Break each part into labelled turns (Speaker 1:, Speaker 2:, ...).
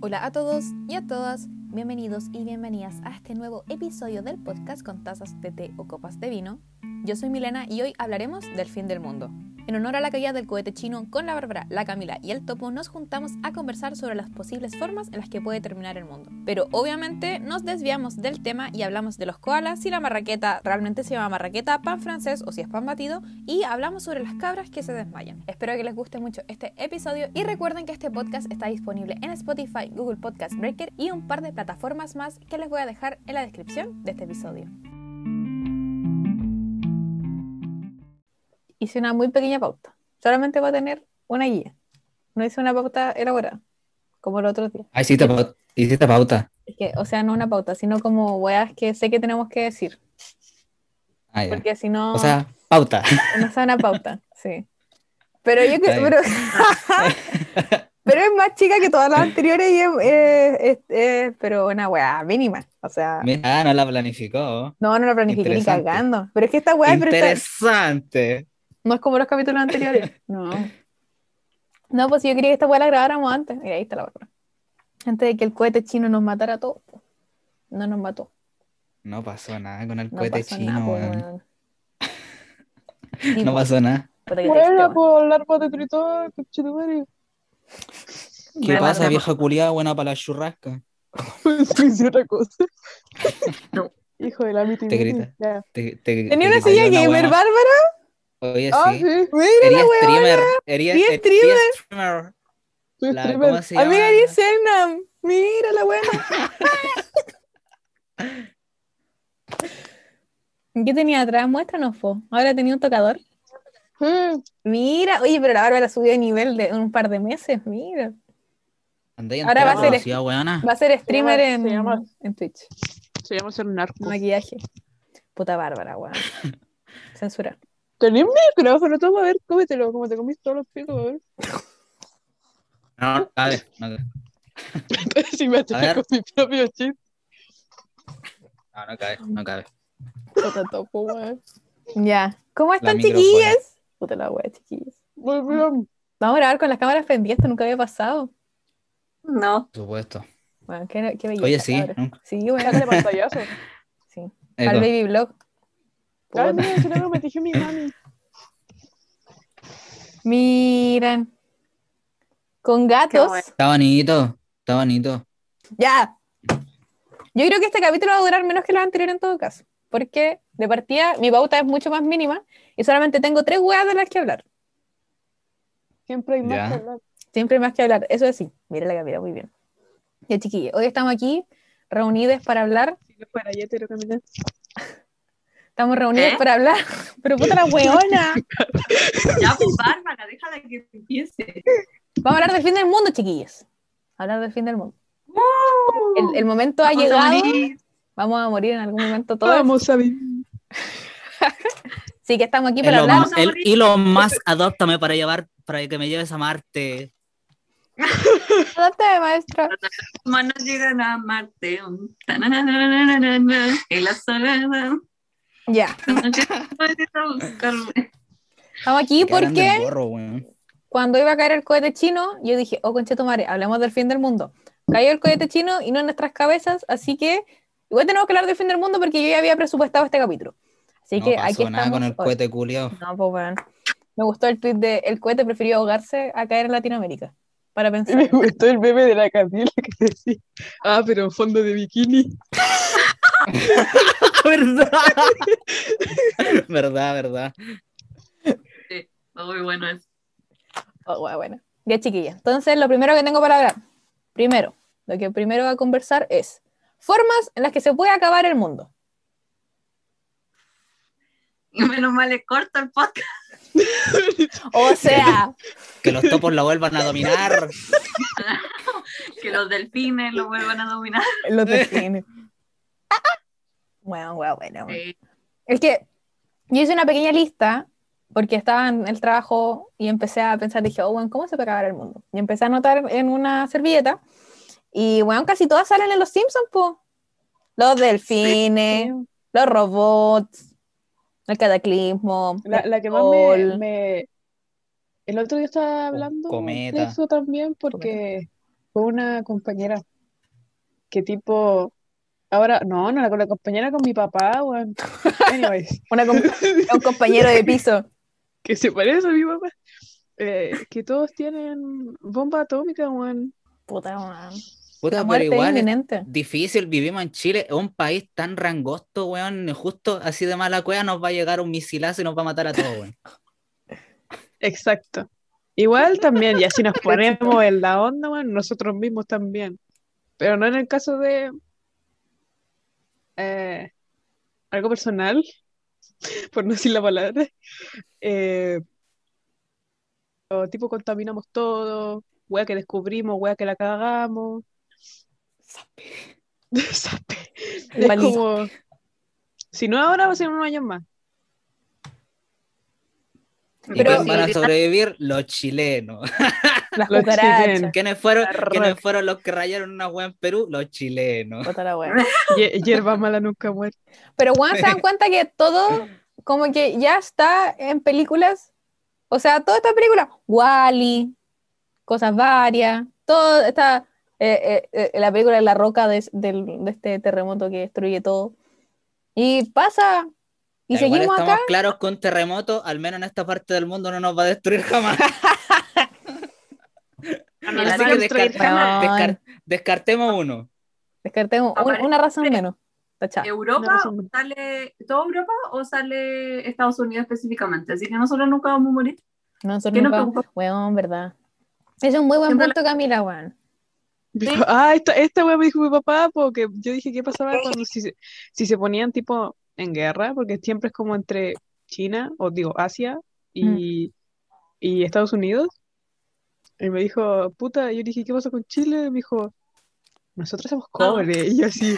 Speaker 1: Hola a todos y a todas, bienvenidos y bienvenidas a este nuevo episodio del podcast con tazas de té o copas de vino. Yo soy Milena y hoy hablaremos del fin del mundo. En honor a la caída del cohete chino, con la Bárbara, la Camila y el Topo nos juntamos a conversar sobre las posibles formas en las que puede terminar el mundo. Pero obviamente nos desviamos del tema y hablamos de los koalas, si la marraqueta realmente se llama marraqueta, pan francés o si es pan batido, y hablamos sobre las cabras que se desmayan. Espero que les guste mucho este episodio y recuerden que este podcast está disponible en Spotify, Google Podcast Breaker y un par de plataformas más que les voy a dejar en la descripción de este episodio. hice una muy pequeña pauta. Solamente va a tener una guía. No hice una pauta elaborada, como el otro día.
Speaker 2: Ah, hiciste pauta. Hiciste pauta.
Speaker 1: Es que, o sea, no una pauta, sino como weas que sé que tenemos que decir.
Speaker 2: Ah, ya.
Speaker 1: Porque si no,
Speaker 2: O sea, pauta.
Speaker 1: no es una pauta, sí. Pero yo creo...
Speaker 2: Está
Speaker 1: Pero, pero es más chica que todas las anteriores y es, es- es- es- pero una wea mínima. O sea,
Speaker 2: Mira, ah, no la planificó.
Speaker 1: no, no lo planifiqué ni
Speaker 2: Interesante.
Speaker 1: cagando. Pero es que esta wea... pero esta-
Speaker 2: Interesante.
Speaker 1: No es como los capítulos anteriores. No. No, pues yo quería que esta weá la grabáramos antes. Mira, ahí está la Bárbara. Antes de que el cohete chino nos matara a todos. po. No nos mató.
Speaker 2: No pasó nada con el
Speaker 1: No
Speaker 2: cohete
Speaker 1: pasó
Speaker 2: chino,
Speaker 1: nada, po,
Speaker 2: weón.
Speaker 1: weón. Sí,
Speaker 2: No
Speaker 1: po,
Speaker 2: pasó nada.
Speaker 1: puta que
Speaker 2: Este
Speaker 1: triste,
Speaker 3: Bueno,
Speaker 1: weón.
Speaker 3: puedo hablar más de Tritón, conchetumare.
Speaker 2: ¿Qué
Speaker 1: Nada,
Speaker 2: pasa,
Speaker 1: nada.
Speaker 2: vieja culiada buena para la churrasca?
Speaker 3: Pensé que hice otra cosa.
Speaker 1: No.
Speaker 3: Hijo de la miti
Speaker 2: Te
Speaker 3: miti.
Speaker 2: grita.
Speaker 3: Ya.
Speaker 2: Te- te-
Speaker 1: Tenía
Speaker 2: te
Speaker 1: una
Speaker 2: quité
Speaker 1: silla
Speaker 2: una
Speaker 1: gamer,
Speaker 2: hueá.
Speaker 1: Bárbara.
Speaker 2: Oye,
Speaker 3: Ah,
Speaker 2: sí.
Speaker 3: sí.
Speaker 1: Mira
Speaker 2: Eres
Speaker 1: la weá.
Speaker 2: streamer. Eres
Speaker 1: Sí,
Speaker 2: eres
Speaker 1: streamer.
Speaker 2: streamer.
Speaker 3: Soy
Speaker 2: La-
Speaker 3: streamer.
Speaker 2: ¿Cómo se
Speaker 1: Ah, mira,
Speaker 2: llama?
Speaker 1: dice Hernán. Mira la weá. ¿Qué tenía atrás? Muéstranos, po. Ahora tenía un tocador.
Speaker 3: Sí.
Speaker 1: Mira, oye, pero la Bárbara subió de nivel de un par de meses. Mira.
Speaker 2: Andáis
Speaker 1: Ahora
Speaker 2: entera
Speaker 1: va a ser-
Speaker 2: conocida, weona.
Speaker 1: Va a ser streamer
Speaker 3: Se llama-
Speaker 1: en,
Speaker 3: se llama-
Speaker 1: en Twitch.
Speaker 3: Se llama ser narco.
Speaker 1: Maquillaje. Puta bárbara, weón. Censura.
Speaker 3: Tenés micrófono, toma, a ver, cómetelo, como te comiste todos los picos, a ver.
Speaker 2: No, no cabe, no cabe.
Speaker 3: si me
Speaker 2: A
Speaker 3: atrevo
Speaker 2: ver.
Speaker 3: con mi propio chip.
Speaker 2: No, no cabe, no cabe.
Speaker 3: Puta topo, weón.
Speaker 1: Ya. ¿Cómo están,
Speaker 2: micrófono.
Speaker 1: chiquillas? Puta la weá, chiquillas.
Speaker 3: Volvió.
Speaker 1: Vamos a grabar con las cámaras pendientes, esto nunca había pasado.
Speaker 4: No,
Speaker 2: Por supuesto.
Speaker 1: Bueno, qué, qué belleza.
Speaker 2: Oye, sí.
Speaker 1: cabros.
Speaker 2: nunca-
Speaker 1: Sí, bueno.
Speaker 3: Sácale pantallazo.
Speaker 1: Sí. Al
Speaker 2: Eco.
Speaker 1: baby blog.
Speaker 3: Ay,
Speaker 1: Puta.
Speaker 3: mira, ese negro me tejió mi mami.
Speaker 1: Miren. Con
Speaker 4: qué
Speaker 1: gatos.
Speaker 4: bueno.
Speaker 2: Está bonito. Está bonito.
Speaker 1: Ya. Yo creo que este capítulo va a durar menos que los anteriores en todo caso. Porque de partida mi pauta es mucho más mínima y solamente tengo tres weas de las que hablar.
Speaker 3: Siempre hay
Speaker 2: Ya.
Speaker 3: más que hablar.
Speaker 1: Siempre hay más que hablar, eso es sí. Mira la Camila, muy bien. Ya, chiquillos, hoy estamos aquí reunidos para hablar.
Speaker 3: Si no fuera ya te lo caminé.
Speaker 1: Estamos reunidos
Speaker 4: ¿Eh?
Speaker 1: para hablar. Pero puta la weona.
Speaker 4: ya pues Bárbara, déjala que empiece.
Speaker 1: Vamos a hablar del fin del mundo, chiquillos. Hablar del fin del mundo. El, el momento ha
Speaker 4: Vamos a
Speaker 1: llegado.
Speaker 4: morir.
Speaker 1: Vamos a morir en algún momento todos.
Speaker 3: Vamos a vivir.
Speaker 1: Sí, que estamos aquí para
Speaker 2: Elon,
Speaker 1: hablar.
Speaker 4: Vamos a
Speaker 2: el,
Speaker 4: morir.
Speaker 2: Elon Musk, adóptame para llevar, para que me lleves a Marte.
Speaker 1: Adáptame, maestro.
Speaker 4: Humanos llegan a Marte. um, tanananananana, En la soledad.
Speaker 1: Ya.
Speaker 4: No llegan a buscarme.
Speaker 1: Estamos aquí
Speaker 2: Que hablan
Speaker 1: porque
Speaker 2: del gorro, weón.
Speaker 1: cuando iba a caer el cohete chino, yo dije, oh, conchetumare, hablemos del fin del mundo. Cayó el cohete chino y no en nuestras cabezas, así que igual tenemos que hablar del fin del mundo porque yo ya había presupuestado este capítulo. Así
Speaker 2: no
Speaker 1: que
Speaker 2: pasó
Speaker 1: aquí
Speaker 2: nada
Speaker 1: estamos.
Speaker 2: con el
Speaker 1: hoy.
Speaker 2: cohete culiao.
Speaker 1: No, pues bueno. Me gustó el tweet de el cohete prefirió ahogarse a caer en Latinoamérica. Para
Speaker 3: Y me
Speaker 1: pensar.
Speaker 3: gustó el bebé de la Camila que decía, ah, pero en fondo de bikini.
Speaker 2: ¿Verdad? ¿Verdad, verdad?
Speaker 4: Muy bueno es.
Speaker 1: Oh, bueno, bueno. Ya chiquilla. Entonces, lo primero que tengo para hablar. Primero, lo que primero va a conversar es formas en las que se puede acabar el mundo.
Speaker 4: Y menos mal es corto el podcast.
Speaker 1: O sea,
Speaker 2: Que los topos la vuelvan a dominar.
Speaker 4: Que los delfines lo vuelvan a dominar.
Speaker 1: los delfines. Ah, Bueno, bueno, bueno. bueno.
Speaker 4: Sí.
Speaker 1: Es que yo hice una pequeña lista porque estaba en el trabajo y empecé a pensar, dije, oh, bueno, ¿cómo se puede acabar el mundo? Y empecé a anotar en una servilleta y, bueno, casi todas salen en los Simpsons, po. Los delfines, los robots, el cataclismo,
Speaker 3: La, la que más
Speaker 1: Sol.
Speaker 3: me, me- El otro día estaba hablando
Speaker 2: cometa.
Speaker 3: de eso también porque fue una compañera que tipo, ahora, no, no, la, la compañera con mi papá, weón. Anyways,
Speaker 1: Una com- un compañero de piso.
Speaker 3: que se parece a mi papá. Eh, que todos tienen bomba atómica, weón.
Speaker 1: Puta, weón.
Speaker 2: Puta,
Speaker 1: La
Speaker 2: pero
Speaker 1: muerte es
Speaker 2: igual es
Speaker 1: inminente.
Speaker 2: difícil, vivimos en Chile, es un país tan rangosto, weón, justo así de mala cueva nos va a llegar un misilazo y nos va a matar a todos, weón.
Speaker 3: Exacto. Igual también, y así nos ponemos en la onda, weón, nosotros mismos también. Pero no en el caso de eh, algo personal, por no decir la palabra. eh, o tipo contaminamos todo, weá que descubrimos, weá que la cagamos. Sape. Es
Speaker 1: Valido.
Speaker 3: como, si no ahora va a ser unos años más.
Speaker 2: ¿Y
Speaker 1: Pero-
Speaker 2: quién van a sobrevivir? Los chilenos.
Speaker 1: Las
Speaker 3: Los
Speaker 1: cucarachas.
Speaker 3: chilenos.
Speaker 2: ¿Quiénes fueron,
Speaker 3: La
Speaker 2: quiénes
Speaker 3: roca.
Speaker 2: fueron los que rayaron una weá en Perú? Los chilenos.
Speaker 1: Puta la weá.
Speaker 3: Ye- Hierba mala nunca muere.
Speaker 1: Pero weón, se dan cuenta que todo, como que ya está en películas. O sea, toda esta película, Wally, cosas varias, todo está. eh, eh, eh, la película de la roca de, del- de este terremoto que destruye todo. Y pasa, y
Speaker 2: Pero igual
Speaker 1: seguimos
Speaker 2: estamos
Speaker 1: acá.
Speaker 2: claros que un terremoto, al menos en esta parte del mundo, no nos va a destruir jamás.
Speaker 4: no
Speaker 2: Así
Speaker 4: nos va
Speaker 2: que
Speaker 4: a
Speaker 3: destruir
Speaker 2: descar-
Speaker 1: jamás.
Speaker 2: descar- descartemos uno.
Speaker 1: Descartemos un- una razón menos. Tachá.
Speaker 3: No,
Speaker 4: ¿Europa
Speaker 3: eso no.
Speaker 4: sale toda Europa o sale Estados Unidos específicamente? Así que nosotros nunca vamos a morir.
Speaker 1: No, nosotros
Speaker 4: ¿Qué nos
Speaker 1: nunca-
Speaker 4: preocupa?
Speaker 1: Weón, verdad. Es un muy buen
Speaker 4: Siempre-
Speaker 1: punto, Camila, weón.
Speaker 3: Mi
Speaker 4: Sí.
Speaker 3: pa- Ah, esta, esta wea me dijo mi papá, porque yo dije qué pasaba cuando si se, si se ponían tipo en guerra, porque siempre es como entre China, o digo Asia
Speaker 2: Mm.
Speaker 3: y, y Estados Unidos. Y me dijo, puta, yo dije, ¿qué pasa con Chile? Me dijo, nosotros somos
Speaker 2: Ah.
Speaker 3: cobre. Y yo así,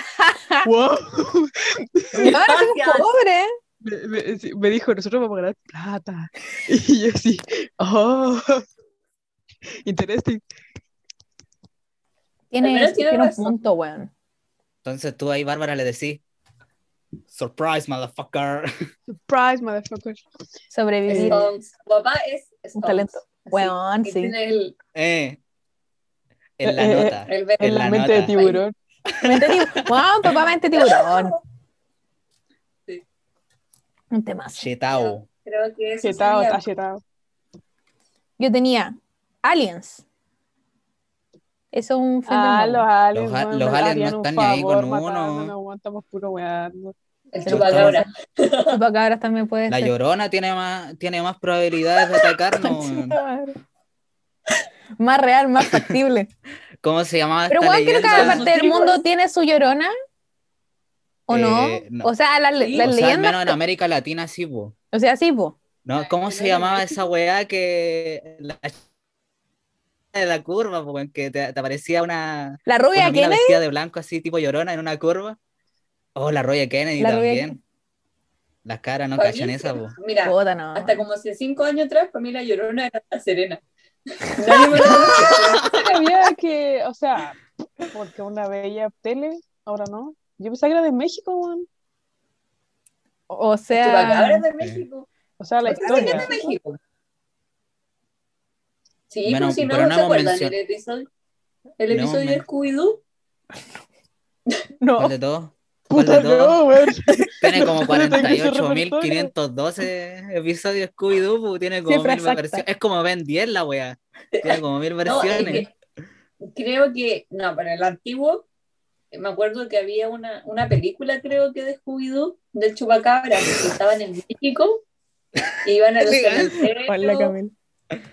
Speaker 3: wow.
Speaker 1: Weón, somos
Speaker 4: Gracias.
Speaker 1: pobres.
Speaker 3: Me, me- sí, me dijo, nosotros vamos a ganar plata. Y yo así, oh, interesting.
Speaker 1: Tiene,
Speaker 4: menos tiene
Speaker 1: tiene un
Speaker 4: razón.
Speaker 1: punto, weón. Entonces
Speaker 2: tú ahí, Bárbara, le decís, surprise, motherfucker.
Speaker 3: Surprise, motherfucker.
Speaker 1: Sobrevivir.
Speaker 3: Eh,
Speaker 4: Papá es
Speaker 1: Un talento. Weón, sí.
Speaker 4: el,
Speaker 2: Eh, en la
Speaker 3: Eh, eh,
Speaker 2: nota. En
Speaker 3: En la
Speaker 2: la
Speaker 3: mente de
Speaker 2: nota.
Speaker 3: tiburón.
Speaker 1: Mente tiburón. Weón, papá, mente tiburón.
Speaker 4: Sí.
Speaker 1: Un tema.
Speaker 2: Chetao.
Speaker 4: Creo que
Speaker 3: Chetao, está chetao.
Speaker 1: Yo tenía Aliens. Eso es un fan del
Speaker 3: Ah,
Speaker 1: mundo.
Speaker 2: Los
Speaker 3: los aliens,
Speaker 2: a-
Speaker 3: weón,
Speaker 2: los
Speaker 3: me
Speaker 2: aliens
Speaker 3: harían
Speaker 2: no
Speaker 3: un
Speaker 2: están ni ahí
Speaker 3: favor
Speaker 2: con uno.
Speaker 3: matándonos, weón, estamos puro weando.
Speaker 4: el
Speaker 2: chupacabra.
Speaker 1: Chupacabras también puede
Speaker 2: La
Speaker 1: ser.
Speaker 2: llorona tiene más, tiene más probabilidades de atacarnos. weón.
Speaker 1: Conchita madre. Más real, más factible.
Speaker 2: ¿Cómo se llamaba
Speaker 1: Pero
Speaker 2: esta
Speaker 1: weón, creo que
Speaker 2: leyenda?
Speaker 1: cada parte del mundo tiene su llorona. ¿O no?
Speaker 2: Eh, no.
Speaker 1: O sea, la- las
Speaker 4: Sí,
Speaker 2: O sea, al
Speaker 1: leyendas.
Speaker 2: menos en América Latina sí, po.
Speaker 1: O sea, sí, po.
Speaker 2: ¿No? ¿Cómo se llamaba esa weá que la de la curva, po, weón, que te, te aparecía una,
Speaker 1: La
Speaker 2: una
Speaker 1: rubia
Speaker 2: mina
Speaker 1: Kennedy.
Speaker 2: vestida de blanco así tipo llorona en una curva? Oh, la Roya Kennedy
Speaker 1: La Roya
Speaker 2: también. Las caras no cachan esa, po.
Speaker 4: Mira,
Speaker 1: Puta, no.
Speaker 4: hasta como hace cinco años atrás, para mí la llorona era la serena. Nadie me lo conoce.
Speaker 3: Sabía que, o sea, porque una bella tele, ahora no. Yo pensaba que era de México, weón.
Speaker 1: O
Speaker 4: Chupacabras
Speaker 1: sea, eh,
Speaker 4: de México.
Speaker 3: O sea, la
Speaker 4: ¿Por qué se
Speaker 3: historia.
Speaker 4: llama México? Sí,
Speaker 2: Bueno,
Speaker 4: pero si no,
Speaker 2: pero
Speaker 4: no
Speaker 2: no
Speaker 4: se
Speaker 2: hemos
Speaker 4: acuerdan
Speaker 2: mencion-
Speaker 4: el episodio. El
Speaker 2: No hemos
Speaker 4: episodio de
Speaker 2: men-
Speaker 4: Scooby-Doo.
Speaker 1: no.
Speaker 2: ¿Cuál de todos? ¿Cuál
Speaker 3: Puta,
Speaker 2: de todos?
Speaker 3: no, weón.
Speaker 2: Tiene como
Speaker 3: No tengo ese repertorio.
Speaker 2: 48.512 episodios Scooby-Doo, po, tiene como
Speaker 1: Cifra
Speaker 2: mil
Speaker 1: exacta.
Speaker 2: versiones. Es como Ben 10 la weá. Tiene como mil
Speaker 4: No, es
Speaker 2: versiones.
Speaker 4: que creo que, no, para el antiguo, eh, me acuerdo que había una, una película, creo que de Scooby-Doo, del Chupacabra, que estaban en México, y iban a los
Speaker 2: Legal.
Speaker 1: Hola,
Speaker 4: cementerios,
Speaker 1: Camila.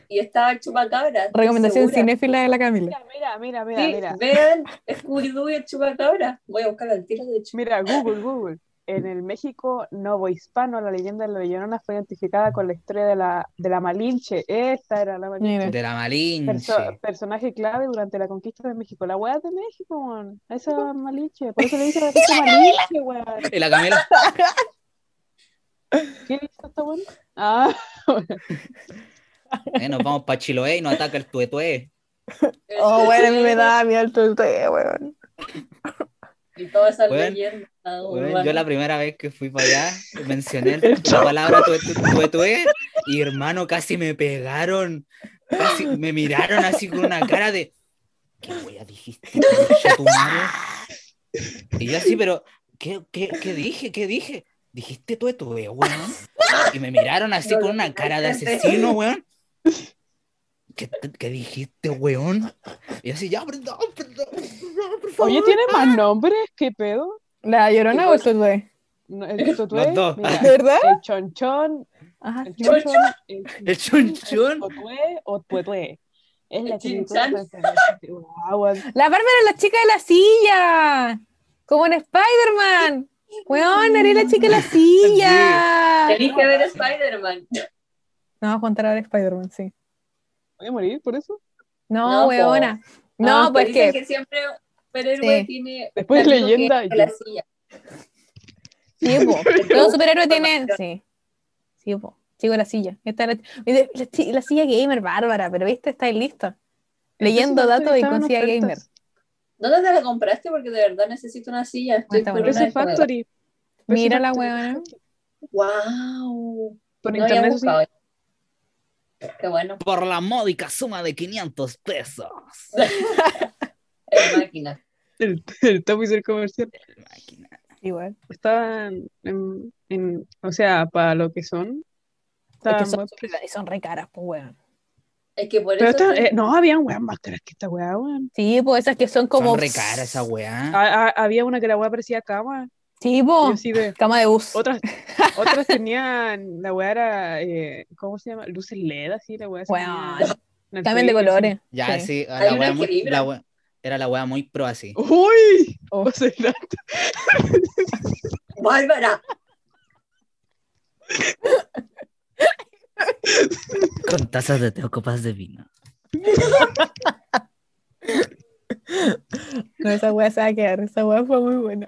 Speaker 4: y estaba el Chupacabra. estoy
Speaker 1: Recomendación
Speaker 4: segura.
Speaker 1: cinéfila de la Camila.
Speaker 3: Mira, mira, mira, mira,
Speaker 4: Sí,
Speaker 3: mira.
Speaker 4: vean Scooby-Doo y el Chupacabra. Voy a buscar el tiro de Chupacabra.
Speaker 3: Mira, Google, Google. En el México novohispano, la leyenda de la Llorona fue identificada con la historia de la, de la Malinche. Esta era la Malinche.
Speaker 1: Mira.
Speaker 2: De la
Speaker 3: Perso-
Speaker 2: Malinche.
Speaker 3: personaje clave durante la conquista de México. La weá de México, weón. A Esa maliche. Por eso le dicen a la pinche maliche, weón.
Speaker 2: Y la Camila.
Speaker 3: ¿Qué le hizo esta weón? Ah,
Speaker 2: Eh, nos vamos para Chiloé y nos ataca el tuetue.
Speaker 1: Oh, bueno, a mí me da miedo el tute, weón.
Speaker 4: Y todas esas
Speaker 2: Bueno,
Speaker 4: leyendas
Speaker 2: Weón,
Speaker 4: urbanas.
Speaker 2: yo la primera vez que fui para allá mencioné el-
Speaker 3: El
Speaker 2: la
Speaker 3: Chaco.
Speaker 2: palabra tuetue, tuetue y hermano casi me pegaron. Casi me miraron así con una cara de ¿qué wea dijiste? Concha tu madre. Y yo así, pero, ¿qué, qué, qué dije? ¿Qué dije? Dijiste tú tu weón. Y me miraron así con una cara de asesino, weón. ¿Qué, qué dijiste, weón? Y yo así, ya, perdón, perdón, perdón, por favor.
Speaker 3: Oye, ¿tiene más nombres? ¿Qué pedo?
Speaker 1: ¿La llorona pues, o el Sotue?
Speaker 3: No, el tutué,
Speaker 2: Eh, Los dos. Ah.
Speaker 3: mira,
Speaker 1: ¿De verdad?
Speaker 3: el chonchón,
Speaker 1: Ajá.
Speaker 3: el chonchón, el
Speaker 2: El chunchón.
Speaker 3: tutué o tuetué. Es la
Speaker 4: El
Speaker 3: chica
Speaker 4: chinchán.
Speaker 3: Guau,
Speaker 1: La Bárbara es la chica de la silla. Como en Spider-Man. Weón, eres la chica de la silla.
Speaker 4: Tenéis que ver Spider-Man.
Speaker 1: No, vamos a contar ahora Spider-Man, sí.
Speaker 3: voy a morir por eso.
Speaker 1: No,
Speaker 4: No, po.
Speaker 1: weona. No,
Speaker 4: pues
Speaker 1: pues
Speaker 4: dicen
Speaker 1: que.
Speaker 4: que siempre superhéroe
Speaker 1: Sí.
Speaker 4: tiene.
Speaker 3: Después
Speaker 4: un amigo que
Speaker 3: leyenda y
Speaker 4: es la
Speaker 3: yo.
Speaker 4: silla.
Speaker 1: Sí, po. Todo superhéroe tiene. Sí. Sí, po. Chico de la silla. Esta es la, mire, la, chi- la silla gamer, Bárbara, pero viste, estáis listo. Leyendo
Speaker 3: Entonces,
Speaker 1: datos y
Speaker 3: estaban
Speaker 1: con silla
Speaker 3: ofertas.
Speaker 1: gamer.
Speaker 4: ¿Dónde te la compraste? Porque de verdad necesito una silla. Estoy
Speaker 1: Ah, Está
Speaker 4: con
Speaker 1: bueno.
Speaker 3: PC
Speaker 4: una de juego.
Speaker 3: Factory. PC
Speaker 1: Mira la
Speaker 3: Factory.
Speaker 1: weona.
Speaker 4: ¡Wow!
Speaker 3: Por
Speaker 4: no había
Speaker 3: internet. sí.
Speaker 4: buscado. Qué bueno,
Speaker 2: Por la módica suma de 500 pesos.
Speaker 4: es máquina.
Speaker 3: El, el top el comercial.
Speaker 2: Máquina.
Speaker 1: Igual.
Speaker 3: Estaban en, en- o sea, para lo que son.
Speaker 1: Es
Speaker 3: estaban
Speaker 1: que son,
Speaker 3: más-
Speaker 1: super- son re caras, pues, weón.
Speaker 4: Es que por
Speaker 3: Pero
Speaker 4: eso.
Speaker 3: esta-
Speaker 4: estoy-
Speaker 3: eh, no, habían weas más caras que esta wea, weón.
Speaker 1: Sí, pues esas que son como. Ah,
Speaker 2: Son re cara esa weá.
Speaker 3: Ha- ha- había una que la wea parecía cama.
Speaker 1: Sí,
Speaker 3: y
Speaker 1: po.
Speaker 3: así de-
Speaker 1: Cama de bus.
Speaker 3: otras, otras tenían, la wea era, eh, ¿cómo se llama? Luces LED, así, la wea. se
Speaker 1: Weón.
Speaker 3: ponía en el
Speaker 1: Cambian de
Speaker 3: frío, así.
Speaker 1: colores.
Speaker 2: Ya,
Speaker 1: Sí.
Speaker 2: sí, a
Speaker 4: Hay
Speaker 2: la
Speaker 4: una
Speaker 2: weá
Speaker 4: que
Speaker 2: muy-
Speaker 4: vibra.
Speaker 2: la weá- era la weá muy pro así.
Speaker 3: ¡Uy!
Speaker 1: Oh.
Speaker 3: O sea, la-
Speaker 4: ¡Bárbara!
Speaker 2: Con tazas de té o copas de vino.
Speaker 1: No, esa weá se va a quedar. Esa weá fue muy buena.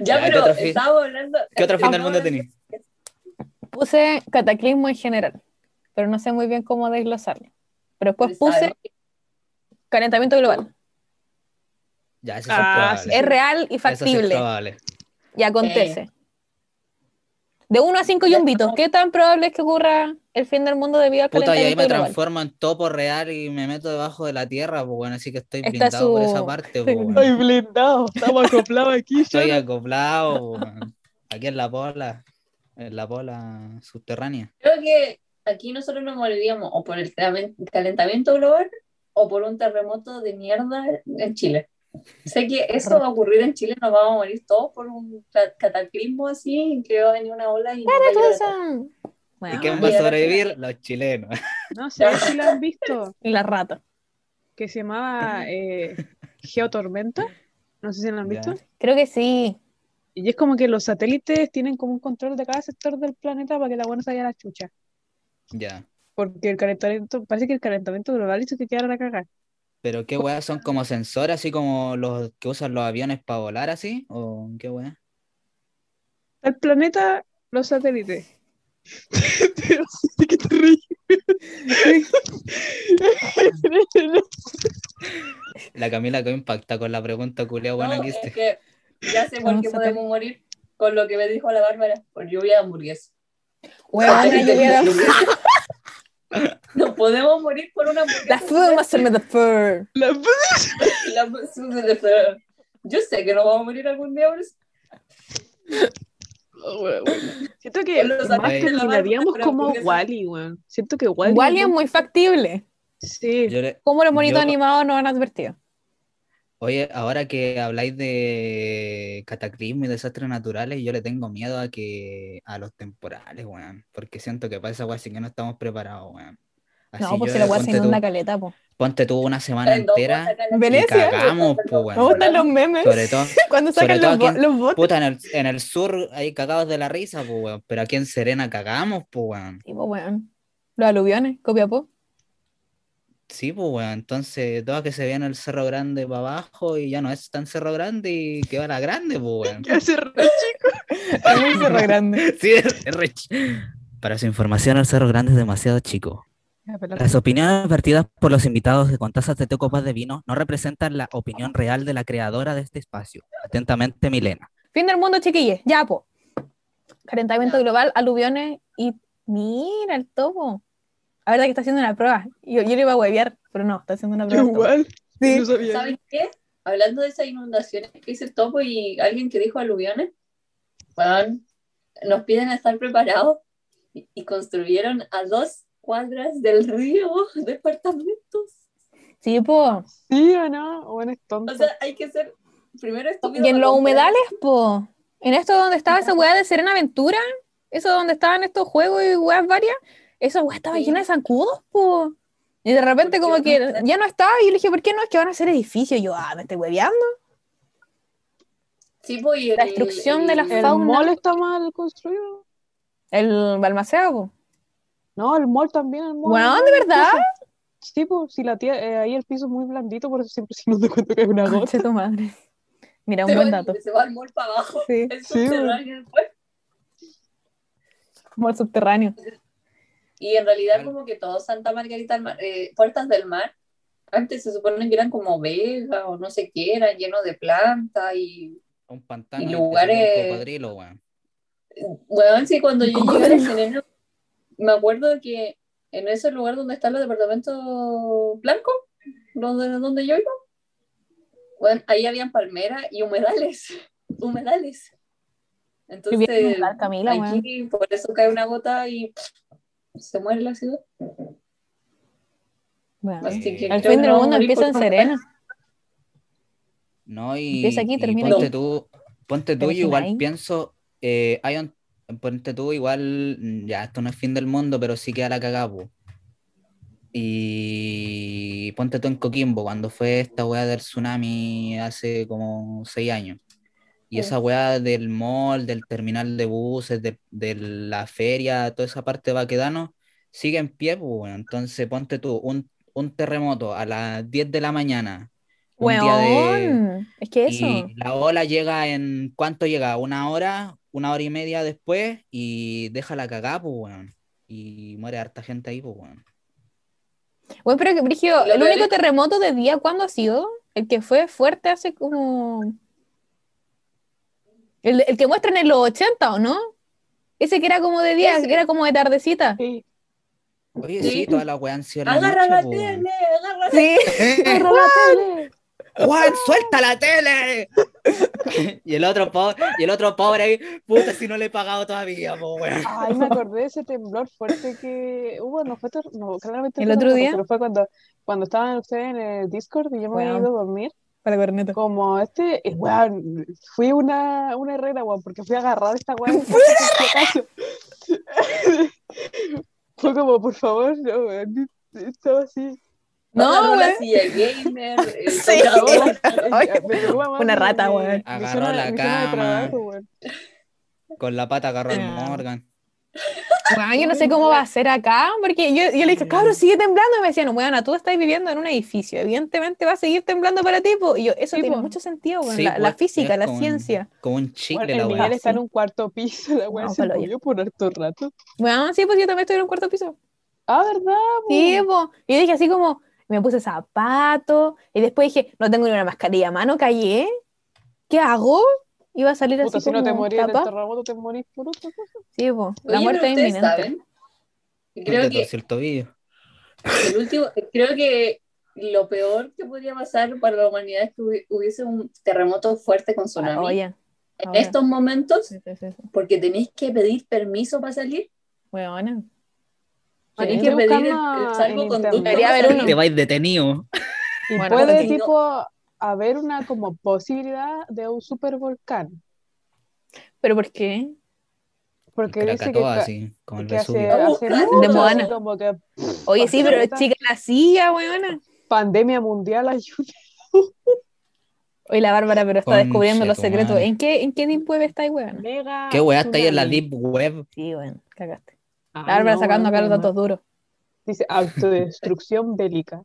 Speaker 2: Ya,
Speaker 4: Ya,
Speaker 2: ¿qué
Speaker 4: pero
Speaker 2: otro fin-
Speaker 4: estábamos hablando.
Speaker 2: ¿Qué otro fin del
Speaker 4: estábamos
Speaker 2: mundo
Speaker 4: hablando-
Speaker 2: tenés?
Speaker 1: Puse cataclismo en general, pero no sé muy bien cómo desglosarlo. Pero
Speaker 3: Pues
Speaker 1: después puse
Speaker 4: Sabemos
Speaker 1: calentamiento global.
Speaker 2: Ya, eso
Speaker 3: Ah,
Speaker 2: es
Speaker 3: sí,
Speaker 1: Es real y
Speaker 2: Eso sí es
Speaker 1: factible.
Speaker 2: probable.
Speaker 1: y acontece. De 1 a 5 yumbito, ¿qué tan probable es que ocurra el fin del mundo debido al
Speaker 2: Puta, y ahí
Speaker 1: calentamiento
Speaker 2: me
Speaker 1: global?
Speaker 2: transformo en topo real y me meto debajo de la tierra, pues bueno, así que estoy
Speaker 1: Está
Speaker 2: blindado por
Speaker 1: su-
Speaker 2: esa parte, pues bueno.
Speaker 3: Estoy blindado, estamos acoplados aquí.
Speaker 2: Estoy
Speaker 3: ya.
Speaker 2: acoplado, pues, bueno. Aquí en la pola, en la pola subterránea.
Speaker 4: Creo que aquí nosotros nos moriríamos o por el calen- calentamiento global o por un terremoto de mierda en Chile. Sé que eso va a ocurrir en Chile, nos vamos a morir todos por un ca- cataclismo así, que va a venir una ola y nos va
Speaker 1: Todo
Speaker 4: a llevar a
Speaker 1: eso.
Speaker 4: todos.
Speaker 2: ¿Y
Speaker 1: Bueno,
Speaker 2: quién va
Speaker 4: mira,
Speaker 2: a sobrevivir? Los chilenos.
Speaker 3: No sé si la han visto,
Speaker 1: y la rata,
Speaker 3: que se llamaba eh, Geotormenta. No sé si la han
Speaker 2: Ya.
Speaker 3: visto.
Speaker 1: creo que sí.
Speaker 3: Y es como que los satélites tienen como un control de cada sector del planeta para que la buena salga a la chucha.
Speaker 2: Ya.
Speaker 3: Porque el calentamiento, parece que el calentamiento global hizo que quedara la cagar.
Speaker 2: Pero qué weas son como sensores, así como los que usan los aviones para volar, así, o qué wea.
Speaker 3: El planeta, los satélites. Pero sí que te ríes.
Speaker 2: La Camila quedó impacta con la pregunta culia buena
Speaker 4: No,
Speaker 1: eh,
Speaker 2: que
Speaker 4: es
Speaker 2: hiciste.
Speaker 4: que ya sé por
Speaker 1: Vamos
Speaker 4: qué
Speaker 1: a
Speaker 4: podemos morir con lo que me dijo la Bárbara, por lluvia de hamburguesa.
Speaker 1: Huevona,
Speaker 4: Ay,
Speaker 1: yo hubiera-
Speaker 4: Nos podemos morir por una hamburguesa.
Speaker 1: La food must have the fur.
Speaker 3: La p-
Speaker 4: La- Yo sé que nos vamos a morir algún día, pero
Speaker 3: oh, weón, weón. Siento que
Speaker 4: Los
Speaker 3: más
Speaker 2: satélites
Speaker 3: terminaríamos
Speaker 4: globales,
Speaker 3: como
Speaker 4: pero
Speaker 3: Wally, weón. Siento que Wally.
Speaker 1: Igual y es muy factible.
Speaker 3: Sí.
Speaker 2: Yo le-
Speaker 1: ¿Cómo los monitos
Speaker 2: Yo-
Speaker 1: animados nos han advertido?
Speaker 2: Oye, ahora que habláis de cataclismo y desastres naturales, yo le tengo miedo a que a los temporales, weón. Porque siento que para esa wea sí que no estamos preparados, weón.
Speaker 1: No,
Speaker 2: Así
Speaker 1: pues si
Speaker 2: llueve,
Speaker 1: la weá se
Speaker 2: ponte tú-
Speaker 1: inunda caleta, po.
Speaker 2: Ponte tú una semana
Speaker 4: En dos horas
Speaker 2: entera
Speaker 4: sacan
Speaker 1: En
Speaker 4: la-
Speaker 2: y
Speaker 1: Venecia.
Speaker 2: cagamos, pues,
Speaker 1: Me
Speaker 2: weón.
Speaker 1: gustan los memes.
Speaker 2: Sobre todo,
Speaker 1: Cuando
Speaker 2: sobre
Speaker 1: sacan
Speaker 2: todo
Speaker 1: los, bo-
Speaker 2: aquí en-
Speaker 1: los botes.
Speaker 2: puta, en el, en el sur ahí cagados de la risa, pues, weón. Pero aquí en Serena cagamos, pues, weón.
Speaker 1: Sí, pues, weón. Los aluviones, copiapó.
Speaker 2: Sí, pues, weón. Entonces, todo que se vean el Cerro Grande para abajo y ya no es tan Cerro Grande y que va la grande, pues, weón.
Speaker 3: Ya se re-
Speaker 1: Es muy cerro grande.
Speaker 2: Sí, es re ch- Para su información, el Cerro Grande es demasiado chico.
Speaker 3: Ya, pero la-
Speaker 2: Las opiniones vertidas por los invitados de Contazas de Té o Copas de Vino no representan la opinión real de la creadora de este espacio. Atentamente, Milena.
Speaker 1: Fin del mundo, chiquilles. Ya, po. Calentamiento
Speaker 4: Ya.
Speaker 1: global, aluviones y. Mira el topo. Ahora que está haciendo una prueba. Yo, yo le iba a huevear, pero no, está haciendo una
Speaker 3: Yo
Speaker 1: prueba.
Speaker 3: igual.
Speaker 1: Sí.
Speaker 3: No sabía.
Speaker 4: ¿Saben qué? Hablando de esas inundaciones que hizo el topo y alguien que dijo aluviones, weón, nos piden estar preparados y, y construyeron a dos cuadras del río departamentos.
Speaker 1: Sí, po.
Speaker 3: Sí o no, bueno, es tonto.
Speaker 4: O sea, hay que ser primero estúpido.
Speaker 1: Y en
Speaker 4: para
Speaker 1: los
Speaker 4: comprar-
Speaker 1: humedales, po. En esto donde estaba esa weá de Serena Aventura, eso donde estaban estos juegos y weas varias, esa weá estaba
Speaker 4: Sí.
Speaker 1: llena de zancudos, po. Y de repente
Speaker 4: Porque
Speaker 1: como
Speaker 4: no
Speaker 1: que
Speaker 4: está-
Speaker 1: ya no estaba, y yo le dije, ¿por qué no? Es que van a hacer edificios. Y yo, ah, me estoy hueveando.
Speaker 4: Sí, pues, y
Speaker 1: La
Speaker 4: el-
Speaker 1: destrucción de
Speaker 4: el-
Speaker 1: la
Speaker 3: ¿El
Speaker 1: fauna.
Speaker 3: mall está mal construido?
Speaker 1: El Balmaceda, po.
Speaker 3: No, el mall también, el mall.
Speaker 1: Weón, ¿de verdad?
Speaker 3: Sí, pues, si la tía, eh, ahí el piso es muy blandito, por eso siempre se inunda cuando cae una gota.
Speaker 1: Conche tu madre. Mira, un
Speaker 4: se
Speaker 1: buen
Speaker 4: va-
Speaker 1: dato.
Speaker 4: Se va al mall para abajo.
Speaker 1: Sí,
Speaker 4: Es
Speaker 3: Sí,
Speaker 4: subterráneo el pueblo.
Speaker 1: como el subterráneo.
Speaker 4: Y en realidad
Speaker 2: Claro.
Speaker 4: como que todo Santa Margarita, del Mar- eh, Puertas del Mar, antes se supone que eran como vegas o no sé qué, eran llenos de plantas y...
Speaker 2: Un pantano.
Speaker 4: Y
Speaker 2: y te
Speaker 4: lugares-
Speaker 2: salió un cocodrilo, weón.
Speaker 4: Bueno, sí, cuando yo llegué a la
Speaker 1: Cocodrilo.
Speaker 4: Serena, me acuerdo que en ese lugar donde están los departamentos blancos, donde, donde yo iba, bueno, ahí habían palmeras y humedales, humedales.
Speaker 1: Yo vi en
Speaker 4: Entonces,
Speaker 1: un lugar, Camila, weón.
Speaker 4: aquí por eso cae una gota y se muere la ciudad.
Speaker 1: Weón.
Speaker 4: Así que
Speaker 1: El
Speaker 4: creo
Speaker 1: fin
Speaker 4: que
Speaker 1: del
Speaker 4: no
Speaker 1: mundo
Speaker 4: morí
Speaker 1: empieza
Speaker 4: por
Speaker 1: en
Speaker 4: completo.
Speaker 1: Serena.
Speaker 2: No, y,
Speaker 1: Empieza aquí,
Speaker 2: y
Speaker 1: termina
Speaker 2: ponte
Speaker 4: aquí.
Speaker 2: tú, ponte tú,
Speaker 1: Pero
Speaker 2: yo
Speaker 1: si no
Speaker 2: igual
Speaker 1: hay.
Speaker 2: pienso, eh, hay un- ponte tú, igual, mm, ya, esto no es fin del mundo, pero sí queda la cagada, po. Y ponte tú en Coquimbo, cuando fue esta weá del tsunami hace como seis años. Y
Speaker 1: Sí.
Speaker 2: esa weá del mall, del terminal de buses, de, de la feria, toda esa parte de Baquedano, sigue en pie, pues, bueno. Entonces ponte tú, un, un terremoto a las 10 de la mañana, un día de...
Speaker 1: Weón. Es que eso.
Speaker 2: Y la ola llega en, ¿cuánto llega? Una hora, una hora y media después y deja la cagada, pues, weón. Y muere harta gente ahí, pues, weón.
Speaker 1: Bueno, pero que, Brigio,
Speaker 4: Y lo
Speaker 1: el
Speaker 4: peor
Speaker 1: único
Speaker 4: es-
Speaker 1: terremoto de día, ¿cuándo ha sido? El que fue fuerte hace como. El, el que muestran en los 80, ¿o no? Ese que era como de día,
Speaker 4: Ese.
Speaker 1: que era como de tardecita.
Speaker 3: Sí.
Speaker 2: Oye,
Speaker 4: Sí.
Speaker 2: sí, todas las weas han sido en la
Speaker 4: Agarra
Speaker 2: noche,
Speaker 4: la
Speaker 2: pues, weón.
Speaker 4: tele, agarra la
Speaker 1: Sí.
Speaker 3: Agarra la tele.
Speaker 2: ¡Juan, suelta la tele! y el otro pobre, y el otro pobre ahí, puta, si no le he pagado todavía, po, weón.
Speaker 3: Ay, me acordé de ese temblor fuerte que hubo, no fue, ter- no, claramente
Speaker 1: ¿El
Speaker 3: fue
Speaker 1: otro
Speaker 3: terremoto,
Speaker 1: día?
Speaker 3: pero fue cuando, cuando estaban ustedes en el Discord y yo me había
Speaker 1: Weón.
Speaker 3: ido a dormir.
Speaker 1: Para corneta.
Speaker 3: Como este, eh, weón, fui una, una herrera, weón, porque fui agarrada esta weón. este Fue como, por favor, no, weón, estaba así.
Speaker 1: No,
Speaker 4: Agarró la
Speaker 1: weón.
Speaker 4: silla gamer. el
Speaker 1: Sí.
Speaker 4: computador.
Speaker 1: Oye,
Speaker 3: eh, Me pegó la mano
Speaker 1: una
Speaker 3: y
Speaker 1: rata,
Speaker 3: me-
Speaker 1: weón.
Speaker 3: me
Speaker 2: Agarró
Speaker 3: hizo una-
Speaker 2: la
Speaker 3: me hizo una de
Speaker 2: cama.
Speaker 3: trabajo, weón.
Speaker 2: Con la pata agarró el
Speaker 1: Ah.
Speaker 2: Morgan.
Speaker 1: Weón, yo no sé cómo va a ser acá, porque yo, yo le dije, cabrón, sigue temblando. Y me decían, weón, tú estás viviendo en un edificio. Evidentemente va a seguir temblando para ti. po". Y yo, eso
Speaker 3: Sí,
Speaker 1: tiene
Speaker 3: po.
Speaker 1: mucho sentido, weón.
Speaker 2: Sí,
Speaker 1: la, la
Speaker 2: pues,
Speaker 1: física,
Speaker 2: es
Speaker 1: la
Speaker 2: como un-
Speaker 1: ciencia.
Speaker 2: Como un chicle
Speaker 3: Bueno,
Speaker 2: la
Speaker 3: el
Speaker 2: wea.
Speaker 3: Miguel está en
Speaker 1: sí.
Speaker 3: un cuarto piso, la weón
Speaker 1: No,
Speaker 3: se
Speaker 1: palo yo.
Speaker 3: movió por harto rato.
Speaker 1: Weón, sí, pues yo también estoy en un cuarto piso.
Speaker 3: Ah, ¿verdad?
Speaker 1: Sí,
Speaker 3: Uh.
Speaker 1: po. Y yo dije así como, me puse zapatos, y después dije, no tengo ni una mascarilla a mano, callé. ¿Qué hago? Iba a salir
Speaker 3: Puta,
Speaker 1: así
Speaker 3: si no te
Speaker 1: como
Speaker 3: morís en el
Speaker 1: tapa.
Speaker 3: terremoto, te morís por otra cosa.
Speaker 1: Sí, po. La muerte
Speaker 4: Oye, pero
Speaker 1: es
Speaker 4: ustedes
Speaker 1: inminente.
Speaker 4: saben, Creo
Speaker 2: Te
Speaker 4: que,
Speaker 2: torció el tobillo.
Speaker 4: el último, creo que lo peor que podría pasar para la humanidad es que hubi- hubiese un terremoto fuerte con
Speaker 1: Ah,
Speaker 4: tsunami.
Speaker 1: Oye,
Speaker 4: en
Speaker 1: ahora.
Speaker 4: estos momentos,
Speaker 1: sí, sí, sí, sí.
Speaker 4: porque tenéis que pedir permiso para salir,
Speaker 1: Weona.
Speaker 4: tenéis
Speaker 1: Sí.
Speaker 4: que
Speaker 3: Estoy
Speaker 4: pedir el,
Speaker 3: buscando
Speaker 4: el
Speaker 3: en
Speaker 4: salvoconducto.
Speaker 3: internet.
Speaker 1: Debería
Speaker 4: para
Speaker 1: haber
Speaker 4: salir.
Speaker 1: uno.
Speaker 2: Te vais detenido.
Speaker 3: Y
Speaker 1: Bueno,
Speaker 3: puede,
Speaker 4: porque si no-
Speaker 3: tipo, haber una como posibilidad de un supervolcán.
Speaker 1: ¿Pero por qué?
Speaker 3: Porque dice que,
Speaker 2: Krakatoa,
Speaker 3: ca-
Speaker 2: así, como el
Speaker 3: que hace,
Speaker 2: Vesubio.
Speaker 4: Vesubio.
Speaker 3: hace
Speaker 4: Busca,
Speaker 3: mucho,
Speaker 1: de
Speaker 3: así
Speaker 1: Moana.
Speaker 3: como que
Speaker 1: Oye, sí, pero
Speaker 3: Ahorita-
Speaker 1: chica, la silla, weona.
Speaker 3: pandemia mundial ayuda.
Speaker 1: Oye, la Bárbara, pero está descubriendo los
Speaker 2: Conchetumare.
Speaker 1: secretos. ¿En qué, en qué deep web estáis, weona?
Speaker 3: Mega
Speaker 2: ¿Qué weá está ahí en la
Speaker 3: tsunami.
Speaker 2: Deep Web?
Speaker 1: Sí, weón, cagaste.
Speaker 3: Ay,
Speaker 1: La Bárbara
Speaker 3: no,
Speaker 1: sacando acá los
Speaker 3: bueno,
Speaker 1: datos duros.
Speaker 3: Dice autodestrucción bélica.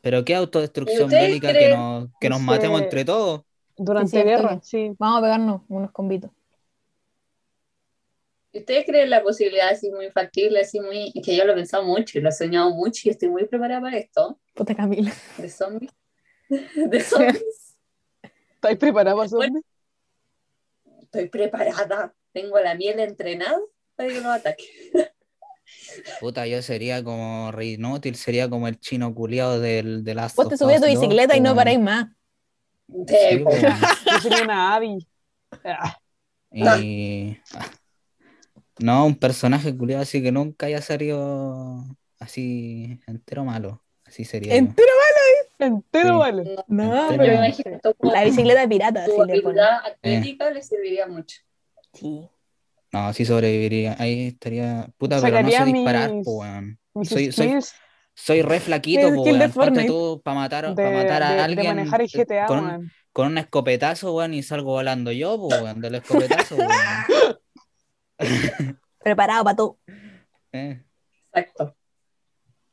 Speaker 2: Pero qué autodestrucción
Speaker 4: ustedes
Speaker 2: bélica que
Speaker 4: creen?
Speaker 2: nos, que nos
Speaker 3: Dice-
Speaker 2: matemos entre todos.
Speaker 3: Durante
Speaker 1: cierto
Speaker 3: guerra,
Speaker 1: que-
Speaker 3: sí.
Speaker 1: Vamos a pegarnos unos combitos.
Speaker 4: ¿Ustedes creen la posibilidad así muy factible, así muy, es que yo lo he pensado mucho y lo he soñado mucho y estoy muy preparada para esto,
Speaker 1: Puta Camila.
Speaker 4: de zombies? De zombies.
Speaker 3: ¿Estáis preparados,
Speaker 4: Bueno.
Speaker 3: hombre?
Speaker 4: estoy preparada, tengo la miel entrenada para que no ataque.
Speaker 2: Puta, yo sería como re inútil, sería como el chino culiado del, de las.
Speaker 1: Vos te subís a tu bicicleta y no paráis más.
Speaker 4: Sí, po.
Speaker 3: Yo sería una Abby. Ah,
Speaker 2: Y... No, un personaje culiado así que nunca haya salido así entero malo. Así sería. yo.
Speaker 1: Entero.
Speaker 3: Entero
Speaker 2: Sí.
Speaker 3: vale.
Speaker 1: No,
Speaker 2: Entero.
Speaker 4: Pero me
Speaker 1: pero
Speaker 4: imagino tú como
Speaker 1: la bicicleta pirata.
Speaker 4: tu
Speaker 1: sí, le ponen.
Speaker 4: habilidad
Speaker 2: Eh.
Speaker 4: atlética le serviría mucho.
Speaker 1: Sí.
Speaker 2: No, sí sobreviviría. Ahí estaría. Puta, pero no
Speaker 3: Sacaría
Speaker 2: sé disparar,
Speaker 3: mis-
Speaker 2: po, weón.
Speaker 3: Mis
Speaker 2: Soy- soy-
Speaker 3: skills
Speaker 2: Soy re flaquito,
Speaker 1: Pero
Speaker 2: po,
Speaker 1: skill de
Speaker 2: weón. Ponte
Speaker 1: Fortnite.
Speaker 2: tú para matar,
Speaker 3: de,
Speaker 2: pa' matar a
Speaker 3: de- de
Speaker 2: alguien
Speaker 3: manejar el
Speaker 2: eh,
Speaker 3: GTA,
Speaker 2: con, un-
Speaker 3: weón.
Speaker 2: con un escopetazo, weón, y salgo volando yo, po, weón, del escopetazo, weón.
Speaker 1: Preparado para todo.
Speaker 2: Eh,
Speaker 4: Exacto.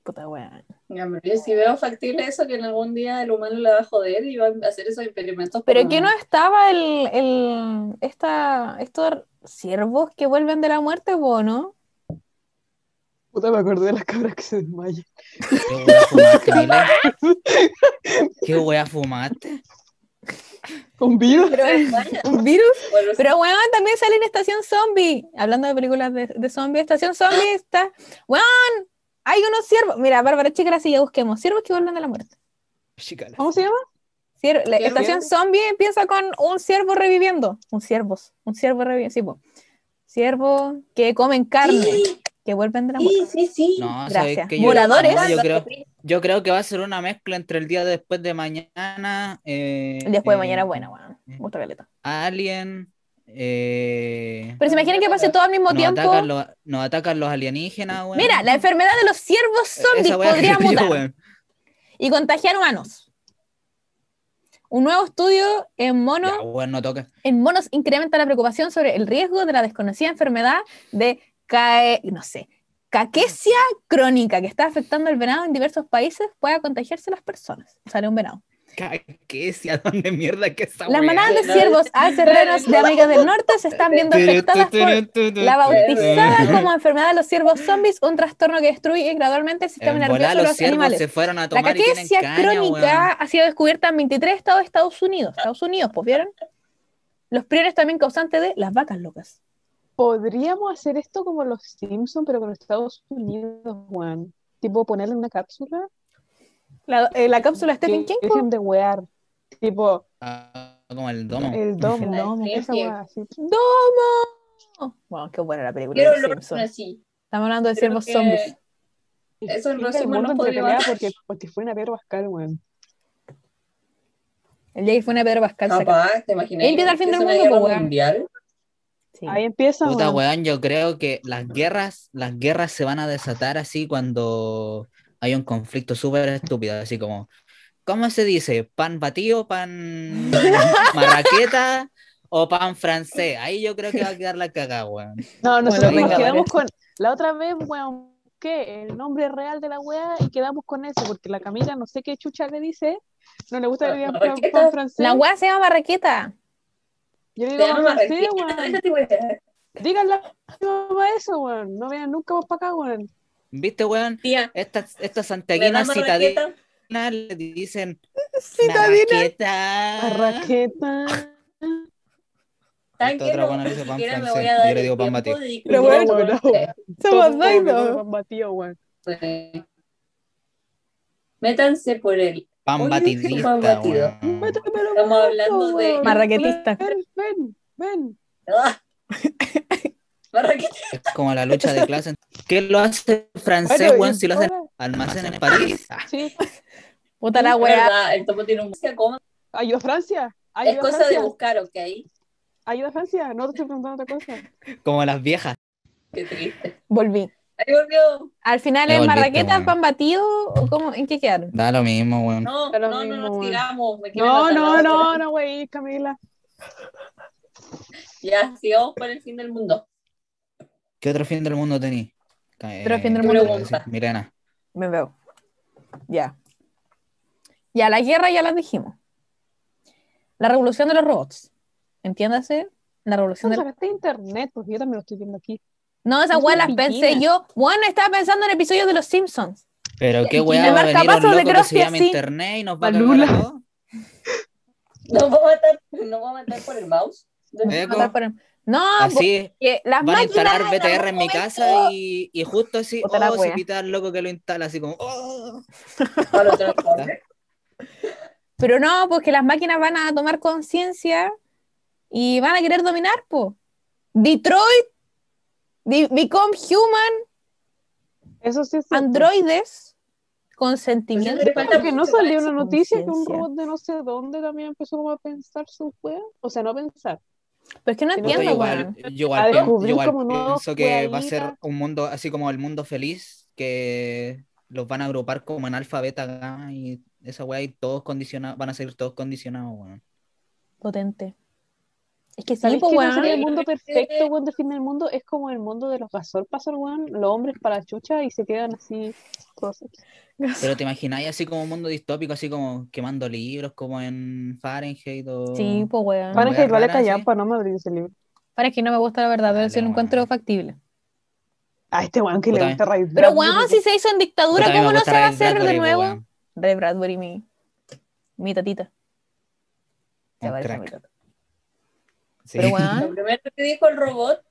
Speaker 1: Puta weón.
Speaker 4: Ya, pero Yo sí veo factible eso, que en algún día el humano le va a joder y va a hacer esos experimentos.
Speaker 1: Pero
Speaker 4: con-
Speaker 1: que no estaba el, el esta, estos siervos que vuelven de la muerte, vos, ¿no?
Speaker 3: Puta, me acordé de las cabras que se desmayan.
Speaker 2: ¿Qué weá fumaste, Mile? ¿Qué weá fumaste?
Speaker 3: Con vida.
Speaker 4: Pero es España,
Speaker 1: ¿Un virus?
Speaker 4: bueno,
Speaker 1: Pero weón, también sale en Estación Zombie. Hablando de películas de, de zombies, Estación Zombie está. Weón, hay unos siervos. Mira, Bárbara Chica, así ya busquemos. Siervos que vuelven de la muerte.
Speaker 2: Chicala.
Speaker 3: ¿Cómo se llama?
Speaker 1: Cier- la
Speaker 4: Siervos.
Speaker 1: estación Zombie empieza con un siervo reviviendo. Un siervo. Un siervo reviviendo. Sí, po. Siervos que comen carne.
Speaker 4: Sí,
Speaker 1: Que vuelven de la muerte.
Speaker 4: sí, sí, sí.
Speaker 2: No, ¿sabes
Speaker 1: Gracias.
Speaker 2: qué? Yo-
Speaker 1: Voladores.
Speaker 2: no, yo creo, yo creo que va a ser una mezcla entre el día después de mañana, eh,
Speaker 1: El Después de
Speaker 2: eh,
Speaker 1: mañana, bueno, weón. Me gusta caleta.
Speaker 2: Alien, eh,
Speaker 1: Pero se imaginen que pase todo al mismo
Speaker 2: nos
Speaker 1: tiempo.
Speaker 2: atacan los, nos atacan los alienígenas, weón. Eh,
Speaker 1: Mira, la enfermedad de los ciervos zombies
Speaker 2: Esa weá
Speaker 1: podría
Speaker 2: creo yo,
Speaker 1: mutar
Speaker 2: weón.
Speaker 1: y contagiar humanos. Un nuevo estudio en monos,
Speaker 2: Ya, weón, no toques.
Speaker 1: en monos incrementa la preocupación sobre el riesgo de la desconocida enfermedad de cae, no sé, caquesia crónica que está afectando al venado en diversos países pueda contagiarse a las personas. Sale un venado.
Speaker 2: ¿Qué es? ¿Y a dónde mierda que esa
Speaker 1: Las
Speaker 2: weá?
Speaker 1: manadas de
Speaker 4: weá.
Speaker 1: ciervos alcerrenos de América del Norte se están viendo afectadas por La bautizada como enfermedad de los ciervos zombies, un trastorno que destruye gradualmente el sistema
Speaker 2: En
Speaker 1: nervioso
Speaker 2: volá,
Speaker 1: de
Speaker 2: los
Speaker 1: los
Speaker 2: ciervos
Speaker 1: animales.
Speaker 2: se fueron a
Speaker 1: La
Speaker 2: tomar y tienen
Speaker 1: caquesia
Speaker 2: caña,
Speaker 1: crónica
Speaker 2: weón.
Speaker 1: ha sido descubierta en 23 estados de Estados Unidos. Estados Unidos, pues, ¿vieron? Los priones también causantes de las vacas locas.
Speaker 3: Podríamos hacer esto como los Simpsons, pero con Estados Unidos, weón. Tipo, ponerle una cápsula.
Speaker 1: La, eh, la cápsula de Stephen
Speaker 3: que
Speaker 1: King. pues.
Speaker 3: Dejen de wear. Tipo,
Speaker 2: Ah, como el domo.
Speaker 3: el domo.
Speaker 4: La de
Speaker 3: esa
Speaker 4: Stephen
Speaker 3: weá, así.
Speaker 1: ¡Domo! Bueno, qué buena la película
Speaker 4: Quiero
Speaker 1: de
Speaker 4: olor
Speaker 1: Simpson.
Speaker 4: así.
Speaker 1: Estamos hablando de
Speaker 4: creo
Speaker 1: ciervos
Speaker 4: que-
Speaker 1: zombies.
Speaker 4: Eso en
Speaker 3: Explica el
Speaker 4: resumen
Speaker 3: mundo
Speaker 4: no
Speaker 3: entre
Speaker 4: podría-
Speaker 3: peleas porque, porque fue una perra Pascal, weón.
Speaker 1: El día que fue una Pedro Pascal. saca-
Speaker 4: Capaz, te imaginas.
Speaker 1: Ahí empieza el fin
Speaker 4: ¿Es
Speaker 1: del
Speaker 4: una
Speaker 1: mundo,
Speaker 4: guerra
Speaker 1: po, weón.
Speaker 4: mundial.
Speaker 1: Sí.
Speaker 3: Ahí empieza,
Speaker 2: Puta,
Speaker 3: weón.
Speaker 2: weón, yo creo que las guerras, las guerras se van a desatar así cuando hay un conflicto súper estúpido, así como, ¿cómo se dice? ¿Pan batido, pan marraqueta o pan francés? Ahí yo creo que va a quedar la cagada, weón.
Speaker 3: No, nosotros
Speaker 2: venga,
Speaker 3: nos
Speaker 2: vale.
Speaker 3: quedamos con. La otra vez, weón, ¿qué? El nombre real de la weá y quedamos con eso, porque la Camila no sé qué chucha le dice. No le gusta que le digan pan,
Speaker 4: Marraqueta.
Speaker 3: pan francés.
Speaker 1: La weá se llama Barraqueta.
Speaker 3: Yo le
Speaker 4: Te
Speaker 3: digo
Speaker 4: llama
Speaker 3: pan francés,
Speaker 4: Marraqueta,
Speaker 3: weón.
Speaker 4: déjate, weón.
Speaker 3: Díganle a mi mamá eso, weón. No vean nunca más para acá, weón.
Speaker 2: ¿Viste, weón?
Speaker 4: Tía,
Speaker 2: Estas, estas
Speaker 4: ¿me da
Speaker 2: santiaguinas
Speaker 4: marraqueta?
Speaker 2: citadinas le dicen Marraqueta.
Speaker 3: Marraqueta.
Speaker 4: ¿Saben
Speaker 2: Esta
Speaker 4: qué?
Speaker 2: otra
Speaker 4: No,
Speaker 2: buena
Speaker 4: ni
Speaker 2: dice pan
Speaker 4: siquiera me
Speaker 2: francés,
Speaker 4: voy a
Speaker 2: y yo
Speaker 4: dar
Speaker 2: le
Speaker 4: el
Speaker 2: digo pan
Speaker 4: tiempo
Speaker 2: batido.
Speaker 4: de discutir
Speaker 1: Pero bueno,
Speaker 4: con
Speaker 3: no.
Speaker 4: ustedes.
Speaker 1: Somos
Speaker 3: Todo el mundo
Speaker 1: doidos.
Speaker 3: pan batido, weón.
Speaker 4: Sí. Métanse por el
Speaker 2: Pan
Speaker 4: Oye,
Speaker 2: batidista,
Speaker 4: pan batido.
Speaker 2: weón.
Speaker 3: Métemelo,
Speaker 4: Estamos
Speaker 3: weón,
Speaker 4: hablando de-
Speaker 3: weón.
Speaker 1: Marraquetista.
Speaker 3: Ven, ven, ven.
Speaker 4: ¡Ah! Marraqueta.
Speaker 2: Es como la lucha de clases. ¿Qué lo hace francés,
Speaker 3: Bueno,
Speaker 2: weón?
Speaker 3: y
Speaker 2: Si lo hace
Speaker 3: ahora-
Speaker 2: almacén en París. Ah,
Speaker 3: Sí.
Speaker 1: Puta la
Speaker 4: Es
Speaker 1: weá.
Speaker 4: verdad, El topo tiene un música cómoda.
Speaker 3: Ayuda a Francia. Ayuda
Speaker 4: Es
Speaker 3: a
Speaker 4: cosa de
Speaker 3: Francia.
Speaker 4: buscar, ¿ok?
Speaker 3: Ayuda a Francia. No te estoy preguntando otra cosa.
Speaker 2: Como las viejas.
Speaker 4: Qué triste.
Speaker 1: Volví.
Speaker 4: Ahí volvió.
Speaker 1: Al final
Speaker 2: Me
Speaker 1: es
Speaker 2: volviste,
Speaker 1: Marraqueta,
Speaker 2: weón.
Speaker 1: pan batido. ¿o cómo? ¿En qué quedaron?
Speaker 2: Da lo mismo, weón.
Speaker 4: No,
Speaker 3: Pero
Speaker 4: no, no
Speaker 3: mismo,
Speaker 4: nos
Speaker 3: bueno.
Speaker 4: tiramos. Me quiero
Speaker 3: No,
Speaker 4: matar
Speaker 3: no,
Speaker 4: la
Speaker 3: no,
Speaker 4: otra.
Speaker 3: no, güey, Camila.
Speaker 4: Ya, sigamos por el fin del mundo.
Speaker 2: ¿Qué otro fin del mundo tení? eh, ¿Qué
Speaker 1: otro fin del mundo?
Speaker 2: Milena.
Speaker 1: Me veo. Ya. Ya, la guerra ya la dijimos. La revolución de los robots. Entiéndase, la revolución
Speaker 3: ¿Cómo
Speaker 1: de los...
Speaker 3: sacaste internet? Porque yo también lo estoy viendo aquí.
Speaker 1: No, esas
Speaker 3: Es
Speaker 1: weas
Speaker 3: una
Speaker 1: las pensé
Speaker 3: piscina.
Speaker 1: yo. Bueno, estaba pensando en episodios de los Simpsons.
Speaker 2: Pero qué
Speaker 1: el
Speaker 2: weá va a venir un
Speaker 1: marcapasos de
Speaker 2: loco que se
Speaker 1: Crosby
Speaker 2: llama
Speaker 1: así.
Speaker 2: internet y nos va a
Speaker 3: Malula.
Speaker 2: cagar a todos.
Speaker 4: No voy a matar, no voy a matar por el mouse.
Speaker 1: Nos van a
Speaker 2: Eco.
Speaker 1: matar por el- No,
Speaker 2: Así
Speaker 1: porque Ah, las
Speaker 2: van a
Speaker 1: máquinas
Speaker 2: instalar
Speaker 1: en
Speaker 2: BTR en
Speaker 1: algún
Speaker 2: mi
Speaker 1: momento-
Speaker 2: casa y, y justo así,
Speaker 1: Puta la
Speaker 2: oh,
Speaker 1: wea.
Speaker 2: se pita el loco que lo instala, así como, oh.
Speaker 4: Para otro lado.
Speaker 1: Pero no, porque las máquinas van a tomar conciencia y van a querer dominar, po. Detroit, di- Become Human,
Speaker 3: Eso sí es cierto.
Speaker 1: androides, consentimiento.
Speaker 4: Pues yo creo
Speaker 3: Porque no salió una
Speaker 1: Con
Speaker 3: noticia que un
Speaker 1: conciencia.
Speaker 3: robot de no sé dónde también empezó como a pensar su juego. O sea, no a pensar.
Speaker 1: Pero es que no
Speaker 3: Si no,
Speaker 2: Puta,
Speaker 1: entiendo,
Speaker 2: yo pues, igual,
Speaker 1: weón.
Speaker 2: yo igual,
Speaker 3: A
Speaker 2: pen- yo
Speaker 3: descubrir
Speaker 2: igual
Speaker 3: como nuevos
Speaker 2: pienso que va a ser
Speaker 3: jueguitos.
Speaker 2: un mundo así como el mundo feliz, que los van a agrupar como en alfa, beta, gamma y esa weá, y todos condicionados, van a ser todos condicionados, weón.
Speaker 1: Potente. Es que sí,
Speaker 3: ¿Sabes
Speaker 1: po,
Speaker 3: qué?
Speaker 1: pues, weón.
Speaker 3: No sería el mundo
Speaker 4: Yo creo que-
Speaker 3: perfecto, weón, del fin del mundo. Es como el mundo de los gasorpasos, weón. Los hombres para chucha y se quedan así. Cosas.
Speaker 2: Pero te imagináis así como un mundo distópico, así como quemando libros, como en Fahrenheit o...
Speaker 1: Sí, po, weón.
Speaker 2: Bueno,
Speaker 3: Van a que vale
Speaker 2: rara, sí.
Speaker 3: callar para no Madrid ese libro.
Speaker 1: Para que no me gusta la verdad, pero
Speaker 2: Dale,
Speaker 1: si lo
Speaker 2: weón.
Speaker 1: encuentro factible.
Speaker 3: A este weón que le
Speaker 2: Puta,
Speaker 3: gusta Ray
Speaker 1: Pero
Speaker 3: Bradbury.
Speaker 1: weón, si se hizo en dictadura,
Speaker 2: Puta, a mí me
Speaker 1: ¿cómo no se
Speaker 2: gusta
Speaker 1: va a
Speaker 2: Ray
Speaker 1: hacer de
Speaker 2: Bradbury, po,
Speaker 1: nuevo?
Speaker 2: weón.
Speaker 1: Ray Bradbury, mi, mi tatita. Se
Speaker 2: Un
Speaker 1: parece a
Speaker 2: crack.
Speaker 1: mi tata.
Speaker 2: Sí.
Speaker 1: Pero
Speaker 4: Lo
Speaker 1: weón,
Speaker 4: primero que dijo el robot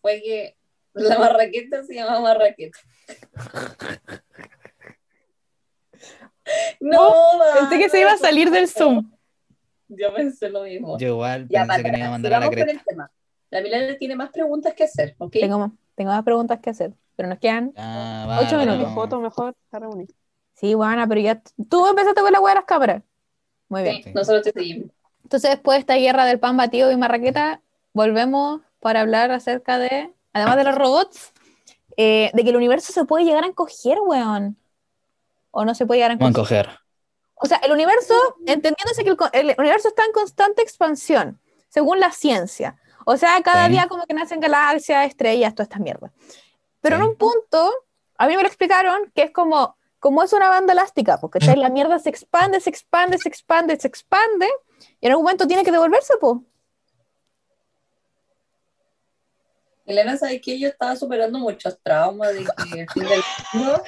Speaker 4: fue que la marraqueta se llama marraqueta. No,
Speaker 1: pensé que se iba a salir del Zoom.
Speaker 4: Yo pensé lo mismo.
Speaker 2: Yo igual
Speaker 4: Ya,
Speaker 2: pensé que me iba a mandar a la
Speaker 4: sigamos con
Speaker 2: cresta.
Speaker 4: el tema. La Milena tiene más preguntas que hacer, ¿ok?
Speaker 1: Tengo, más- tengo más preguntas que hacer, pero nos quedan.
Speaker 2: Ah,
Speaker 1: Ocho
Speaker 2: bárbaro.
Speaker 1: minutos.
Speaker 3: Mi foto mejor está reunida.
Speaker 1: Sí, weona, pero ya t- tú empezaste con la weá de las cámaras. Muy bien.
Speaker 4: Sí, Nosotros te seguimos.
Speaker 1: Entonces, después de esta guerra del pan batido y marraqueta, volvemos para hablar acerca de, además de los robots, eh, de que el universo se puede llegar a encoger, weón. O no se puede llegar a
Speaker 2: Vamos a
Speaker 1: encoger.
Speaker 2: coger.
Speaker 1: O sea, el universo, entendiéndose que el, co- el universo está en constante expansión, según la ciencia. O sea, cada
Speaker 2: Sí.
Speaker 1: día como que nacen galaxias, estrellas, toda esta mierda. Pero
Speaker 2: Sí.
Speaker 1: en un punto, a mí me lo explicaron que es como, como es una banda elástica, porque ¿cachai? la mierda se expande, se expande, se expande, se expande, y en algún momento tiene que devolverse, pues. po.
Speaker 4: Elena, ¿sabes qué? Yo estaba superando muchos traumas de que el fin del mundo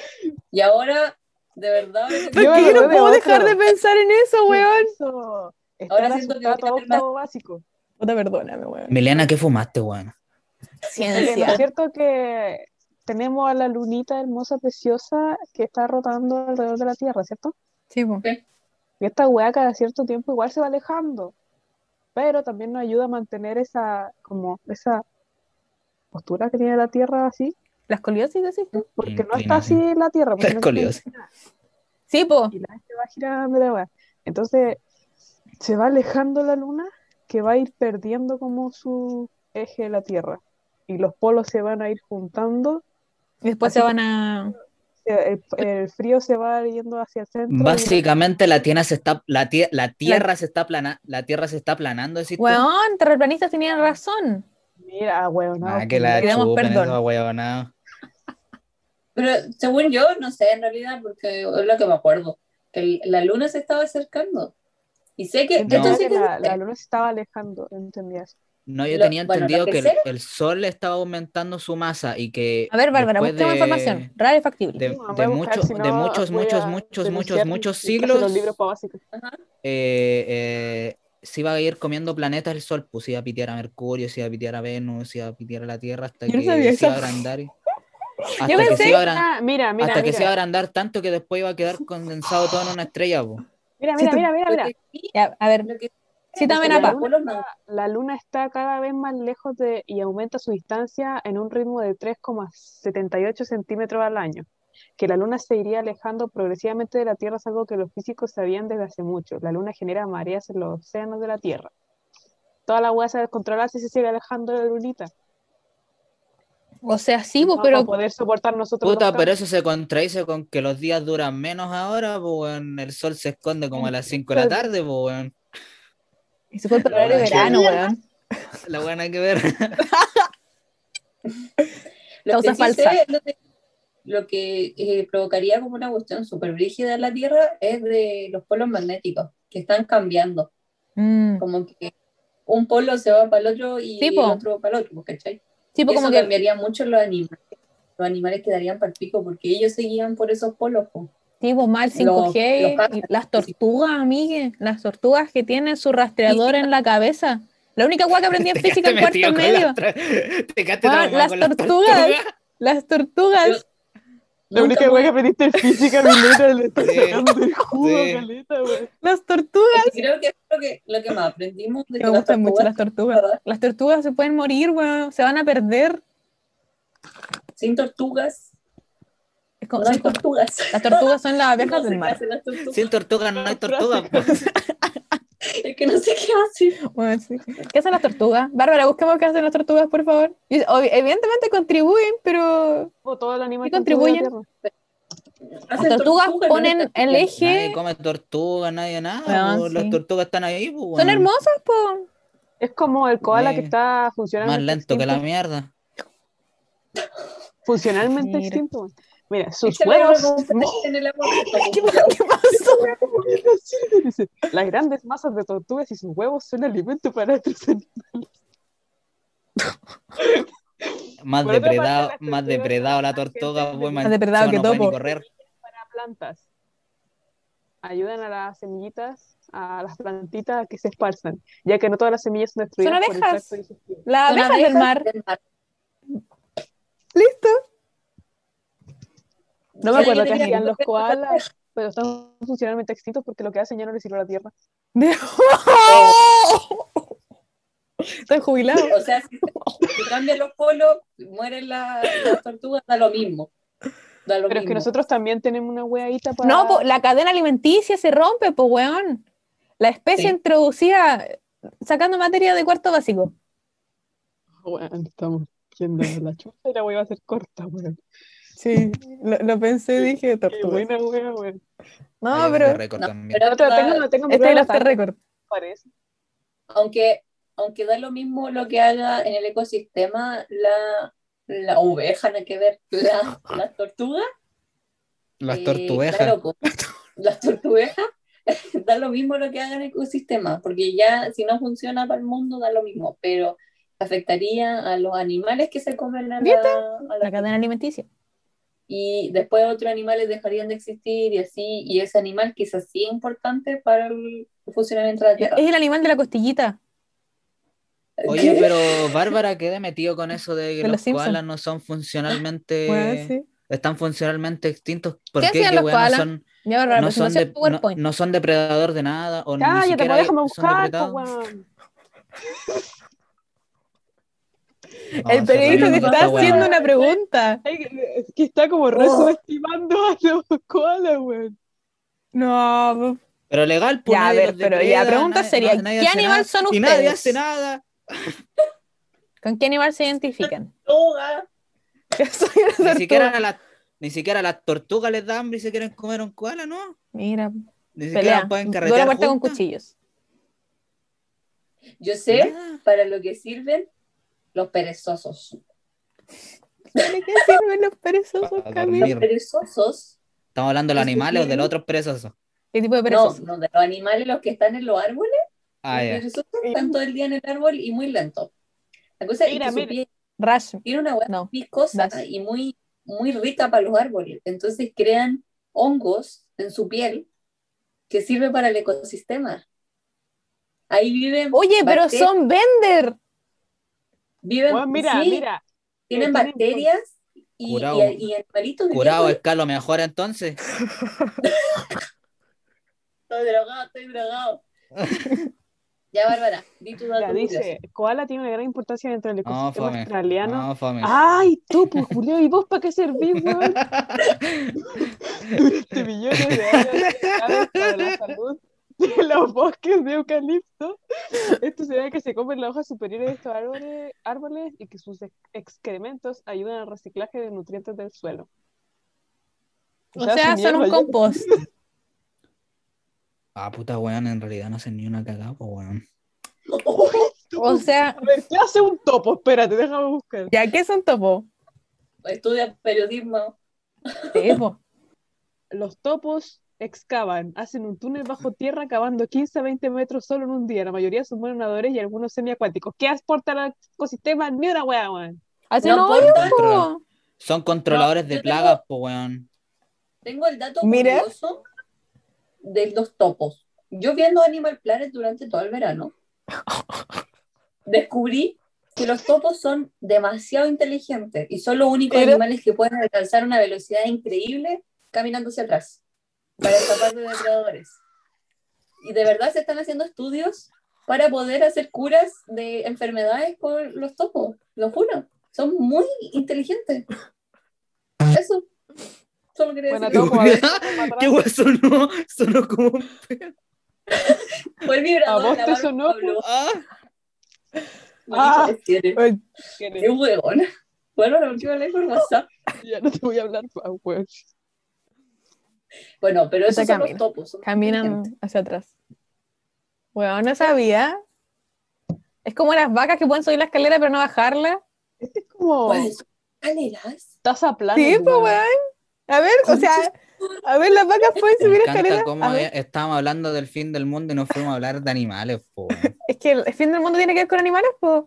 Speaker 4: y ahora, de verdad, ahora siento-
Speaker 3: Pero Yo es que me yo no acordé de puedo dejar otro. de
Speaker 1: pensar en eso,
Speaker 3: Eso.
Speaker 4: Ahora
Speaker 3: Estar
Speaker 4: siento
Speaker 3: asustado
Speaker 4: que voy a
Speaker 3: a
Speaker 4: tener más-
Speaker 3: octavo básico.
Speaker 1: Puta, perdóname, weón.
Speaker 2: Milena, ¿qué fumaste, weón?
Speaker 3: Elena,
Speaker 1: Ciencia.
Speaker 3: cierto que tenemos a la lunita hermosa, preciosa, que está rotando alrededor de la Tierra, ¿cierto?
Speaker 1: Sí, po.
Speaker 3: Y esta hueá cada cierto tiempo igual se va alejando. Pero también nos ayuda a mantener esa, como, esa postura que tiene la Tierra así.
Speaker 1: ¿La escoliosis decís tú?
Speaker 3: Porque no
Speaker 2: Inclina,
Speaker 3: está así la Tierra. porque
Speaker 2: La
Speaker 3: no está
Speaker 2: escoliosis.
Speaker 3: inclinada.
Speaker 1: Sí, po.
Speaker 3: y la gente va girando la weá. Entonces, se va alejando la luna, que va a ir perdiendo como su eje de la Tierra. Y los polos se van a ir juntando,
Speaker 1: Y Después
Speaker 3: Así
Speaker 1: se van a...
Speaker 3: se- el, el frío se va yendo hacia el centro. y-
Speaker 2: Básicamente la tierra se está la, tie- la tierra se está plana la tierra se está aplanando, decís tú.
Speaker 1: Weón, terraplanistas tenían razón.
Speaker 3: Mira, weón.
Speaker 2: Ah, que la
Speaker 1: Pidamos
Speaker 2: chupen
Speaker 1: perdón.
Speaker 2: esos huevonados.
Speaker 4: Pero según yo, no sé en realidad, porque es lo que me acuerdo. El- la luna se estaba acercando. Y sé que.
Speaker 2: No.
Speaker 4: esto sí que
Speaker 3: la,
Speaker 4: sé.
Speaker 3: la luna se estaba alejando, entendías.
Speaker 2: No, yo
Speaker 4: Lo-
Speaker 2: tenía
Speaker 4: bueno,
Speaker 2: entendido
Speaker 4: lo que
Speaker 2: que el,
Speaker 4: sé-
Speaker 2: el sol estaba aumentando su masa y que
Speaker 1: A ver, Bárbara,
Speaker 2: después
Speaker 1: busquemos
Speaker 2: de-
Speaker 1: información. Rara y factible.
Speaker 2: de,
Speaker 3: Sí, voy
Speaker 2: de
Speaker 3: a buscar,
Speaker 2: mucho-
Speaker 3: si
Speaker 2: de
Speaker 3: no,
Speaker 2: muchos
Speaker 3: voy
Speaker 2: muchos
Speaker 3: a
Speaker 2: muchos muchos
Speaker 3: denunciar
Speaker 2: muchos
Speaker 3: mi clase de
Speaker 2: siglos
Speaker 3: Los libros para básicos.
Speaker 2: eh, eh, se iba a ir comiendo planetas el Sol, pues se iba a pitear a Mercurio, se iba a pitear a Venus, se iba a pitear a la Tierra hasta
Speaker 1: Yo no
Speaker 2: que
Speaker 1: sabía
Speaker 2: se iba a
Speaker 1: eso.
Speaker 2: agrandar. y- Hasta
Speaker 1: Yo
Speaker 2: que
Speaker 1: pensé-
Speaker 2: se iba a agran-
Speaker 3: Ah, mira, mira,
Speaker 2: hasta que
Speaker 3: mira.
Speaker 2: se iba a agrandar tanto que después iba a quedar condensado todo en una estrella, pues. po.
Speaker 3: Mira, mira, mira, mira,
Speaker 4: Lo
Speaker 3: mira.
Speaker 4: que sí,
Speaker 1: Ya, a ver,
Speaker 4: lo que
Speaker 1: sí, dame
Speaker 3: la
Speaker 1: la pa.
Speaker 3: luna- La luna está cada vez más lejos de, y aumenta su distancia en un ritmo de 3,78 centímetros al año. Que la luna se iría alejando progresivamente de la Tierra es algo que los físicos sabían desde hace mucho. La luna genera mareas en los océanos de la Tierra. Toda la hueá se descontrola si se sigue alejando de la lunita.
Speaker 1: O sea, sí, po,
Speaker 3: No va a
Speaker 1: pero
Speaker 3: poder soportar nosotros
Speaker 2: pues, Puta,
Speaker 3: los
Speaker 2: pero
Speaker 3: cambios.
Speaker 2: eso se contradice con que los días duran menos ahora, pues el sol se esconde como a las 5 de la tarde, pues
Speaker 1: eso fue el
Speaker 2: La
Speaker 1: horario de
Speaker 2: verdad que-
Speaker 1: verano, weón.
Speaker 2: La buena que ver.
Speaker 4: lo que
Speaker 1: Causa
Speaker 4: sí
Speaker 1: falsa.
Speaker 4: sé, lo que- lo que eh, provocaría como una cuestión súper brígida en la Tierra es de los polos magnéticos que están cambiando.
Speaker 1: Mm.
Speaker 4: Como que un polo se va para el otro y
Speaker 1: Sí,
Speaker 4: el
Speaker 1: po.
Speaker 4: otro para el otro, ¿cachai?
Speaker 1: Sí, po,
Speaker 4: Eso
Speaker 1: como que
Speaker 4: cambiaría mucho los animales. Los animales quedarían para el pico porque ellos seguían por esos polos. po.
Speaker 1: sí, po, mal 5G,
Speaker 4: los
Speaker 1: y las tortugas, amigue, las tortugas que tienen su rastreador en la cabeza La única hueá que aprendí en
Speaker 2: Te
Speaker 1: física en
Speaker 2: quedaste
Speaker 1: cuarto
Speaker 2: metido con
Speaker 1: medio.
Speaker 2: las tra- Te quedaste
Speaker 1: Weón,
Speaker 2: traumado
Speaker 1: las
Speaker 2: con las
Speaker 1: tortugas. Las tortugas.
Speaker 3: La
Speaker 4: Nunca
Speaker 3: única
Speaker 4: voy-
Speaker 3: wea que aprendiste en física, Milena, le está
Speaker 2: Sí.
Speaker 3: sacando el jugo,
Speaker 2: Sí.
Speaker 3: caleta, wea.
Speaker 1: Las tortugas.
Speaker 4: Creo que es lo que, lo que más aprendimos de que
Speaker 1: Me
Speaker 4: las
Speaker 1: gustan mucho las
Speaker 4: tortugas
Speaker 1: tortugas. Las tortugas se pueden morir, weón. Se van a perder.
Speaker 4: sin tortugas,
Speaker 1: Es como-
Speaker 4: no
Speaker 1: son
Speaker 4: hay
Speaker 1: como-
Speaker 4: tortugas.
Speaker 1: las tortugas son las abejas
Speaker 4: No sé
Speaker 1: del
Speaker 4: qué
Speaker 1: mar.
Speaker 4: hacen las tortugas.
Speaker 2: Sin tortuga no hay tortuga. po.
Speaker 4: Es que no sé qué hace.
Speaker 1: Bueno, sí. ¿Qué hacen las tortugas? Bárbara, busquemos qué hacen las tortugas, por favor. Y, obvi- evidentemente contribuyen, pero
Speaker 3: Como Pues, Todo el animal
Speaker 1: ¿Y
Speaker 3: que han
Speaker 1: contribuyen?
Speaker 3: tenido en la
Speaker 1: las tortugas ponen el
Speaker 2: Nadie
Speaker 1: eje.
Speaker 2: come tortuga, nadie nada.
Speaker 1: Weón,
Speaker 2: po. Las
Speaker 1: sí.
Speaker 2: tortugas están ahí. po,
Speaker 1: Son
Speaker 2: weón.
Speaker 1: hermosas, po.
Speaker 3: Tierra. Es como el koala
Speaker 2: Sí.
Speaker 3: que está funcionando.
Speaker 2: Más lento que la mierda.
Speaker 3: funcionalmente
Speaker 1: Mira.
Speaker 3: extinto. Mira, sus huevos,
Speaker 4: en el agua.
Speaker 1: ¿Qué pasó?
Speaker 3: las grandes masas de tortugas y sus huevos son alimento para otros animales.
Speaker 2: Más
Speaker 3: Por otra parte,
Speaker 2: depredado,
Speaker 3: las
Speaker 2: más
Speaker 3: tortugas
Speaker 2: depredado
Speaker 3: son
Speaker 2: la
Speaker 3: más
Speaker 2: tortuga,
Speaker 3: gente
Speaker 2: pues,
Speaker 3: más
Speaker 2: man-
Speaker 1: depredado
Speaker 2: no
Speaker 1: que
Speaker 2: puede ni
Speaker 1: topo.
Speaker 2: correr.
Speaker 3: para plantas. Ayudan a las semillitas, a las plantitas a que se esparzan, ya que no todas las semillas son destruidas
Speaker 1: Son
Speaker 3: por el
Speaker 1: abejas.
Speaker 3: tracto digestivo.
Speaker 1: Las abejas del mar. Listo.
Speaker 3: No me
Speaker 4: Yo
Speaker 3: acuerdo qué
Speaker 4: tenía
Speaker 3: hacían
Speaker 4: que-
Speaker 3: los koalas, pero están funcionalmente extintos porque lo que hacen ya no les sirve a la tierra.
Speaker 1: Estoy jubilado.
Speaker 4: O sea, si, si cambian los polos, mueren la- las tortugas, da lo mismo. Da
Speaker 3: Pero
Speaker 4: lo
Speaker 3: es
Speaker 4: mismo.
Speaker 3: que nosotros también tenemos una hueadita para.
Speaker 1: No, po, la cadena alimenticia se rompe, pues, weón. La especie
Speaker 2: Sí.
Speaker 1: introducida sacando materia de cuarto básico.
Speaker 3: Ah, Bueno, estamos yendo a la chucha y la hueá va a ser corta, weón.
Speaker 1: Sí, lo, pensé y dije
Speaker 3: Qué buena hueá, weón.
Speaker 1: No,
Speaker 2: Ahí es de
Speaker 1: pero
Speaker 2: récord
Speaker 4: No,
Speaker 2: también.
Speaker 4: pero
Speaker 3: No, pero tengo,
Speaker 4: da-
Speaker 3: tengo mi
Speaker 1: este
Speaker 3: prueba
Speaker 1: es el
Speaker 3: de
Speaker 1: after
Speaker 3: ataque,
Speaker 1: record.
Speaker 3: parece.
Speaker 4: aunque, aunque da lo mismo lo que haga en el ecosistema, la, la oveja, no hay que ver, la- las tortugas.
Speaker 2: Las
Speaker 4: eh,
Speaker 2: tortuejas.
Speaker 4: claro, po, las tortuejas, da lo mismo lo que haga en el ecosistema, porque ya si no funciona para el mundo, da lo mismo, pero afectaría a los animales que se comen a la-
Speaker 1: ¿Viste?
Speaker 4: a la
Speaker 1: La cadena alimenticia.
Speaker 4: y después otros animales dejarían de existir y así, y ese animal quizás sí es importante para el funcionamiento de la
Speaker 1: Es
Speaker 4: Tierra.
Speaker 1: el animal de la costillita.
Speaker 2: Oye, pero Bárbara quedé metido con eso de que
Speaker 1: De los
Speaker 2: los
Speaker 1: Simpson.
Speaker 2: koalas no son funcionalmente.
Speaker 1: Weón, sí.
Speaker 2: Están funcionalmente extintos. ¿Por
Speaker 1: ¿Qué
Speaker 2: qué?
Speaker 1: hacían
Speaker 2: ¿Qué
Speaker 1: los
Speaker 2: weón, no
Speaker 1: koalas?
Speaker 2: son,
Speaker 1: Ya, Bárbara,
Speaker 2: no son
Speaker 1: presentación
Speaker 2: de- no-
Speaker 1: PowerPoint.
Speaker 2: no son depredador de nada? O ni
Speaker 3: Cállate,
Speaker 2: siquiera
Speaker 3: pues déjame
Speaker 2: son
Speaker 3: buscar, pues,
Speaker 2: depredados.
Speaker 3: weón.
Speaker 2: No,
Speaker 1: el
Speaker 2: sí,
Speaker 1: periodista
Speaker 2: weón,
Speaker 1: te
Speaker 2: no,
Speaker 1: está
Speaker 2: esta weá.
Speaker 1: haciendo una pregunta.
Speaker 3: Ay, Es que está como re
Speaker 4: Oh.
Speaker 3: subestimando a los koalas, weón.
Speaker 1: No,
Speaker 2: Pero legal, pues.
Speaker 1: Ya, a
Speaker 2: nadie
Speaker 1: ver,
Speaker 2: los
Speaker 1: pero ya,
Speaker 2: depreda,
Speaker 1: pregunta
Speaker 2: nadie-
Speaker 1: seria,
Speaker 2: nadie
Speaker 1: ¿qué
Speaker 2: hace
Speaker 1: animal
Speaker 2: nada,
Speaker 1: son
Speaker 2: Y nadie
Speaker 1: ustedes?
Speaker 2: hace nada.
Speaker 1: ¿con qué animal se identifican?
Speaker 4: Tortuga.
Speaker 1: Yo soy una
Speaker 2: Ni
Speaker 1: tortuga.
Speaker 2: siquiera, a las, ni siquiera a las tortugas les da hambre y se quieren comer un koala, ¿no?
Speaker 1: Mira,
Speaker 2: Ni siquiera
Speaker 1: pelea.
Speaker 2: pueden
Speaker 1: Duelo a
Speaker 2: carretear
Speaker 1: muerte con
Speaker 2: juntas.
Speaker 1: cuchillos.
Speaker 4: Yo sé
Speaker 2: Nada.
Speaker 4: para lo que sirven los perezosos.
Speaker 1: ¿De qué sirven los perezosos,
Speaker 2: Para
Speaker 1: Camila?
Speaker 4: Los
Speaker 2: dormir.
Speaker 4: perezosos,
Speaker 2: Estamos hablando de los
Speaker 4: Eso
Speaker 2: animales o de
Speaker 4: sí.
Speaker 2: los otros presos.
Speaker 1: ¿Qué tipo de
Speaker 4: no,
Speaker 1: perezosos?
Speaker 4: no, de los animales, los que están en los árboles,
Speaker 2: Ah,
Speaker 4: los
Speaker 2: ya.
Speaker 4: perezosos están todo el día en el árbol y muy lentos. La cosa es
Speaker 3: Mira,
Speaker 4: que su
Speaker 3: mira.
Speaker 4: piel
Speaker 1: Rash.
Speaker 4: tiene una hueá
Speaker 1: No,
Speaker 4: viscosa
Speaker 1: das.
Speaker 4: y muy, muy rica para los árboles. Entonces crean hongos en su piel que sirve para el ecosistema. Ahí viven.
Speaker 1: Oye, pero
Speaker 4: bacterias-
Speaker 1: son Bender.
Speaker 4: Viven,
Speaker 3: Weón, mira,
Speaker 4: sí,
Speaker 3: mira. tienen-
Speaker 4: tienen bacterias y,
Speaker 2: Curao.
Speaker 4: y, y animalitos viviendo
Speaker 2: Curado eh.
Speaker 4: ahí.
Speaker 2: es calo mejor entonces.
Speaker 4: Estoy drogado, estoy drogado. ya, Bárbara, di tu dato.
Speaker 3: Ya dice, koala tiene una gran importancia dentro del
Speaker 2: No,
Speaker 3: ecosistema
Speaker 2: fome.
Speaker 3: australiano.
Speaker 2: No, fome.
Speaker 1: Ah.
Speaker 3: Ay, tú, pues, Julio, ¿y vos para qué servís, weón? Durante millones de años claves para la salud de los bosques de eucalipto. Esto se debe a que se comen las hojas superiores de estos árboles, árboles y que sus ex- excrementos ayudan al reciclaje de nutrientes del suelo.
Speaker 1: O sea,
Speaker 3: su
Speaker 1: son un
Speaker 3: mierda, yo-
Speaker 1: compost.
Speaker 2: Ah, puta weón, en realidad no hacen ni una cagada, po, weón.
Speaker 1: O sea,
Speaker 3: A ver, ¿qué hace un topo? Espérate, déjame buscar.
Speaker 1: ¿ya qué son topo?
Speaker 4: Estudia periodismo.
Speaker 1: Sí, po.
Speaker 3: Los topos excavan, hacen un túnel bajo tierra cavando 15 a 20 metros solo en un día. La mayoría son monadores y algunos semiacuáticos. ¿Qué aporta al ecosistema? Ni una hueá, weón.
Speaker 1: Hacen
Speaker 4: No
Speaker 1: hoyo,
Speaker 4: importa.
Speaker 1: po.
Speaker 2: Son controladores
Speaker 4: No,
Speaker 2: de
Speaker 4: yo tengo-
Speaker 2: plagas, po, weón.
Speaker 4: Tengo el dato
Speaker 1: Mira.
Speaker 4: curioso de los topos. Yo viendo Animal Planet durante todo el verano descubrí que los topos son demasiado inteligentes y son los únicos
Speaker 1: Pero-
Speaker 4: animales que pueden alcanzar una velocidad increíble caminando hacia atrás para escapar de depredadores. Y de verdad se están haciendo estudios para poder hacer curas de enfermedades con los topos, lo juro. Son muy inteligentes. Eso. Solo quería
Speaker 3: Buena
Speaker 4: decir.
Speaker 3: topo, a ver.
Speaker 2: ¿Qué weón sonó? Sonó como un perro.
Speaker 4: Fue el vibrador.
Speaker 3: ¿A vos
Speaker 4: la
Speaker 3: te
Speaker 4: Barbie
Speaker 3: sonó,
Speaker 4: habló.
Speaker 2: Ah,
Speaker 3: Ah.
Speaker 4: Maldita sea. Qué huevona. Bueno, la última ley por WhatsApp.
Speaker 3: Ya no te voy a hablar, Pau, weón.
Speaker 4: Bueno, pero esos son los
Speaker 1: caminan.
Speaker 4: topos. son
Speaker 1: Caminan hacia atrás. Bueno, no sabía. Es como las vacas que pueden subir la escalera pero no bajarla.
Speaker 3: Este es como
Speaker 4: ¿Cuáles son escaleras?
Speaker 3: taza plana.
Speaker 1: Sí, pues,
Speaker 3: weón.
Speaker 1: weón. A ver, o sea, a ver, las vacas pueden
Speaker 2: me
Speaker 1: subir la
Speaker 2: encanta
Speaker 1: escalera.
Speaker 2: cómo
Speaker 1: A ver,
Speaker 2: eh, estábamos hablando del fin del mundo y nos fuimos a hablar de animales, po. weón.
Speaker 1: es que el fin del mundo tiene que ver con animales, pues.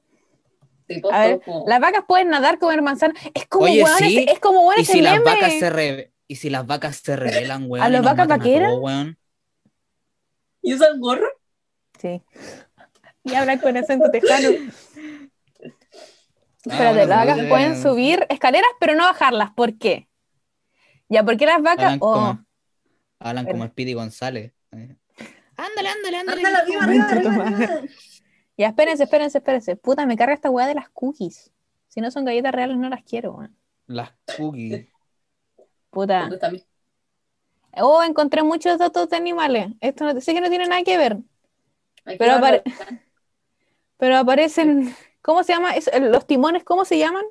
Speaker 4: Tipo
Speaker 1: A ver,
Speaker 4: topo.
Speaker 1: Las vacas pueden nadar, comer manzana. Es como,
Speaker 2: Oye,
Speaker 1: weón,
Speaker 2: sí.
Speaker 1: es, es como, weón,
Speaker 2: Y
Speaker 1: ese
Speaker 2: si las
Speaker 1: meme.
Speaker 2: vacas se re- y si las vacas se rebelan, weón.
Speaker 1: ¿A
Speaker 2: y
Speaker 1: las
Speaker 2: nos
Speaker 1: vacas
Speaker 2: matan a
Speaker 1: vaqueras?
Speaker 2: todos, weón?
Speaker 4: ¿Y usan gorro?
Speaker 1: Sí. Y hablan con acento tejano. Espérate,
Speaker 2: Ah, bueno,
Speaker 1: las vacas
Speaker 2: entonces-
Speaker 1: pueden subir escaleras, pero no bajarlas. ¿Por qué? Ya, ¿por qué las vacas?
Speaker 2: Hablan
Speaker 1: Oh,
Speaker 2: como, hablan como
Speaker 1: Espera.
Speaker 2: Speedy González. eh. Ándale, ándale, ándale.
Speaker 4: Ándala, arriba, arriba,
Speaker 1: Concha tu
Speaker 4: arriba,
Speaker 1: madre.
Speaker 4: arriba.
Speaker 1: Ya, espérense, espérense, espérense. Puta, me carga esta weá de las cookies. Si no son galletas reales, no las quiero, weón.
Speaker 2: Las cookies.
Speaker 1: Puta.
Speaker 4: ¿Dónde está mi-
Speaker 1: Oh, encontré muchos datos de animales. Esto no, sé que no tiene nada que ver,
Speaker 4: Aquí
Speaker 1: Pero
Speaker 4: va la-
Speaker 1: pero aparecen. ¿Cómo se llama? eso? ¿Los timones cómo se llaman?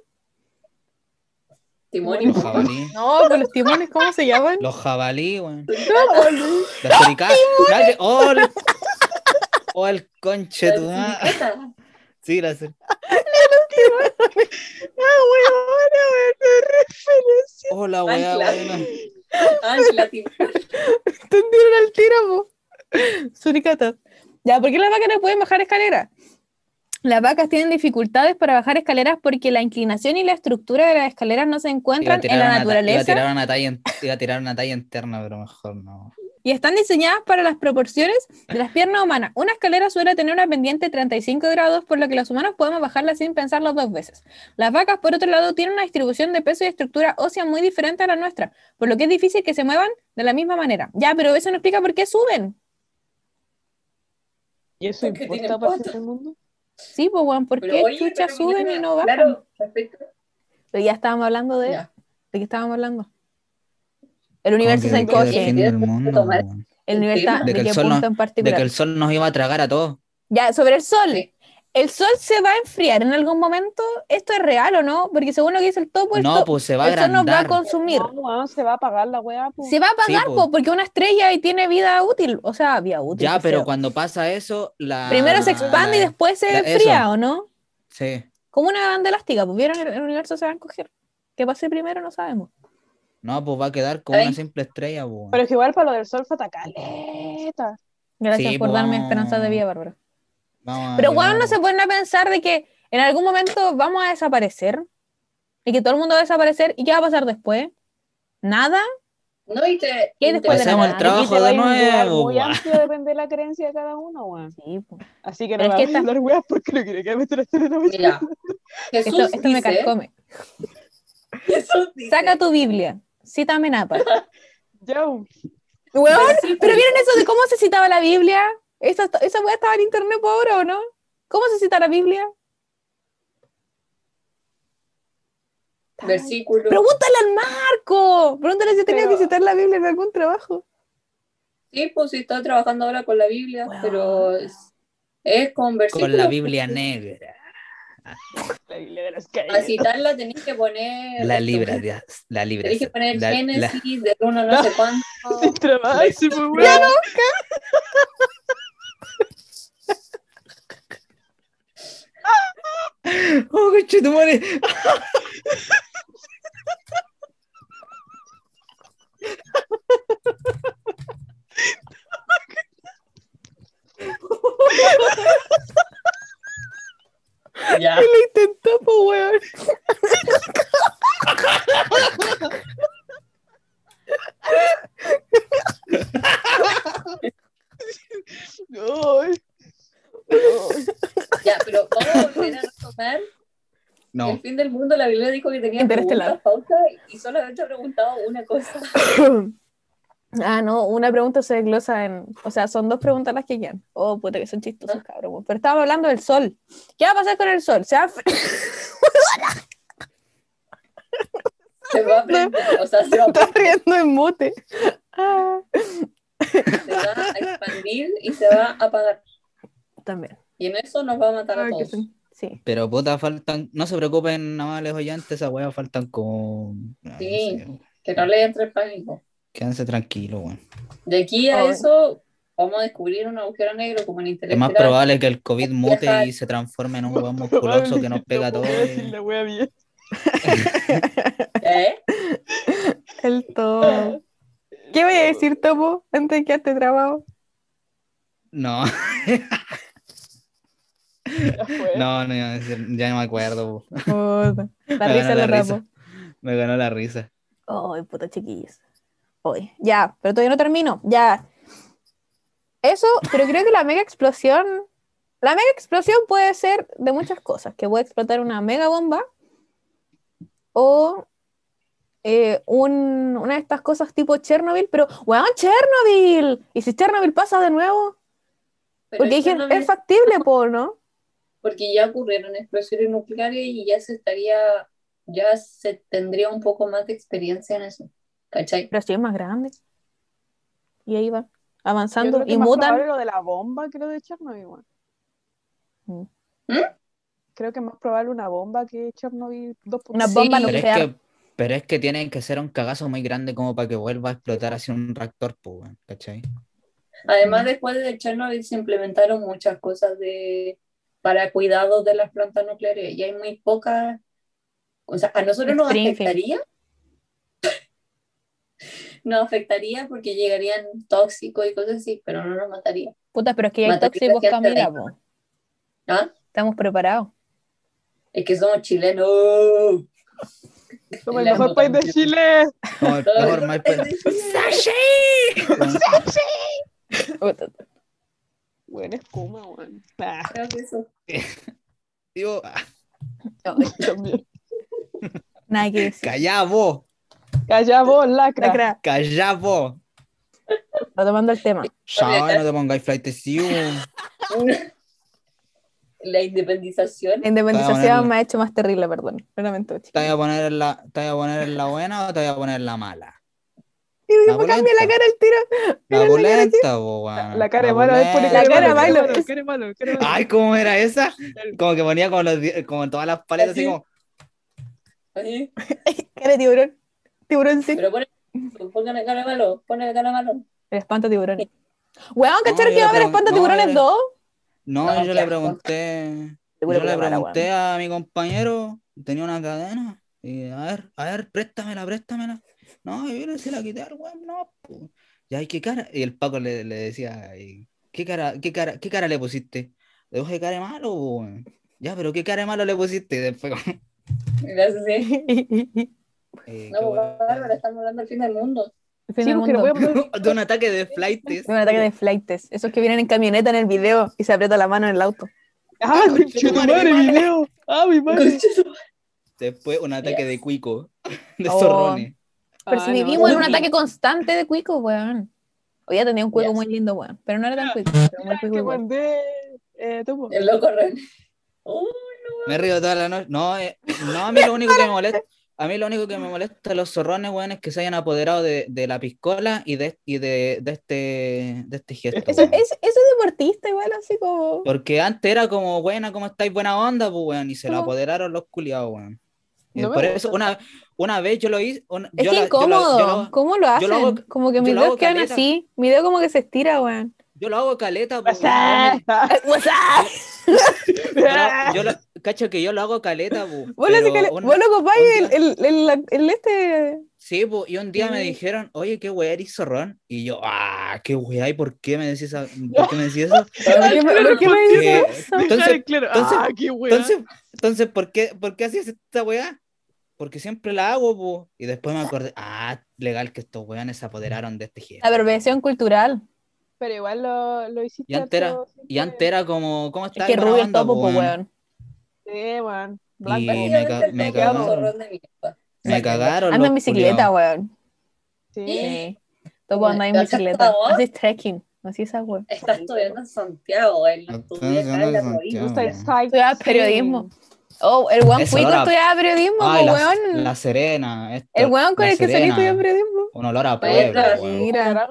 Speaker 4: Timón y
Speaker 2: Los
Speaker 4: Pumba.
Speaker 2: jabalí.
Speaker 1: No, pues los timones cómo se llaman.
Speaker 2: Los jabalí, weón. Las suricatas. Dale, oh, el- oh, el conche
Speaker 4: La
Speaker 2: tu ma-
Speaker 4: bicicleta.
Speaker 2: Sí, la sur- Oh, la weá,
Speaker 4: Ancla.
Speaker 2: weón.
Speaker 4: Ancla, timón.
Speaker 1: Tendieron al tiro, po. Suricatas. Ya, ¿por qué las vacas no pueden bajar escaleras? Las vacas tienen dificultades para bajar escaleras porque la inclinación y la estructura de las escaleras no se
Speaker 2: Iba a
Speaker 1: encuentran en
Speaker 2: tirar
Speaker 1: la
Speaker 2: una ta- Iba a
Speaker 1: naturaleza
Speaker 2: tirar una talla, en- iba a tirar una talla interna, pero mejor no.
Speaker 1: y están diseñadas para las proporciones de las piernas humanas. Una escalera suele tener una pendiente de 35 grados, por lo que los humanos podemos bajarla sin pensarlo dos veces. Las vacas, por otro lado, tienen una distribución de peso y estructura ósea muy diferente a la nuestra, por lo que es difícil que se muevan de la misma manera. Ya, pero eso no explica por qué suben.
Speaker 3: ¿Y eso
Speaker 4: Porque tiene
Speaker 3: importa para
Speaker 4: patas.
Speaker 3: todo el mundo?
Speaker 1: Sí, pues, weón, ¿por
Speaker 4: Pero,
Speaker 1: qué
Speaker 4: oye,
Speaker 1: chucha
Speaker 4: pero
Speaker 1: suben
Speaker 4: mira,
Speaker 1: y no bajan?
Speaker 4: Claro, respecto.
Speaker 1: Pero ya estábamos hablando de...
Speaker 4: Ya.
Speaker 1: ¿De qué estábamos hablando? El universo
Speaker 2: Como
Speaker 1: es
Speaker 2: que-
Speaker 1: en
Speaker 2: que del
Speaker 1: coche.
Speaker 2: fin del mundo,
Speaker 4: Tomar-
Speaker 2: weón.
Speaker 1: El universo
Speaker 4: tema.
Speaker 1: está-
Speaker 2: De
Speaker 1: de,
Speaker 2: que el
Speaker 1: qué
Speaker 2: sol no-
Speaker 1: punto en
Speaker 2: De
Speaker 1: particular.
Speaker 2: que el sol nos iba a tragar a todos.
Speaker 1: Ya, sobre el sol.
Speaker 4: Sí.
Speaker 1: ¿El sol se va a enfriar en algún momento? ¿Esto es real o no? Porque según lo que dice el topo, el,
Speaker 2: No,
Speaker 1: to-
Speaker 2: pues se va a
Speaker 1: el sol nos va a
Speaker 2: agrandar.
Speaker 1: consumir.
Speaker 3: No, weón, se va a apagar la weá, po.
Speaker 1: Se va a apagar,
Speaker 2: pues.
Speaker 1: po, porque una estrella y tiene vida útil. O sea, vida útil.
Speaker 2: Ya,
Speaker 1: qué
Speaker 2: pero
Speaker 1: feo.
Speaker 2: cuando pasa eso, la.
Speaker 1: Primero se expande y después se
Speaker 2: la- eso.
Speaker 1: enfría, ¿o no?
Speaker 2: Sí.
Speaker 1: Como una banda elástica, pues vieron el, el universo se va a encoger. ¿Qué pase primero? No sabemos.
Speaker 2: No, pues va a quedar como
Speaker 4: Ay.
Speaker 2: una simple estrella, pues, weón.
Speaker 3: Pero es que igual para lo del sol fue caleta.
Speaker 1: Gracias
Speaker 2: Sí,
Speaker 1: por
Speaker 2: pues, Ah,
Speaker 1: darme
Speaker 2: vamos.
Speaker 1: esperanzas de vida, Bárbara.
Speaker 2: Vamos a
Speaker 1: Pero
Speaker 2: llegar-
Speaker 1: weón, no se ponen a pensar de que en algún momento vamos a desaparecer y que todo el mundo va a desaparecer y qué va a pasar después. Nada.
Speaker 4: No, y te.
Speaker 1: ¿Qué
Speaker 4: y te-
Speaker 1: después de la
Speaker 2: Pasemos el
Speaker 1: nada.
Speaker 2: trabajo de nuevo,
Speaker 3: Muy
Speaker 2: weón.
Speaker 3: amplio, depende de la creencia de cada uno, weón.
Speaker 1: Sí, po.
Speaker 3: Así que
Speaker 1: Pero
Speaker 3: no
Speaker 1: es que
Speaker 3: me voy
Speaker 1: esta-
Speaker 3: a hablar weas porque no quiere que me traten la mañana.
Speaker 4: Mira, Jesús
Speaker 1: esto, esto me
Speaker 4: dice-
Speaker 1: carcome.
Speaker 4: Jesús dice-
Speaker 1: Saca tu Biblia, cítame Napa.
Speaker 3: Ya, weón.
Speaker 1: Weón,
Speaker 4: Sí,
Speaker 1: pero vieron eso de cómo se citaba la Biblia. Esa, esa weá estaba en internet por ahora o no? ¿Cómo se cita la Biblia?
Speaker 4: Versículo.
Speaker 1: Pregúntale al Marco. Pregúntale si tenía
Speaker 3: Pero-
Speaker 1: que citar la Biblia en algún trabajo.
Speaker 4: Sí, pues sí, estoy trabajando ahora con la Biblia,
Speaker 1: Weón.
Speaker 4: pero es, es con versículos.
Speaker 2: Con la Biblia negra.
Speaker 3: La Biblia de las
Speaker 4: Para
Speaker 3: calles.
Speaker 4: citarla tenés que poner.
Speaker 2: La libra de la libra.
Speaker 4: Tenés que poner
Speaker 2: la- la-
Speaker 4: Génesis del uno no sé cuánto.
Speaker 3: Trabajo, sí, pues, weón.
Speaker 2: Oh, conchetumare.
Speaker 4: Ya.
Speaker 1: Lo intentó, po, weón.
Speaker 3: Ay.
Speaker 4: Ya, pero vamos fin del mundo, la Biblia dijo que tenía
Speaker 1: Interestelar.
Speaker 4: preguntas, pautas y solamente ha preguntado una cosa.
Speaker 1: Ah, no, una pregunta se desglosa en. O sea, son dos preguntas las que quedan. Oh, puta, que son chistosos, cabrón. Pero estábamos hablando del sol. ¿Qué va a pasar con el sol? ¿Se va a fre-
Speaker 4: Se va a aprender, o sea, se va a
Speaker 1: Está riendo en mute. Ah,
Speaker 4: se va a expandir y se va a apagar.
Speaker 1: también.
Speaker 4: Y en eso nos va a matar a
Speaker 3: Ay, qué
Speaker 4: todos.
Speaker 3: sen-
Speaker 1: Sí.
Speaker 2: Pero puta, faltan, no se preocupen, amables oyentes, esa weá faltan como... no
Speaker 4: Sí.
Speaker 2: sé,
Speaker 4: Que no le entre el pánico.
Speaker 2: quédense tranquilos, weón.
Speaker 4: De aquí a
Speaker 1: Ay.
Speaker 4: eso vamos a descubrir un agujero negro como en
Speaker 2: Es más
Speaker 4: Interestelar.
Speaker 2: probable que el COVID mute y se transforme en un weón musculoso que nos pega todo.
Speaker 3: No puedo decir la wea bien.
Speaker 4: ¿Eh?
Speaker 1: El todo. ¿Qué voy a decir, Topo, antes de quedarte trabado?
Speaker 2: No,
Speaker 3: Ya fue.
Speaker 2: no, no, iba a decir- ya no me acuerdo. po.
Speaker 1: Puta, La
Speaker 2: Me
Speaker 1: risa
Speaker 2: ganó
Speaker 1: lo
Speaker 2: la risa.
Speaker 1: rapo.
Speaker 2: Me ganó la risa.
Speaker 1: Ay, puta chiquillos. Hoy. Ya, pero todavía no termino. Ya. Eso, pero creo que la mega explosión. La mega explosión puede ser de muchas cosas. Que puede explotar una mega bomba. O eh, un- una de estas cosas tipo Chernobyl. Pero, weón, Chernobyl. ¿Y si Chernobyl pasa de nuevo?
Speaker 4: Pero
Speaker 1: Porque
Speaker 4: eso
Speaker 1: dije,
Speaker 4: no me-
Speaker 1: es factible, po, ¿no?
Speaker 4: porque ya ocurrieron explosiones nucleares y ya se estaría, ya se tendría un poco más de experiencia en eso. ¿Cachai?
Speaker 1: Pero sí es más grande. Y ahí va.
Speaker 3: Yo
Speaker 1: Avanzando
Speaker 3: creo que
Speaker 1: y
Speaker 3: más
Speaker 1: mutan.
Speaker 3: probable lo de la bomba que lo de Chernobyl, weón.
Speaker 1: Mm.
Speaker 4: ¿Mm?
Speaker 3: Creo que es más probable una bomba que Chernobyl 2.0.
Speaker 1: Una
Speaker 4: Sí.
Speaker 1: bomba
Speaker 2: Pero es,
Speaker 1: nuclear.
Speaker 2: que, pero es que tienen que ser un cagazo muy grande como para que vuelva a explotar así un reactor, pues, weón, ¿cachai?
Speaker 4: Además, después de Chernobyl se implementaron muchas cosas de, para cuidados de las plantas nucleares y hay muy pocas. O sea, a nosotros nos
Speaker 1: Stringfing.
Speaker 4: afectaría. Nos afectaría porque llegarían tóxicos y cosas así, pero no nos mataría.
Speaker 1: Puta, pero es que ya hay
Speaker 4: Mataría
Speaker 1: tóxicos,
Speaker 4: gente
Speaker 1: Camila,
Speaker 4: de-
Speaker 1: po.
Speaker 4: ¿Ah?
Speaker 1: Estamos preparados.
Speaker 4: Es que somos chilenos.
Speaker 3: Somos el
Speaker 4: La
Speaker 3: mejor
Speaker 4: bomba
Speaker 3: país de
Speaker 4: nuclear.
Speaker 3: Chile.
Speaker 2: Como el peor mal pe- weón.
Speaker 3: Buena espuma, weón. Ah,
Speaker 4: Creo que eso.
Speaker 2: Digo, ah,
Speaker 3: también.
Speaker 1: Nada que decir.
Speaker 2: Callá vos,
Speaker 3: Calla vos, lacra.
Speaker 1: Lacra,
Speaker 2: callá vos.
Speaker 1: retomando el tema.
Speaker 2: Ya, no te pongáis flight sí, weón.
Speaker 4: La independización
Speaker 1: La independización
Speaker 2: Estaba en el-
Speaker 1: me ha hecho más terrible, perdón. Lo lamento,
Speaker 2: ¿Te
Speaker 1: chicos.
Speaker 2: voy a poner en la, te voy a poner en la buena o te voy a poner en la mala?
Speaker 1: Y me
Speaker 2: La
Speaker 1: cambia la
Speaker 2: polenta.
Speaker 1: cara el tiro.
Speaker 2: La
Speaker 1: Mira la cara
Speaker 2: polenta, po, weón.
Speaker 3: La cara
Speaker 2: La
Speaker 3: de malo, a ver, ponle
Speaker 2: polenta.
Speaker 1: La cara de malo.
Speaker 3: cara de malo, cara de malo.
Speaker 2: Ay, ¿cómo era esa? Como que ponía como, los, di- como todas las paletas así
Speaker 4: Así.
Speaker 2: como.
Speaker 4: Ay,
Speaker 1: Cara de tiburón. Tiburón sí.
Speaker 4: Pero pone, pongan la cara malo, pongan la cara malo.
Speaker 1: El espanto tiburón. Weón,
Speaker 2: No,
Speaker 1: ¿cachar
Speaker 2: yo
Speaker 1: que va a haber
Speaker 2: pregun-
Speaker 1: espanto
Speaker 2: no,
Speaker 1: tiburones
Speaker 2: yo-
Speaker 1: 2?
Speaker 2: No,
Speaker 4: No,
Speaker 2: yo
Speaker 4: qué
Speaker 2: le
Speaker 4: asco.
Speaker 2: pregunté.
Speaker 1: Seguro
Speaker 2: yo
Speaker 1: que
Speaker 2: le
Speaker 1: la mala,
Speaker 2: pregunté a mi compañero, tenía una cadena, y a ver, a ver, préstamela, préstamela. No, y viene, se la quité al weón, no, po. Y ay, qué cara. Y el Paco le, le decía, ay, ¿qué cara, qué cara, qué cara le pusiste? Le dije, cara de malo, po, weón. Ya, pero qué cara de malo le pusiste. Y después, como,
Speaker 4: Gracias, sí.
Speaker 1: weón.
Speaker 2: eh,
Speaker 4: No,
Speaker 2: qué weón.
Speaker 4: Bárbara, estamos hablando del fin del mundo.
Speaker 1: El fin
Speaker 3: Sí,
Speaker 1: del
Speaker 3: porque le
Speaker 1: mundo.
Speaker 3: voy a poner-
Speaker 2: De un ataque de flightes.
Speaker 1: Un ataque de flightes. Esos que vienen en camioneta en el video y se aprieta la mano en el auto.
Speaker 3: Ah, conche tu madre, video. Ah, mi madre.
Speaker 2: Después, un ataque de cuico, de
Speaker 1: Oh.
Speaker 2: zorrones.
Speaker 1: Pero si
Speaker 3: Ah, no.
Speaker 1: vivimos en un
Speaker 4: Sí.
Speaker 1: ataque constante de cuico, weón. Hoy ya tenía un cuico
Speaker 4: Yes.
Speaker 1: muy lindo, weón. Pero no era tan cuico. Pero muy
Speaker 3: Ah,
Speaker 1: cuico
Speaker 3: que
Speaker 1: igual.
Speaker 3: mandé. Eh, topo.
Speaker 4: El loco Ren. Uh,
Speaker 2: Me he reído toda la noche. No, eh, no, a mí lo único que me molesta, a mí lo único que me molesta de los zorrones, weón, es que se hayan apoderado de, de la piscola y de, y de, de este, de este gesto.
Speaker 1: Eso,
Speaker 2: weón.
Speaker 1: es, eso es deportista, igual, así como.
Speaker 2: Porque antes era como, buena, ¿cómo estáis? Buena onda, pues, weón, y se lo
Speaker 1: Como-
Speaker 2: apoderaron los culiados, weón. Y
Speaker 3: No me
Speaker 2: por eso,
Speaker 3: gusta.
Speaker 2: una, una vez yo lo hice. una-
Speaker 1: Es
Speaker 2: yo
Speaker 1: que
Speaker 2: la- yo la-
Speaker 1: incómodo.
Speaker 2: yo la-
Speaker 1: ¿Cómo lo
Speaker 2: yo
Speaker 1: hacen?
Speaker 2: lo hago-
Speaker 1: como que
Speaker 2: yo
Speaker 1: mis
Speaker 2: lo
Speaker 1: dedos
Speaker 2: hago
Speaker 1: quedan
Speaker 2: caleta.
Speaker 1: así. Mi dedo como que se estira, weón.
Speaker 2: yo lo hago caleta, pues,
Speaker 3: Ah,
Speaker 2: weón. Yo lo- yo lo- cacho que yo lo hago caleta, pues.
Speaker 1: Vos lo,
Speaker 2: pero
Speaker 1: haces cale-
Speaker 2: una-
Speaker 1: vos lo ocupáis
Speaker 2: un día-
Speaker 1: el, el, el, la- el este.
Speaker 2: Sí, po, y un día me
Speaker 1: Sí.
Speaker 2: dijeron, oye, qué weá eres zorrón. Y yo, ah, qué weá, ¿y por qué me decís, esa- por qué me decís eso?
Speaker 1: ¿Por qué me- por qué me
Speaker 2: porque-
Speaker 1: dices eso?
Speaker 2: Entonces,
Speaker 3: claro.
Speaker 2: entonces-
Speaker 3: ah, qué wea.
Speaker 2: entonces, entonces ¿por, qué, ¿por qué hacías esta weá? Porque siempre la hago, po. Y después me acordé, ah, legal que estos weones se apoderaron de este gesto.
Speaker 1: La perversión cultural.
Speaker 3: Pero igual lo, lo hiciste.
Speaker 2: Y antes era-
Speaker 3: harto
Speaker 2: Y antes era como, ¿cómo
Speaker 1: Es
Speaker 2: estás?
Speaker 1: que
Speaker 2: Buena
Speaker 1: rubio el
Speaker 2: onda,
Speaker 1: topo,
Speaker 2: po,
Speaker 1: pues,
Speaker 2: weón?
Speaker 1: weón.
Speaker 3: siempre. Sí, weón.
Speaker 2: Y
Speaker 1: Blackberry.
Speaker 2: me, ca- me
Speaker 4: Me
Speaker 2: cagaron. Me cagaron.
Speaker 1: Ando en
Speaker 2: los
Speaker 1: bicicleta,
Speaker 2: culiaos.
Speaker 1: weón. Sí. Todo cuando andas en
Speaker 4: ¿Cachai
Speaker 1: bicicleta.
Speaker 4: todo?
Speaker 1: Haces trekking. Así esa weón.
Speaker 4: Estás estudiando en Santiago, en la
Speaker 2: Estás
Speaker 4: estudié acá en
Speaker 2: estudiando
Speaker 4: la
Speaker 2: en
Speaker 4: provincia.
Speaker 2: Santiago.
Speaker 1: Estudiaba periodismo. Oh, el weón
Speaker 2: Eso
Speaker 1: cuico
Speaker 2: era-
Speaker 1: estudiaba periodismo,
Speaker 2: Ay,
Speaker 1: po,
Speaker 2: la,
Speaker 1: weón.
Speaker 2: la Serena. esto,
Speaker 1: El weón con
Speaker 2: la
Speaker 1: el que salí
Speaker 2: Serena,
Speaker 1: estudiaba periodismo.
Speaker 2: Un olor a
Speaker 4: Oye,
Speaker 2: pueblo,
Speaker 4: pero
Speaker 2: weón.
Speaker 1: Mira.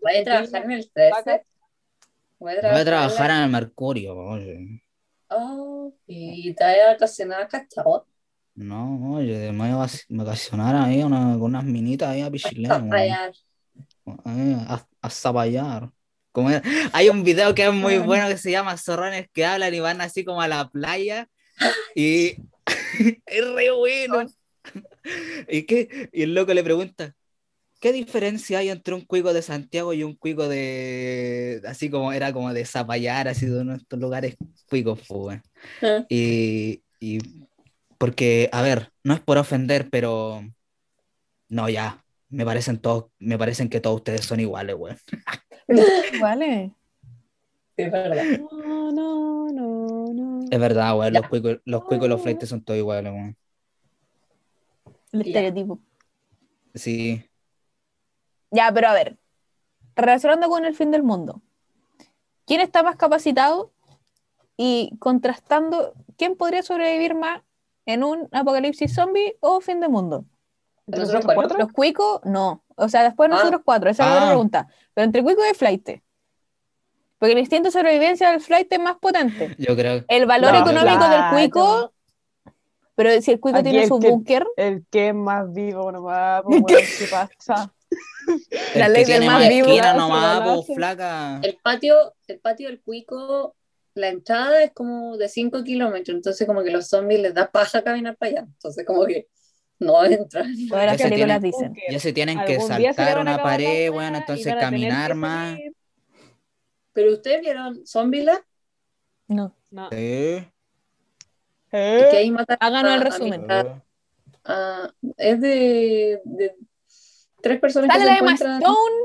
Speaker 4: Voy a trabajar en el 13. Voy a
Speaker 2: Voy a
Speaker 4: en la-
Speaker 2: trabajar en el Mercurio, oye.
Speaker 4: Oh, y te voy a vacacionar acá hasta ahora.
Speaker 2: No, oye, me voy a vac- me vacacionar ahí una- con unas minitas ahí a Pichilemu, weón.
Speaker 4: Allá.
Speaker 2: Eh, a, a zapallar. Como era- Hay un video que es muy bueno que se llama Zorrones que hablan y van así como a la playa y es re bueno. ¿Y, qué? y el loco le pregunta, ¿qué diferencia hay entre un cuico de Santiago y un cuico de... así como era como de Zapallar, así de uno de estos lugares cuicos, pues, weón?
Speaker 4: Ah.
Speaker 2: Y, y porque, a ver, no es por ofender, pero... No, ya. Me parecen todos, me parecen que todos ustedes son iguales, weón.
Speaker 1: Vale.
Speaker 4: Sí, es verdad.
Speaker 3: No, no, no, no.
Speaker 2: Es verdad, weón.
Speaker 4: Ya.
Speaker 2: Los cuicos, los cuicos y los fleites son todos iguales, weón.
Speaker 1: El
Speaker 4: Ya.
Speaker 1: estereotipo.
Speaker 2: Sí.
Speaker 1: Ya, pero a ver. Relacionando con el fin del mundo. ¿Quién está más capacitado? Y contrastando, ¿quién podría sobrevivir más en un apocalipsis zombie o fin del mundo?
Speaker 3: ¿Entre nosotros
Speaker 4: Nosotros cuatro.
Speaker 3: cuatro?
Speaker 1: Los cuicos, no. O sea, después
Speaker 4: Ah.
Speaker 1: nosotros cuatro, esa es la
Speaker 2: Ah.
Speaker 1: otra pregunta. Pero entre cuico y flight. Porque el instinto de sobrevivencia del flight es más potente.
Speaker 2: Yo creo.
Speaker 1: El valor
Speaker 2: No,
Speaker 1: económico
Speaker 3: claro.
Speaker 1: del cuico. Pero si el cuico
Speaker 3: Aquí
Speaker 1: tiene
Speaker 3: el
Speaker 1: su
Speaker 3: que-
Speaker 1: búnker,
Speaker 3: El que es más vivo nomás, pues, weón, ¿qué pasa?
Speaker 1: La
Speaker 2: el
Speaker 1: ley
Speaker 2: que
Speaker 1: del
Speaker 2: tiene
Speaker 1: más
Speaker 2: más
Speaker 1: vivo,
Speaker 2: esquina
Speaker 3: eso,
Speaker 2: nomás,
Speaker 3: balazo.
Speaker 2: po, flaca.
Speaker 4: El patio, el patio del Cuico, la entrada es como de 5 kilómetros, entonces como que los zombies les da paja caminar para allá, entonces como que no entran.
Speaker 1: todas las
Speaker 2: Ese tiene-
Speaker 1: películas dicen.
Speaker 2: Ya se tienen que
Speaker 3: Algún día se le
Speaker 2: saltar
Speaker 3: van a
Speaker 2: una
Speaker 3: acabar las
Speaker 2: pared,
Speaker 3: weas
Speaker 2: weón.
Speaker 3: y
Speaker 2: Entonces
Speaker 3: van a tener
Speaker 2: caminar
Speaker 3: que
Speaker 2: más.
Speaker 3: salir.
Speaker 4: Pero ustedes vieron Zombieland,
Speaker 1: No.
Speaker 3: No.
Speaker 2: Sí.
Speaker 3: Eh,
Speaker 4: y que ahí matan
Speaker 1: Háganos Ah, el
Speaker 4: a- a
Speaker 1: resumen.
Speaker 4: mitad-
Speaker 2: eh,
Speaker 4: a- es de, de tres personas
Speaker 1: Sale
Speaker 4: que se
Speaker 1: la Emma
Speaker 4: encuentran.
Speaker 1: Stone,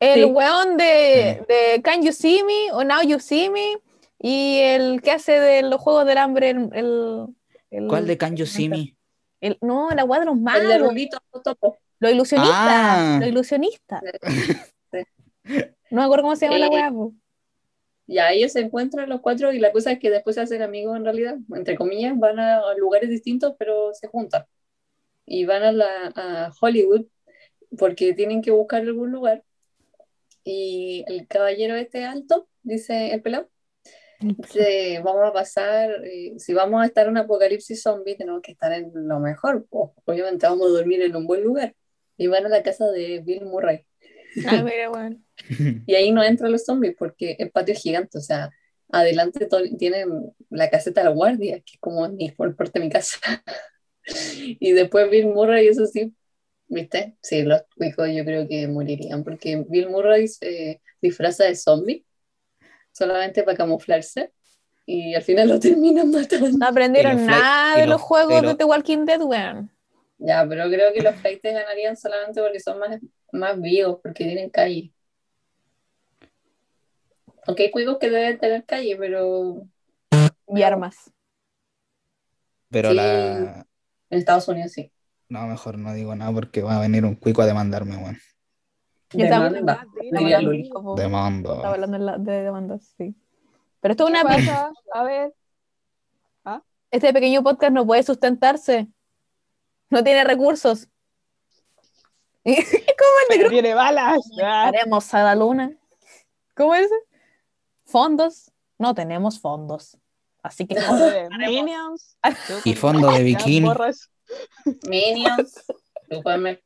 Speaker 1: el
Speaker 4: Sí.
Speaker 1: weón de, de Can You See Me o Now You See Me y el que hace de los Juegos del Hambre el... el- el-
Speaker 2: ¿Cuál
Speaker 3: Mm,
Speaker 2: de Can You See Me?
Speaker 1: el- no, la weá de los
Speaker 4: El de
Speaker 1: magos.
Speaker 4: Rulito Topo.
Speaker 1: Los ilusionistas.
Speaker 2: Ah.
Speaker 1: Los ilusionistas.
Speaker 4: Sí.
Speaker 1: No me acuerdo cómo se llama la
Speaker 4: Eh,
Speaker 1: weá. po.
Speaker 4: Y ahí ellos se encuentran los cuatro y la cosa es que después se hacen amigos en realidad, entre comillas, van a a lugares distintos pero se juntan. Y van a, la, a Hollywood porque tienen que buscar algún lugar. Y el caballero este alto, dice el pelado, dice, vamos a pasar, eh, si vamos a estar en un apocalipsis zombie, tenemos que estar en lo mejor. po. Obviamente vamos a dormir en un buen lugar. Y van a la casa de Bill Murray.
Speaker 1: Ah, mira, weón.
Speaker 4: Y ahí no entran los zombies porque el patio es gigante, o sea, adelante to- tienen la caseta de la guardia, que es como ni por parte de mi casa. Y después Bill Murray, eso sí, ¿viste? Sí, los cuicos yo creo que morirían porque Bill Murray se disfraza de zombie solamente para camuflarse y al final lo terminan matando.
Speaker 1: No aprendieron
Speaker 2: Y los flight-
Speaker 1: nada
Speaker 2: y
Speaker 1: de
Speaker 2: los-
Speaker 1: los juegos
Speaker 2: y los-
Speaker 1: de The Walking Dead, weón.
Speaker 4: Ya, pero creo que los flightes ganarían solamente porque son más, más vivos, porque tienen calle. Aunque hay cuicos que deben tener calle, pero
Speaker 1: Y armas.
Speaker 2: Pero
Speaker 4: Sí.
Speaker 2: la.
Speaker 4: en Estados Unidos sí.
Speaker 2: No, mejor no digo nada porque va a venir un cuico a demandarme, weón.
Speaker 1: Yo
Speaker 4: De
Speaker 1: también.
Speaker 4: manda.
Speaker 1: Estaba
Speaker 4: Diría
Speaker 1: hablando,
Speaker 4: Luli.
Speaker 3: Oh.
Speaker 1: po. Estaba
Speaker 2: Demanda.
Speaker 1: hablando en la- de demandas, sí. Pero esto es una
Speaker 3: pasa? A ver.
Speaker 1: este pequeño podcast no puede sustentarse. No tiene recursos. ¿Cómo el de
Speaker 3: Pero tiene balas. Ah,
Speaker 1: Haremos a la luna. ¿Cómo es? Fondos. No tenemos fondos. Así que
Speaker 3: fondo de Ah, Minions.
Speaker 2: Y fondo de
Speaker 3: Ya,
Speaker 2: bikini.
Speaker 3: borras.
Speaker 4: Minions, Superman,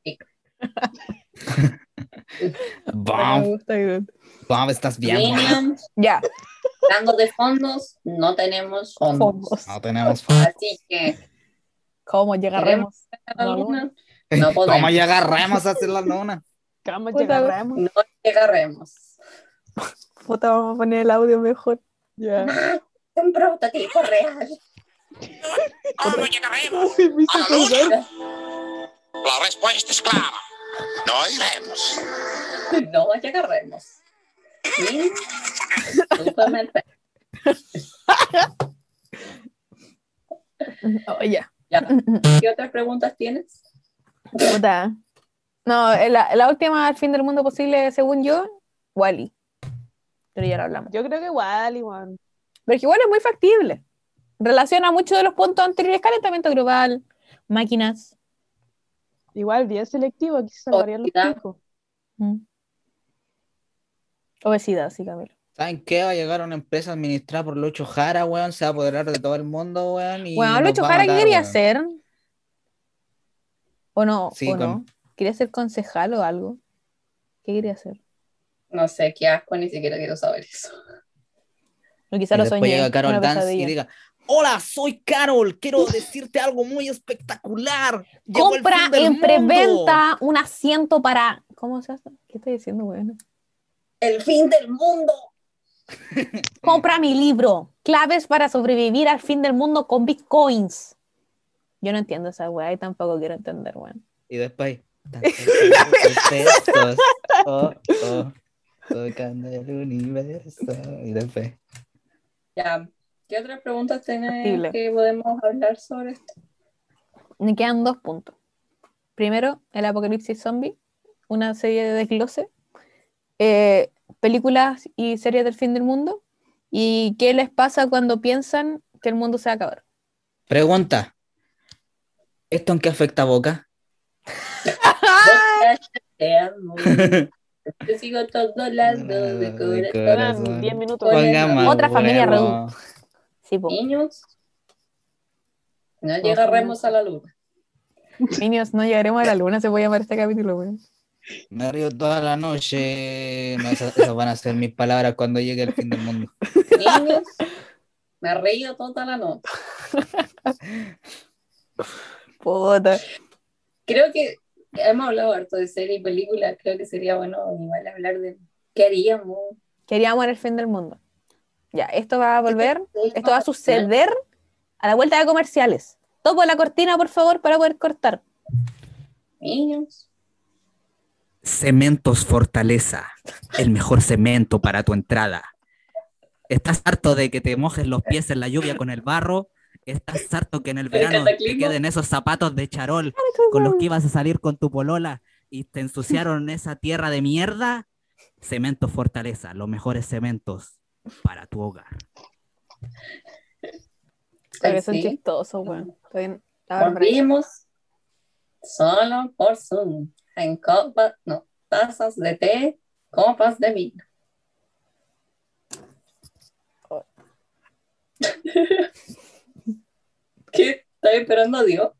Speaker 2: Bomb, bomb, estás bien, weón.
Speaker 4: Minions,
Speaker 1: Ya,
Speaker 4: hablando de fondos, no tenemos fondos.
Speaker 1: fondos.
Speaker 2: No tenemos.
Speaker 4: Así que,
Speaker 1: ¿Cómo llegaremos?
Speaker 4: ¿a la luna? No podemos.
Speaker 2: ¿Cómo ya agarramos a hacer la luna?
Speaker 3: Cama
Speaker 1: Puta,
Speaker 3: llegaremos.
Speaker 4: No llegaremos.
Speaker 1: Puta, vamos a poner el audio mejor.
Speaker 3: Ya.
Speaker 4: Un prototipo real.
Speaker 5: ¿Cómo llegaremos?
Speaker 3: Ay, me hizo acordar.
Speaker 5: La respuesta es clara. No iremos.
Speaker 4: No llegaremos. Minions, Superman,
Speaker 1: Oh, ya.
Speaker 4: Ya. ¿Qué otras preguntas tienes?
Speaker 1: Puta. No, eh, la, la última al fin del mundo posible, según yo, Wally. Pero ya lo hablamos.
Speaker 3: Yo creo que igual, igual.
Speaker 1: Pero que igual es muy factible. Relaciona muchos de los puntos anteriores, calentamiento global, máquinas.
Speaker 3: Igual, bien selectivo, aquí se salvarían los
Speaker 4: Ojalá.
Speaker 3: picos.
Speaker 1: Mm. Obesidad, sí, Camilo.
Speaker 2: ¿Saben qué? Va a llegar una empresa administrada por Lucho Jara, weón. Se va a apoderar de todo el mundo, weón. Y
Speaker 1: Bueno,
Speaker 2: nos
Speaker 1: Lucho
Speaker 2: va a
Speaker 1: Jara, ¿qué
Speaker 2: matar,
Speaker 1: quería
Speaker 2: weón.
Speaker 1: hacer? ¿O no?
Speaker 2: Sí,
Speaker 1: ¿O no?
Speaker 2: con-
Speaker 1: ¿Quería ser concejal o algo? ¿Qué quería hacer?
Speaker 4: No sé, qué asco, ni siquiera quiero saber eso.
Speaker 1: O
Speaker 2: Y
Speaker 1: quizá lo
Speaker 2: después
Speaker 1: soñé.
Speaker 2: llega Carol
Speaker 1: una
Speaker 2: Dance y
Speaker 1: pesadilla.
Speaker 2: diga, hola, soy Carol, quiero decirte algo muy espectacular. Llegó el
Speaker 1: Compra
Speaker 2: fin del
Speaker 1: en
Speaker 2: mundo". Eh.
Speaker 1: preventa un asiento para. ¿Cómo se hace? ¿Qué estoy diciendo, weón?
Speaker 4: El fin del mundo.
Speaker 1: Compra mi libro, Claves para sobrevivir al fin del mundo con bitcoins. Yo no entiendo esa weá y tampoco quiero entender, weón.
Speaker 2: Y después... tan, tan, tan, tan, tan, oh, oh, Tocando el universo. Y después...
Speaker 4: Ya. ¿Qué otras preguntas tenés
Speaker 1: Factible.
Speaker 4: que podemos hablar sobre esto?
Speaker 1: Me quedan dos puntos. Primero, el apocalipsis zombie, una serie de desglose, eh, películas y series del fin del mundo, y qué les pasa cuando piensan que el mundo se va a acabar.
Speaker 2: Pregunta. ¿Esto en qué afecta a Boca?
Speaker 4: Te amo. Te sigo a todos lados de
Speaker 2: De
Speaker 4: corazón.
Speaker 2: corazón.
Speaker 3: Eran 10 minutos.
Speaker 4: Oye,
Speaker 2: Ponga más
Speaker 1: Otra familia
Speaker 2: huevo.
Speaker 1: reduce. Sí, po.
Speaker 4: Niños, no llegaremos a la luna.
Speaker 1: Niños, no llegaremos a la luna, se puede llamar este capítulo, weón.
Speaker 2: Me río toda la noche. No, esas, esas van a ser mis palabras cuando llegue el fin del mundo.
Speaker 4: Niños, me he reído toda la noche.
Speaker 1: Puta.
Speaker 4: Creo que hemos hablado harto de series y películas. Creo que sería bueno igual hablar de qué haríamos.
Speaker 1: Queríamos el fin del mundo. Ya, esto va a volver, esto va a suceder a la vuelta de comerciales. Topo la cortina, por favor, para poder cortar.
Speaker 4: Niños,
Speaker 2: Cementos Fortaleza, el mejor cemento para tu entrada. ¿Estás harto de que te mojes los pies en la lluvia con el barro? ¿Estás harto que en el verano te
Speaker 4: cataclismo?
Speaker 2: queden esos zapatos de charol con los que ibas a salir con tu polola y te ensuciaron esa tierra de mierda? Cementos Fortaleza, los mejores cementos para tu hogar.
Speaker 1: Porque son
Speaker 4: así,
Speaker 1: chistosos, weón. Estoy en- ahora por ahí.
Speaker 4: volvimos solo por Zoom, en copas, no, tazas de té, copas de vino. ¿Qué? Estoy esperando, Dios.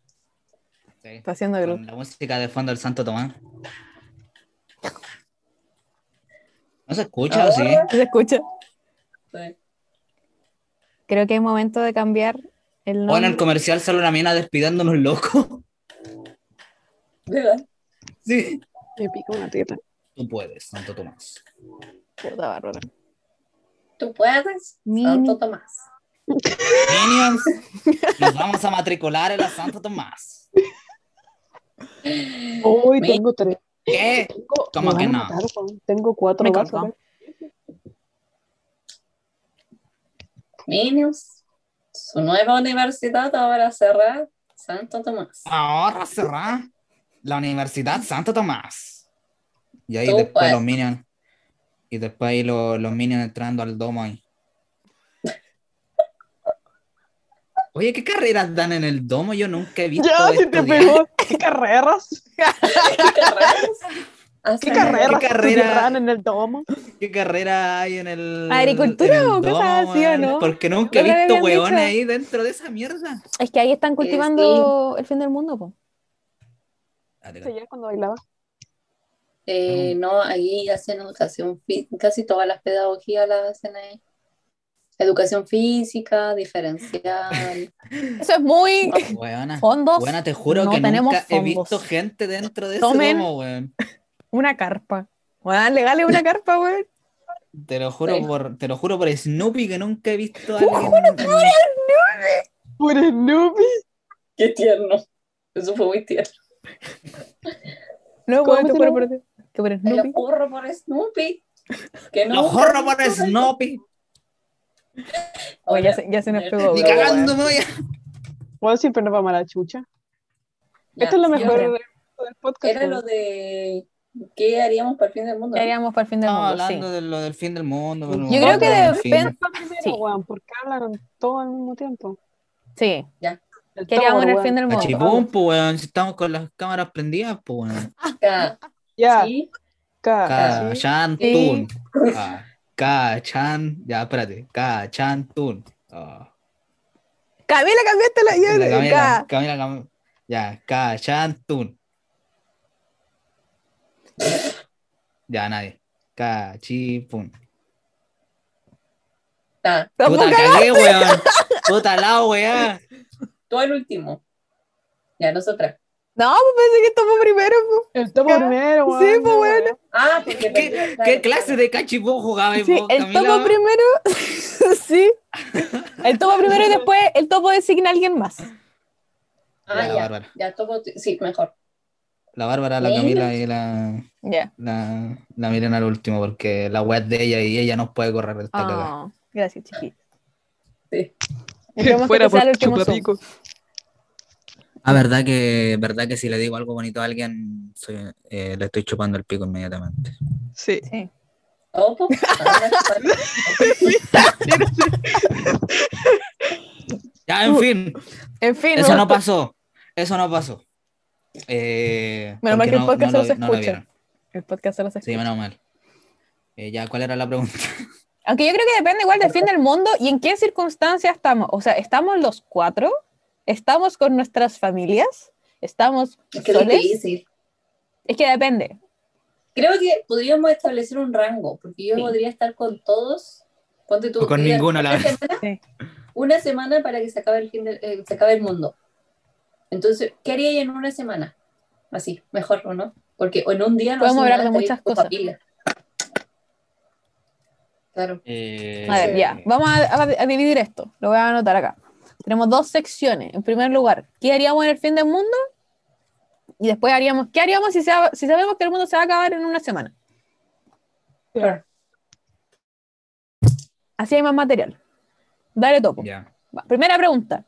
Speaker 1: Está haciendo grupo.
Speaker 2: la música de fondo del Santo Tomás. ¿No se escucha o sí?
Speaker 1: ¿Se escucha?
Speaker 4: Sí.
Speaker 1: Creo que es momento de cambiar el
Speaker 2: O en el
Speaker 1: nombre.
Speaker 2: comercial sale una mina despidiéndonos loco.
Speaker 4: ¿Verdad?
Speaker 2: Sí.
Speaker 3: Me pica una tierra.
Speaker 2: Tú puedes, Santo Tomás.
Speaker 1: Puta, bárbaro.
Speaker 4: Tú puedes,
Speaker 1: Mini.
Speaker 4: Santo Tomás.
Speaker 2: Minions, nos vamos a matricular en la Santo Tomás.
Speaker 3: Hoy
Speaker 4: Me-
Speaker 3: tengo tres.
Speaker 2: ¿Qué?
Speaker 3: Tengo,
Speaker 2: ¿Cómo
Speaker 3: me
Speaker 2: que
Speaker 3: van a
Speaker 2: no?
Speaker 3: matar, weón. tengo cuatro
Speaker 1: Me
Speaker 3: vasos.
Speaker 1: colgó.
Speaker 4: Niños, su nueva universidad ahora cerrada, Santo Tomás.
Speaker 2: Ahora cerrá la Universidad Santo Tomás. Y ahí
Speaker 4: Tú
Speaker 2: después
Speaker 4: puedes.
Speaker 2: los Minions. Y después ahí lo- los Minions entrando al domo ahí. Oye, ¿qué carreras dan en el domo? Yo nunca he visto.
Speaker 3: Ya, se te
Speaker 2: estudiar.
Speaker 3: pegó. ¿Qué carreras?
Speaker 4: ¿Qué carreras?
Speaker 3: ¿Qué
Speaker 4: Hacen-
Speaker 3: carreras
Speaker 2: ¿Qué carrera?
Speaker 3: estudiarán en el domo?
Speaker 2: ¿Qué carrera hay en el.
Speaker 1: ¿Agricultura
Speaker 2: en el
Speaker 1: o qué
Speaker 2: domo,
Speaker 1: estás
Speaker 2: weón?
Speaker 1: haciendo?
Speaker 2: Porque nunca he
Speaker 1: Otra vez
Speaker 2: visto
Speaker 1: habían
Speaker 2: hueones
Speaker 1: dicho.
Speaker 2: ahí dentro de esa mierda.
Speaker 1: Es que ahí están cultivando el fin del mundo, po.
Speaker 3: Ayer cuando bailaba.
Speaker 2: Mm.
Speaker 4: Eh, no, ahí hacen educación física, casi todas las pedagogías las hacen ahí. Educación física, diferencial.
Speaker 1: Eso es muy
Speaker 2: Hueona.
Speaker 1: fondos.
Speaker 2: Hueona, te juro
Speaker 1: no
Speaker 2: que
Speaker 1: tenemos
Speaker 2: nunca he
Speaker 1: fondos.
Speaker 2: visto gente dentro de ese
Speaker 1: Tomen.
Speaker 2: domo, weón.
Speaker 1: Una carpa. Weón, legal es una carpa, weón.
Speaker 2: Te lo juro
Speaker 4: Sí.
Speaker 2: por, te lo juro por Snoopy que nunca he visto a
Speaker 1: Te
Speaker 2: alguien.
Speaker 3: Por el Nubi.
Speaker 4: Qué tierno. Eso fue muy tierno.
Speaker 1: No,
Speaker 3: ¿Cómo
Speaker 1: weón, te
Speaker 3: se
Speaker 1: juro
Speaker 3: llama?
Speaker 1: por Dios. Que por
Speaker 4: Te
Speaker 1: Snoopy.
Speaker 4: lo juro por Snoopy. Que
Speaker 2: Lo
Speaker 4: no.
Speaker 2: juro por Snoopy.
Speaker 1: Oye, ya se, ya se nos pegó,
Speaker 2: Ni
Speaker 1: weón.
Speaker 2: cagándome voy a-
Speaker 3: Bueno, siempre nos vamos a la chucha.
Speaker 4: Ya,
Speaker 3: Esto es lo
Speaker 4: sí,
Speaker 3: mejor
Speaker 4: era-
Speaker 3: del del podcast.
Speaker 4: Era lo de qué haríamos para el fin del mundo.
Speaker 1: ¿Qué haríamos para el fin del
Speaker 2: Estamos
Speaker 1: mundo? Sí.
Speaker 2: hablando de lo del fin del mundo.
Speaker 3: Yo
Speaker 2: bueno,
Speaker 1: Yo creo que
Speaker 2: del
Speaker 1: de
Speaker 2: fin.
Speaker 1: repente.
Speaker 3: Primero,
Speaker 1: Sí.
Speaker 3: weón, ¿Por qué hablan todo al mismo tiempo?
Speaker 1: Sí.
Speaker 3: El
Speaker 1: ¿Qué haríamos en el
Speaker 3: Tower,
Speaker 1: fin del
Speaker 2: A
Speaker 1: mundo?
Speaker 2: Chipún, pues, weón, si estamos con las cámaras prendidas, pues, weón.
Speaker 4: Ca-
Speaker 3: Ya,
Speaker 4: sí,
Speaker 3: ca- sí.
Speaker 2: Cachan
Speaker 1: Ah, Sí.
Speaker 2: Tun. Ah, Cachan. Ya, espérate. Cachan Tun. Ah,
Speaker 1: Camila, cambiaste la
Speaker 2: la
Speaker 1: idea.
Speaker 2: Camila,
Speaker 1: Ca-
Speaker 2: Camila, Cam- Ya, Cachan Tun. Ya, nadie. Cachipun.
Speaker 4: ca-
Speaker 1: Tampoco
Speaker 2: Puta, cagué, weón. Puta, lao, weón.
Speaker 4: tú el último. Ya, nosotras.
Speaker 1: No, pues pensé que esto fue primero. pues.
Speaker 3: El topo
Speaker 1: Ca-
Speaker 3: primero,
Speaker 1: Sí,
Speaker 3: weón.
Speaker 1: pues,
Speaker 3: no,
Speaker 1: weón.
Speaker 4: Ah, porque
Speaker 2: ¿Qué, qué clase de cachipún jugaba
Speaker 1: Sí,
Speaker 2: vos,
Speaker 1: el
Speaker 2: Camila?
Speaker 1: topo primero. sí. El topo primero y después el topo designa a alguien más.
Speaker 4: Ah,
Speaker 2: Ya,
Speaker 4: ya.
Speaker 2: Bárbara.
Speaker 4: Ya, topo, sí, mejor.
Speaker 2: La Bárbara, la
Speaker 4: Bueno.
Speaker 2: Camila y la,
Speaker 1: Ya.
Speaker 2: la, la Milena al último, porque la web de ella y ella no puede correr de esta cagada.
Speaker 1: Ah, gracias, chiqui.
Speaker 4: Sí.
Speaker 1: Esperemos que
Speaker 3: Fuera
Speaker 1: este sea el
Speaker 3: por
Speaker 1: último Zoom.
Speaker 3: chupapico.
Speaker 2: Ah, verdad que, verdad que si le digo algo bonito a alguien, soy- eh, le estoy chupando el pico inmediatamente.
Speaker 3: Sí.
Speaker 1: Sí.
Speaker 4: Opo. Ahora,
Speaker 2: Ya,
Speaker 1: Uh,
Speaker 2: en fin,
Speaker 1: En fin,
Speaker 2: eso no
Speaker 1: vamos-
Speaker 2: pasó. Eso no pasó. Eh,
Speaker 1: Menos mal
Speaker 2: porque
Speaker 1: que el
Speaker 2: no-
Speaker 1: podcast
Speaker 2: no
Speaker 1: no
Speaker 2: lo-
Speaker 1: se
Speaker 2: no lo
Speaker 1: escucha.
Speaker 2: vieron.
Speaker 1: el podcast se los escucha.
Speaker 2: Sí, menos mal. Eh, ya, ¿cuál era la pregunta?
Speaker 1: Aunque yo creo que depende igual del fin del mundo y en qué circunstancias estamos. O sea, estamos los cuatro, estamos con nuestras familias, estamos
Speaker 4: es que es
Speaker 1: soles.
Speaker 4: difícil.
Speaker 1: Es que depende.
Speaker 4: Creo que podríamos establecer un rango, porque yo
Speaker 1: Sí.
Speaker 4: podría estar con todos. Ponte tú.
Speaker 2: O con
Speaker 4: mira,
Speaker 2: ninguno, la
Speaker 4: una
Speaker 2: verdad.
Speaker 4: semana-
Speaker 1: Sí.
Speaker 4: Una semana para que se acabe el, fin del- eh, se acabe el mundo. Entonces, ¿qué haría en una semana? Así, mejor, ¿o no? Porque en un día no
Speaker 1: Podemos
Speaker 4: hace
Speaker 1: hablar de
Speaker 4: nada, estaría
Speaker 1: muchas
Speaker 4: con
Speaker 1: cosas.
Speaker 4: papilla. Claro.
Speaker 2: Eh,
Speaker 1: A ver, ya. Vamos a, a- a dividir esto. Lo voy a anotar acá. Tenemos dos secciones. En primer lugar, ¿qué haríamos en el fin del mundo? Y después haríamos, ¿qué haríamos si, sea- si sabemos que el mundo se va a acabar en una semana?
Speaker 4: Claro.
Speaker 1: Así hay más material. Dale topo.
Speaker 2: Ya,
Speaker 1: Va, Primera pregunta.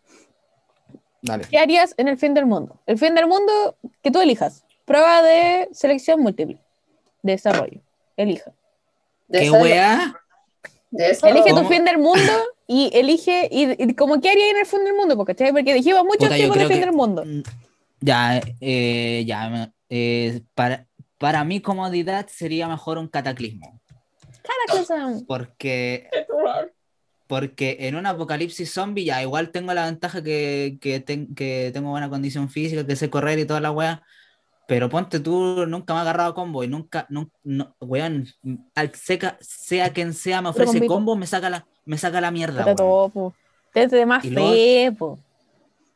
Speaker 2: dale.
Speaker 1: ¿Qué harías en el fin del mundo? El fin del mundo que tú elijas. Prueba de selección múltiple. Desarrollo. Elija.
Speaker 4: De
Speaker 2: ¿Qué
Speaker 4: esa-
Speaker 2: weá?
Speaker 4: de esa-
Speaker 1: Elige tu
Speaker 2: ¿Cómo?
Speaker 1: fin del mundo y elige. Y, y como qué haría en el fin del mundo, porque, ¿cachai? porque dijimos muchos
Speaker 2: Puta, yo
Speaker 1: tipos de
Speaker 2: creo
Speaker 1: fin
Speaker 2: que-
Speaker 1: del mundo.
Speaker 2: Mm, Ya, eh, ya. me- eh, para, para mi comodidad sería mejor un cataclismo.
Speaker 1: Cada cosa.
Speaker 2: Porque, porque en un apocalipsis zombie ya igual tengo la ventaja que, que, ten- que tengo buena condición física, que sé correr y toda la wea. Pero ponte tú, nunca me ha agarrado combo y nunca, nun- no, weón, al seca, sea quien sea me ofrece
Speaker 1: combito.
Speaker 2: combo, me saca la, me saca la mierda.
Speaker 1: Está
Speaker 2: weón.
Speaker 1: todo, po. Desde más
Speaker 2: Y luego-
Speaker 1: fe, po.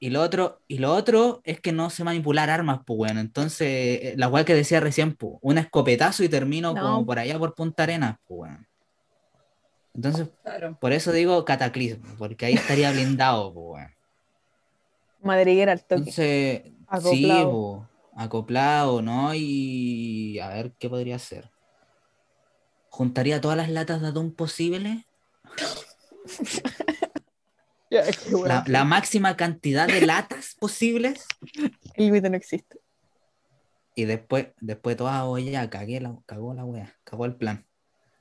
Speaker 2: Y lo otro, y lo otro es que no sé manipular armas, pues bueno. Entonces, eh, la weá que decía recién, pues, un escopetazo y termino
Speaker 1: No.
Speaker 2: como por allá por Punta Arenas, pues bueno. Entonces,
Speaker 4: Claro.
Speaker 2: por eso digo cataclismo, porque ahí estaría blindado, pues bueno.
Speaker 1: Madriguera al toque.
Speaker 2: Entonces, sí,
Speaker 3: Acoplado.
Speaker 2: pues, acoplado, ¿no? Y a ver qué podría hacer. Juntaría todas las latas de atún posibles,
Speaker 3: Ya, es que, weón.
Speaker 2: la, la máxima cantidad de latas posibles.
Speaker 1: El límite no existe.
Speaker 2: Y después, después toda oye, ya cagué la, cagó la wea, cagó el plan.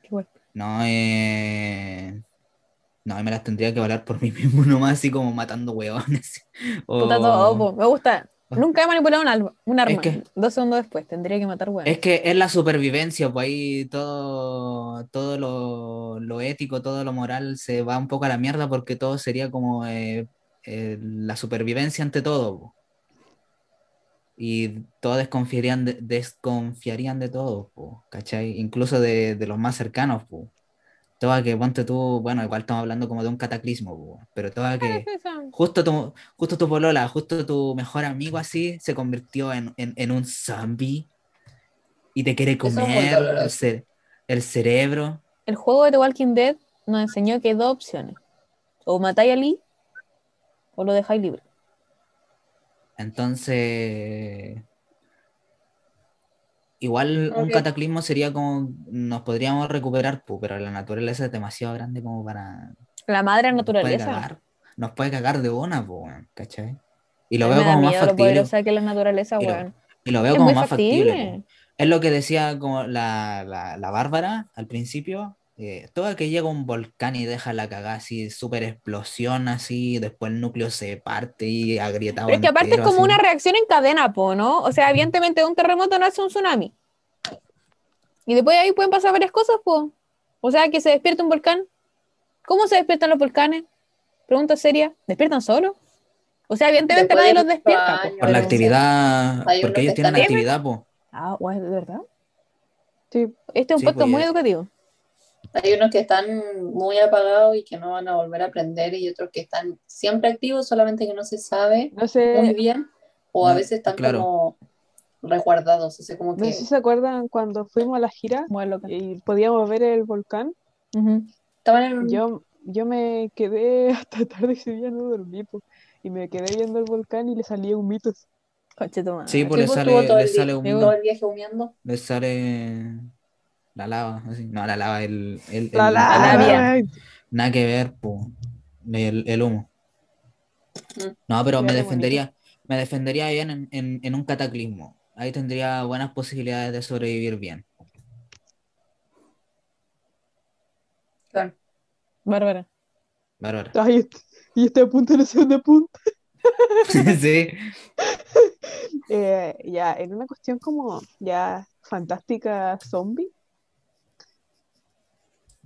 Speaker 1: Qué bueno.
Speaker 2: No, eh... No, me las tendría que valer por mí mismo nomás, así como matando hueones. O-
Speaker 1: Puta todo, po. Me gusta.
Speaker 2: Oh.
Speaker 1: Nunca he manipulado un, alba- un arma.
Speaker 2: Es que-
Speaker 1: Dos segundos después tendría que matar weón.
Speaker 2: Es que es la supervivencia, pues ahí todo, todo lo, lo ético, todo lo moral se va un poco a la mierda porque todo sería como eh, eh, la supervivencia ante todo. po. Y todos desconfiarían de, desconfiarían de todo, po, ¿cachai? Incluso de, de los más cercanos. po. Todo a que ponte tú, bueno, igual estamos hablando como de un cataclismo, po, pero todo a que justo tu, justo tu polola, justo tu mejor amigo así, se convirtió en, en, en un zombie y te quiere
Speaker 4: Eso es muy
Speaker 2: comer
Speaker 4: doloroso.
Speaker 2: el, cere- el cerebro.
Speaker 1: El juego de The Walking Dead nos enseñó que hay dos opciones. O matáis a Lee o lo dejáis libre.
Speaker 2: Entonces, igual un
Speaker 4: Ok.
Speaker 2: cataclismo sería como nos podríamos recuperar, pu, pero la naturaleza es demasiado grande como para...
Speaker 1: La madre
Speaker 2: nos puede
Speaker 1: naturaleza.
Speaker 2: cagar. Nos puede cagar de una, pu, weón, ¿cachai? Y lo
Speaker 1: Me
Speaker 2: veo
Speaker 1: da
Speaker 2: como más
Speaker 1: miedo lo
Speaker 2: factible.
Speaker 1: poderosa que es la naturaleza,
Speaker 2: Y lo-
Speaker 1: weón.
Speaker 2: Y lo veo
Speaker 1: Es
Speaker 2: como
Speaker 1: muy
Speaker 2: más factible. Ah,
Speaker 1: factible.
Speaker 2: po. Es lo que decía como la, la, la Bárbara al principio. eh, todo el que llega a un volcán y deja la cagada así, súper explosión así, después el núcleo se parte y agrietado.
Speaker 1: Pero es que aparte es
Speaker 2: entero,
Speaker 1: como
Speaker 2: así.
Speaker 1: una reacción en cadena, po, ¿no? O sea, evidentemente de un terremoto nace un tsunami. Y después de ahí pueden pasar varias cosas, po. O sea, que se despierta un volcán. ¿Cómo se despiertan los volcanes? Pregunta seria. ¿Despiertan solo? O sea, evidentemente
Speaker 4: Después
Speaker 1: nadie
Speaker 4: de
Speaker 1: los
Speaker 4: muchos
Speaker 1: despierta, po.
Speaker 4: años,
Speaker 2: Por la actividad,
Speaker 4: Hay unos
Speaker 2: porque ellos
Speaker 4: que
Speaker 2: tienen
Speaker 4: están-
Speaker 2: actividad, pues.
Speaker 1: Ah, guay, ¿de verdad?
Speaker 3: Sí.
Speaker 1: Este es un
Speaker 2: Sí,
Speaker 1: podcast
Speaker 2: pues,
Speaker 1: muy
Speaker 2: ya-
Speaker 1: educativo.
Speaker 4: Hay unos que están muy apagados y que no van a volver a aprender y otros que están siempre activos, solamente que no se sabe
Speaker 3: No
Speaker 2: Eh,
Speaker 4: muy
Speaker 3: sé,
Speaker 4: bien o a
Speaker 2: no,
Speaker 4: veces están
Speaker 2: claro.
Speaker 4: como resguardados, o sea, como
Speaker 3: no
Speaker 4: que
Speaker 3: sé si se acuerdan cuando fuimos a la gira
Speaker 1: Muy loca.
Speaker 3: y podíamos ver el volcán.
Speaker 1: Ujú.
Speaker 4: estaban en
Speaker 1: Mm.
Speaker 4: un...
Speaker 3: Yo, yo me quedé hasta tarde ese día, no dormí, po, y me quedé viendo el volcán y le salía humitos.
Speaker 1: Conche tu madre.
Speaker 2: Sí, pues
Speaker 4: Sí,
Speaker 2: le
Speaker 4: pues, estuvo
Speaker 2: sale,
Speaker 4: todo
Speaker 2: le
Speaker 4: el día-
Speaker 2: sale un-
Speaker 4: todo el viaje humeando.
Speaker 2: le sale eh, la lava, así. No, la lava, el, el,
Speaker 3: La
Speaker 2: el-
Speaker 3: la-
Speaker 2: el-
Speaker 1: labia.
Speaker 3: ay,
Speaker 2: Nada que ver, po. El, el humo.
Speaker 4: Mm.
Speaker 2: No, pero me
Speaker 1: Qué bonito.
Speaker 2: defendería, me defendería bien en, en- en un cataclismo. Ahí tendría buenas posibilidades de sobrevivir bien.
Speaker 4: Claro.
Speaker 1: Bárbara.
Speaker 2: Bárbara.
Speaker 3: ay, este- y este apunta no sé dónde apunta.
Speaker 2: Sí.
Speaker 3: Eh, ya, en una cuestión como ya fantástica zombie.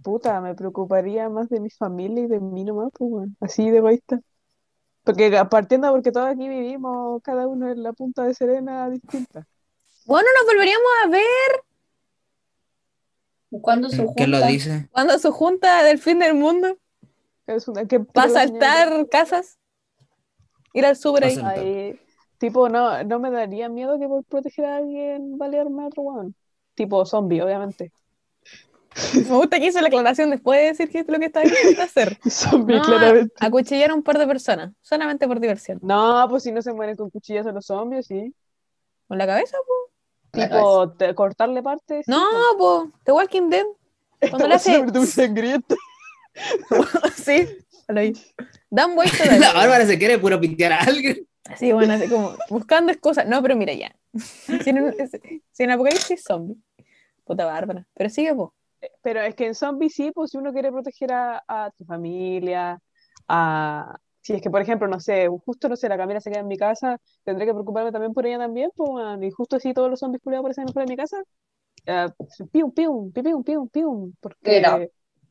Speaker 3: Puta, me preocuparía más de mi familia y de mí nomás, pues, weón, así de egoísta. Porque a- partiendo porque todos aquí vivimos, cada uno en la punta de Serena distinta.
Speaker 1: Bueno, nos volveríamos a ver
Speaker 4: ¿Cuándo se
Speaker 2: ¿Qué Mm, lo
Speaker 4: juntan?
Speaker 2: dice?
Speaker 1: cuando su junta del fin del mundo
Speaker 3: Es una que
Speaker 1: va
Speaker 3: tira
Speaker 1: a
Speaker 3: la señal
Speaker 1: saltar casas. Ir al súper ahí.
Speaker 2: Pasa-
Speaker 3: Ahí, tipo, no, no me daría miedo que por proteger a alguien balearme a otro weón. Tipo zombie, obviamente.
Speaker 1: Me gusta que hizo la aclaración después de decir que es lo que estaba intentando hacer.
Speaker 3: Zombie,
Speaker 1: No,
Speaker 3: claramente.
Speaker 1: Acuchillar a un par de personas, solamente por diversión.
Speaker 3: No, pues si no se mueren con cuchillas a los zombies, sí.
Speaker 1: ¿Con la cabeza? po?
Speaker 4: La
Speaker 3: Tipo, te- cortarle partes. sí,
Speaker 1: No, po. The Walking Dead. Cuando le
Speaker 3: pues.
Speaker 1: hace.
Speaker 3: Sobre tu sangriento.
Speaker 1: sí, a lo ahí. Dan vuelta.
Speaker 2: La Bárbara se quiere puro pintear a alguien.
Speaker 1: Sí, bueno, así como buscando excusas. No, pero mira ya. Sin, un, sin apocalipsis zombie. Puta bárbara. Pero sigue vos.
Speaker 3: Pero es que en zombie sí, pues si uno quiere proteger a, a tu familia, a... Si es que, por ejemplo, no sé, justo, no sé, la Camila se queda en mi casa, tendré que preocuparme también por ella también, pues, weón, y justo si todos los zombies culiados aparecen fuera de mi casa, ah, pium, pium, pium, pium, pium, pium, porque...
Speaker 4: Mira,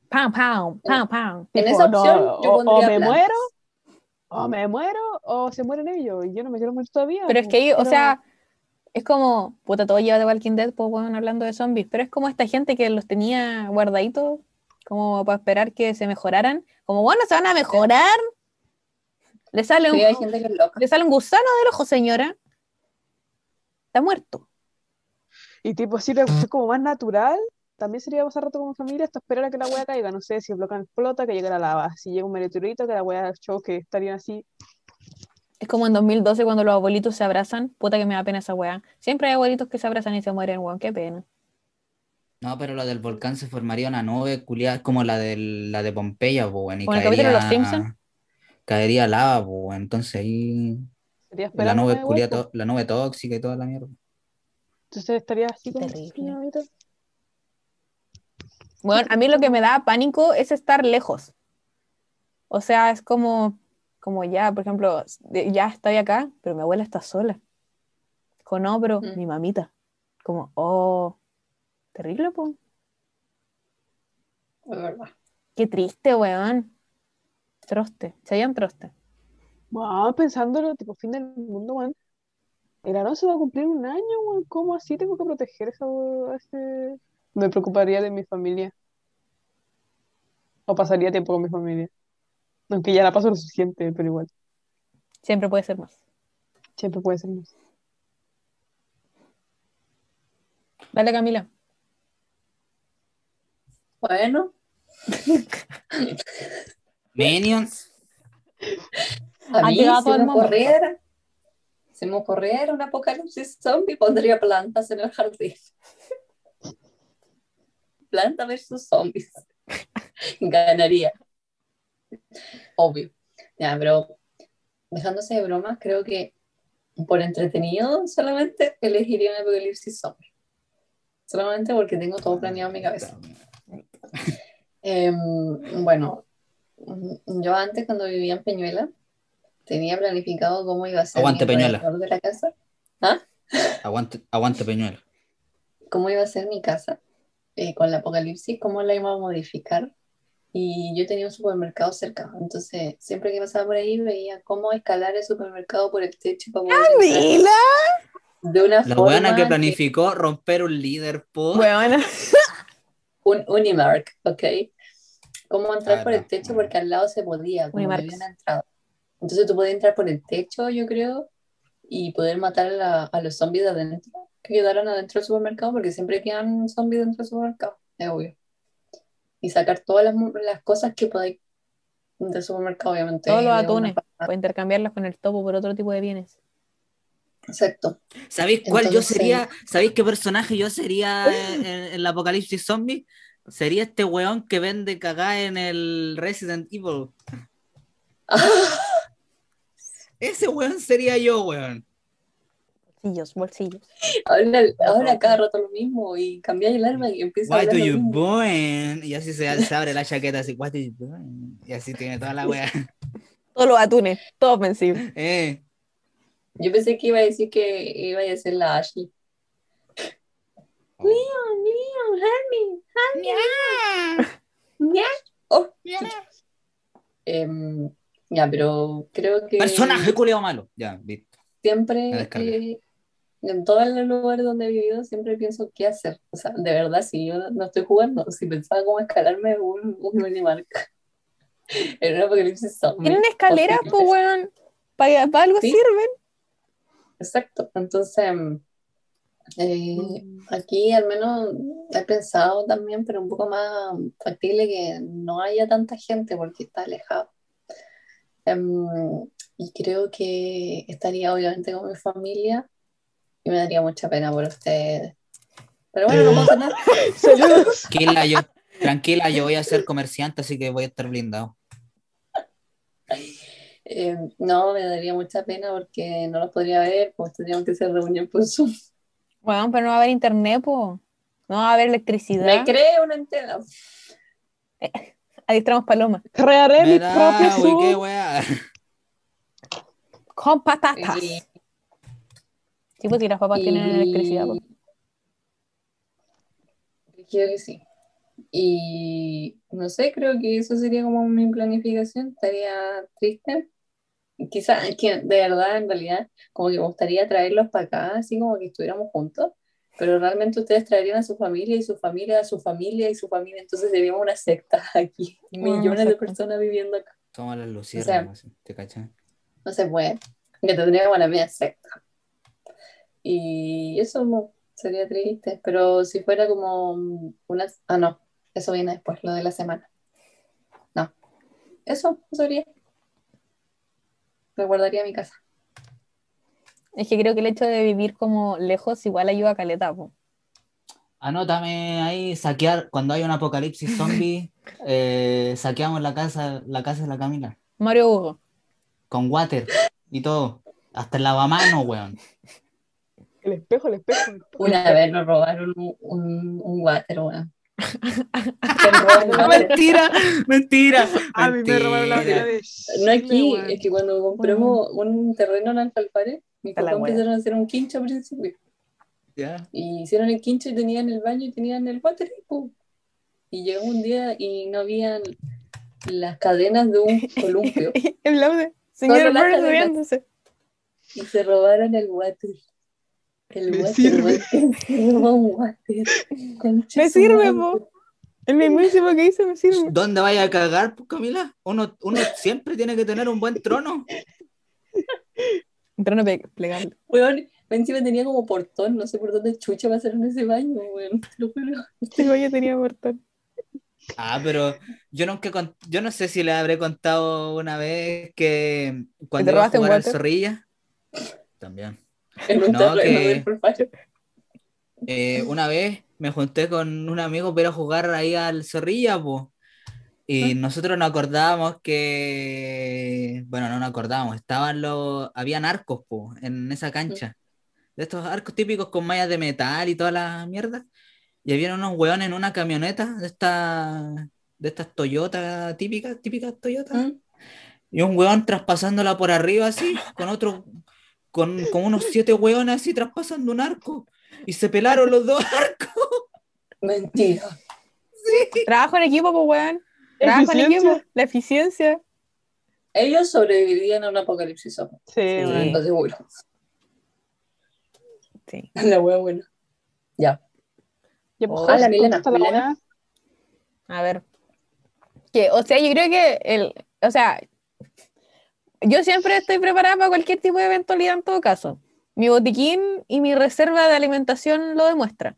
Speaker 1: Pam, pam, pam, pam.
Speaker 4: En
Speaker 3: tipo,
Speaker 4: esa
Speaker 3: no,
Speaker 4: opción yo
Speaker 3: o- o
Speaker 4: pondría
Speaker 3: me
Speaker 4: plantas.
Speaker 3: muero, o me muero, o se mueren ellos, y yo no me quiero morir todavía,
Speaker 1: Pero es
Speaker 3: pues,
Speaker 1: que ahí, o
Speaker 3: quiero-
Speaker 1: sea, es como, puta, todo lleva de Walking Dead, pues bueno, hablando de zombies, pero es como esta gente que los tenía guardaditos, como para esperar que se mejoraran, como, bueno, se van a mejorar. Le sale un,
Speaker 4: Sí, hay gente que es loca.
Speaker 1: le sale un gusano del ojo, señora. Está muerto.
Speaker 3: Y tipo, si la
Speaker 2: Ah.
Speaker 3: cuestión como más natural, también sería pasar rato con mi familia hasta esperar a que la hueá caiga. No sé, si el volcán explota, que llegue la lava. Si llega un meteorito, que la hueá choque, estarían así.
Speaker 1: Es como en 2012 cuando los abuelitos se abrazan, puta que me da pena esa weá. Siempre hay abuelitos que se abrazan y se mueren, weón, qué pena.
Speaker 2: No, pero lo del volcán se formaría una nube culiada como la de, la de Pompeya, po, weón, y
Speaker 1: Como el capítulo de los
Speaker 2: caería-
Speaker 1: Simpson.
Speaker 2: Caería lava, po, weón, entonces ahí
Speaker 3: Sería
Speaker 2: la
Speaker 3: esperar
Speaker 2: nube
Speaker 3: nomás
Speaker 2: culiá
Speaker 3: igual, pues.
Speaker 2: to- la nube tóxica y toda la mierda.
Speaker 3: Entonces estaría así como
Speaker 1: Terrible.
Speaker 3: "Sí, ahorita".
Speaker 1: Bueno, a mí lo que me da pánico es estar lejos. O sea, es como, como ya, por ejemplo, de- ya estoy acá, pero mi abuela está sola. Con no, pero
Speaker 4: Mm.
Speaker 1: mi mamita. Como, oh, terrible, po.
Speaker 4: Es verdad.
Speaker 1: Qué triste, weón. Troste, se llaman troste.
Speaker 3: Bueno, pensándolo, tipo, fin del mundo, weón. El Aarón se va a cumplir un año, weón. ¿Cómo así tengo que proteger esa hue- ese- Me preocuparía de mi familia. O pasaría tiempo con mi familia. Aunque ya la paso lo suficiente, pero igual.
Speaker 1: Siempre puede ser más.
Speaker 3: Siempre puede ser más.
Speaker 1: Dale, Camila.
Speaker 4: Bueno,
Speaker 2: Minions,
Speaker 4: a
Speaker 1: Ha
Speaker 4: mí
Speaker 1: llegado
Speaker 4: si
Speaker 1: el
Speaker 4: me
Speaker 1: momento.
Speaker 4: ocurriera, si me ocurriera un apocalipsis zombie, pondría plantas en el jardín. Planta versus zombies. Ganaría. Obvio. Ya, pero dejándose de bromas, creo que por entretenido solamente elegiría un apocalipsis zombie. Solamente porque tengo todo planeado en mi cabeza. Em, bueno, yo antes cuando vivía en Peñuela tenía planificado cómo iba a ser
Speaker 2: Aguante,
Speaker 4: mi
Speaker 2: Peñuela.
Speaker 4: alrededor de la casa,
Speaker 2: Aguante, aguante Peñuel.
Speaker 4: cómo iba a ser mi casa eh, con el apocalipsis, cómo la iba a modificar. Y yo tenía un supermercado cerca, entonces siempre que pasaba por ahí veía cómo escalar el supermercado por el techo para poder entrar
Speaker 1: Mira.
Speaker 4: de una
Speaker 2: La
Speaker 4: forma
Speaker 2: buena que
Speaker 4: que-
Speaker 2: planificó romper un líder por.
Speaker 1: Bueno,
Speaker 4: un Unimark, ¿ok? Cómo entrar
Speaker 2: Ah,
Speaker 4: por
Speaker 2: no.
Speaker 4: el techo porque al lado se podía, como que
Speaker 1: Unimarks.
Speaker 4: había una entrada. Entonces tú podías entrar por el techo, yo creo, y poder matar a, la- a los zombies de adentro, que quedaron adentro del supermercado, porque siempre quedan zombies dentro del supermercado, es obvio. Y sacar todas las, mu- las cosas que podáis del supermercado, obviamente.
Speaker 1: todos
Speaker 4: de
Speaker 1: los
Speaker 4: una
Speaker 1: atunes.
Speaker 4: pa-
Speaker 1: O intercambiarlos con el topo por otro tipo de bienes.
Speaker 4: Exacto.
Speaker 2: ¿Sabéis cuál
Speaker 4: Entonces-
Speaker 2: yo sería? ¿Sabéis qué personaje yo sería en, en el apocalipsis zombie? Sería este weón que vende cagá en el Resident Evil. Ese weón sería yo, weón.
Speaker 1: Bolsillos, bolsillos.
Speaker 4: Ahora, ahora cada rato lo mismo y cambiáis el arma y empieza a
Speaker 2: What
Speaker 4: hablar
Speaker 2: do
Speaker 4: lo
Speaker 2: you
Speaker 4: mismo.
Speaker 2: doing? Y así se, se abre la chaqueta así, what do you doing? Y así tiene toda la weá.
Speaker 1: Todos los atunes, todo ofensivo.
Speaker 2: Eh,
Speaker 4: Yo pensé que iba a decir que iba a ser la Ashley.
Speaker 2: Oh.
Speaker 4: Leon, Leon, Hermie, Hermie. Oh. Em, ya, pero creo que
Speaker 2: personaje culiao malo. Ya, listo.
Speaker 4: siempre
Speaker 2: Me descargué.
Speaker 4: eh, en todos los lugares donde he vivido siempre pienso qué hacer. O sea, de verdad, si yo no estoy jugando, si pensaba cómo escalarme un, un Unimark. Era un apocalipsis zombie.
Speaker 1: Tienen escaleras,
Speaker 4: Porque-
Speaker 1: pues, weón. Para, algo
Speaker 4: Sí.
Speaker 1: sirven.
Speaker 4: Exacto, entonces mm,
Speaker 3: Mm.
Speaker 4: eh, aquí al menos he pensado también, pero un poco más factible que no haya tanta gente porque está alejado. Em, y creo que estaría obviamente con mi familia y me daría mucha pena por ustedes. Pero bueno,
Speaker 1: Eh.
Speaker 4: no pasa nada.
Speaker 3: Saludos.
Speaker 2: Tranquila, yo, tranquila, yo voy a ser comerciante, así que voy a estar blindado.
Speaker 4: Em, no, me daría mucha pena porque no los podría ver, pues tendríamos que hacer reunión por Zoom.
Speaker 1: Weón, pero no va a haber internet, pues. No va a haber
Speaker 4: Me
Speaker 1: electricidad.
Speaker 4: creé una antena.
Speaker 1: Adiestramos palomas.
Speaker 3: Crearé mi propio
Speaker 2: Mira, uy, qué
Speaker 3: Zoom.
Speaker 2: weá.
Speaker 1: Con patatas.
Speaker 4: Y-
Speaker 1: Sí, pues si las papas tienen
Speaker 4: Y-
Speaker 1: electricidad, pues.
Speaker 4: Creo que sí. Y no sé, creo que eso sería como mi planificación. Estaría triste. Quizás, es que de verdad, en realidad, como que me gustaría traerlos para acá, así como que estuviéramos juntos. Pero realmente ustedes traerían a su familia y su familia, a su familia y su familia. Entonces seríamos una secta aquí.
Speaker 1: Ah,
Speaker 4: Millones de
Speaker 1: secta.
Speaker 4: personas viviendo acá.
Speaker 2: Somos las luciérnagas, ¿te cachas?
Speaker 4: No se puede. Que tendríamos la media secta. Y eso mo, sería triste. Pero si fuera como una. Ah, no. Eso viene después, lo de la semana. No. Eso, eso sería. Reguardaría mi casa.
Speaker 1: Es que creo que el hecho de vivir como lejos igual ayuda a caleta, po.
Speaker 2: Anótame ahí, saquear, cuando hay un apocalipsis zombie, eh, saqueamos la casa, la casa de la Camila,
Speaker 1: Mario Hugo.
Speaker 2: con water y todo, hasta el lavamano, weón.
Speaker 3: El espejo, el espejo. el espejo.
Speaker 4: Una vez nos robaron un, un, un water, weón. Nos robaron un water.
Speaker 2: mentira, mentira,
Speaker 3: A mí me robaron la bandera de
Speaker 4: No
Speaker 3: Chile,
Speaker 4: aquí,
Speaker 3: weón.
Speaker 4: es que cuando compramos un terreno en Alfalfares, mis
Speaker 1: Está la
Speaker 4: papás
Speaker 1: wea.
Speaker 4: empezaron a hacer un quincho al principio.
Speaker 2: Ya.
Speaker 4: Y hicieron el quincho y tenían el baño y tenían el water. y pum. Y llegó un día y no habían las cadenas de un columpio.
Speaker 1: El laude. Señor
Speaker 4: Solo la
Speaker 1: Burns
Speaker 4: caleta.
Speaker 1: riéndose.
Speaker 4: Y se robaron el water. El
Speaker 3: Me
Speaker 4: water,
Speaker 3: sirve.
Speaker 4: weón, se robó un water. Concha
Speaker 1: Me
Speaker 4: su
Speaker 1: sirve,
Speaker 4: madre.
Speaker 1: po. El mismísimo que hice me sirve.
Speaker 2: ¿Dónde vaya a cagar, pues, Camila? Uno, uno siempre tiene que tener un buen trono.
Speaker 1: Un trono pe- plegable.
Speaker 4: Weón, encima tenía como portón, no sé por dónde chucha pasaron ese baño, weón. Te lo juro.
Speaker 1: Este güey tenía portón.
Speaker 2: Ah, pero yo nunca, con- yo no sé si le habré contado una vez que cuando
Speaker 1: te
Speaker 2: iba a
Speaker 1: robaste un
Speaker 2: jugar al
Speaker 1: water?
Speaker 2: Zorrilla, también.
Speaker 4: En un
Speaker 2: No,
Speaker 4: terreno
Speaker 2: que-
Speaker 4: del Alfalfares.
Speaker 2: Eh, una vez me junté con un amigo para ir a jugar ahí al Zorrilla, po. Y nosotros nos acordábamos que, bueno, no nos acordábamos, estaban los, habían arcos po, en esa cancha. De estos arcos típicos con mallas de metal y toda la mierda. Y había unos hueones en una camioneta de esta, de estas Toyota típicas, típicas Toyota.
Speaker 4: ¿Mm?
Speaker 2: Y un hueón traspasándola por arriba así, con otro, con, con unos siete hueones así traspasando un arco. Y se pelaron los dos arcos.
Speaker 4: Mentira.
Speaker 1: Trabajo en equipo, pues, weón. Trabajo en
Speaker 3: Eficiencia.
Speaker 1: equipo. La eficiencia.
Speaker 4: Ellos sobrevivirían a un apocalipsis zombie,
Speaker 3: Sí,
Speaker 2: Sí.
Speaker 3: bueno.
Speaker 4: lo seguro.
Speaker 1: Sí.
Speaker 4: La wea buena. Ya.
Speaker 3: Ya, pues,
Speaker 4: Ojalá,
Speaker 3: José,
Speaker 4: Milena,
Speaker 3: ¿contesta la
Speaker 4: Milena.
Speaker 3: weá?
Speaker 1: A ver. Que, o sea, yo creo que el, o sea, yo siempre estoy preparada para cualquier tipo de eventualidad en todo caso. Mi botiquín y mi reserva de alimentación lo demuestra.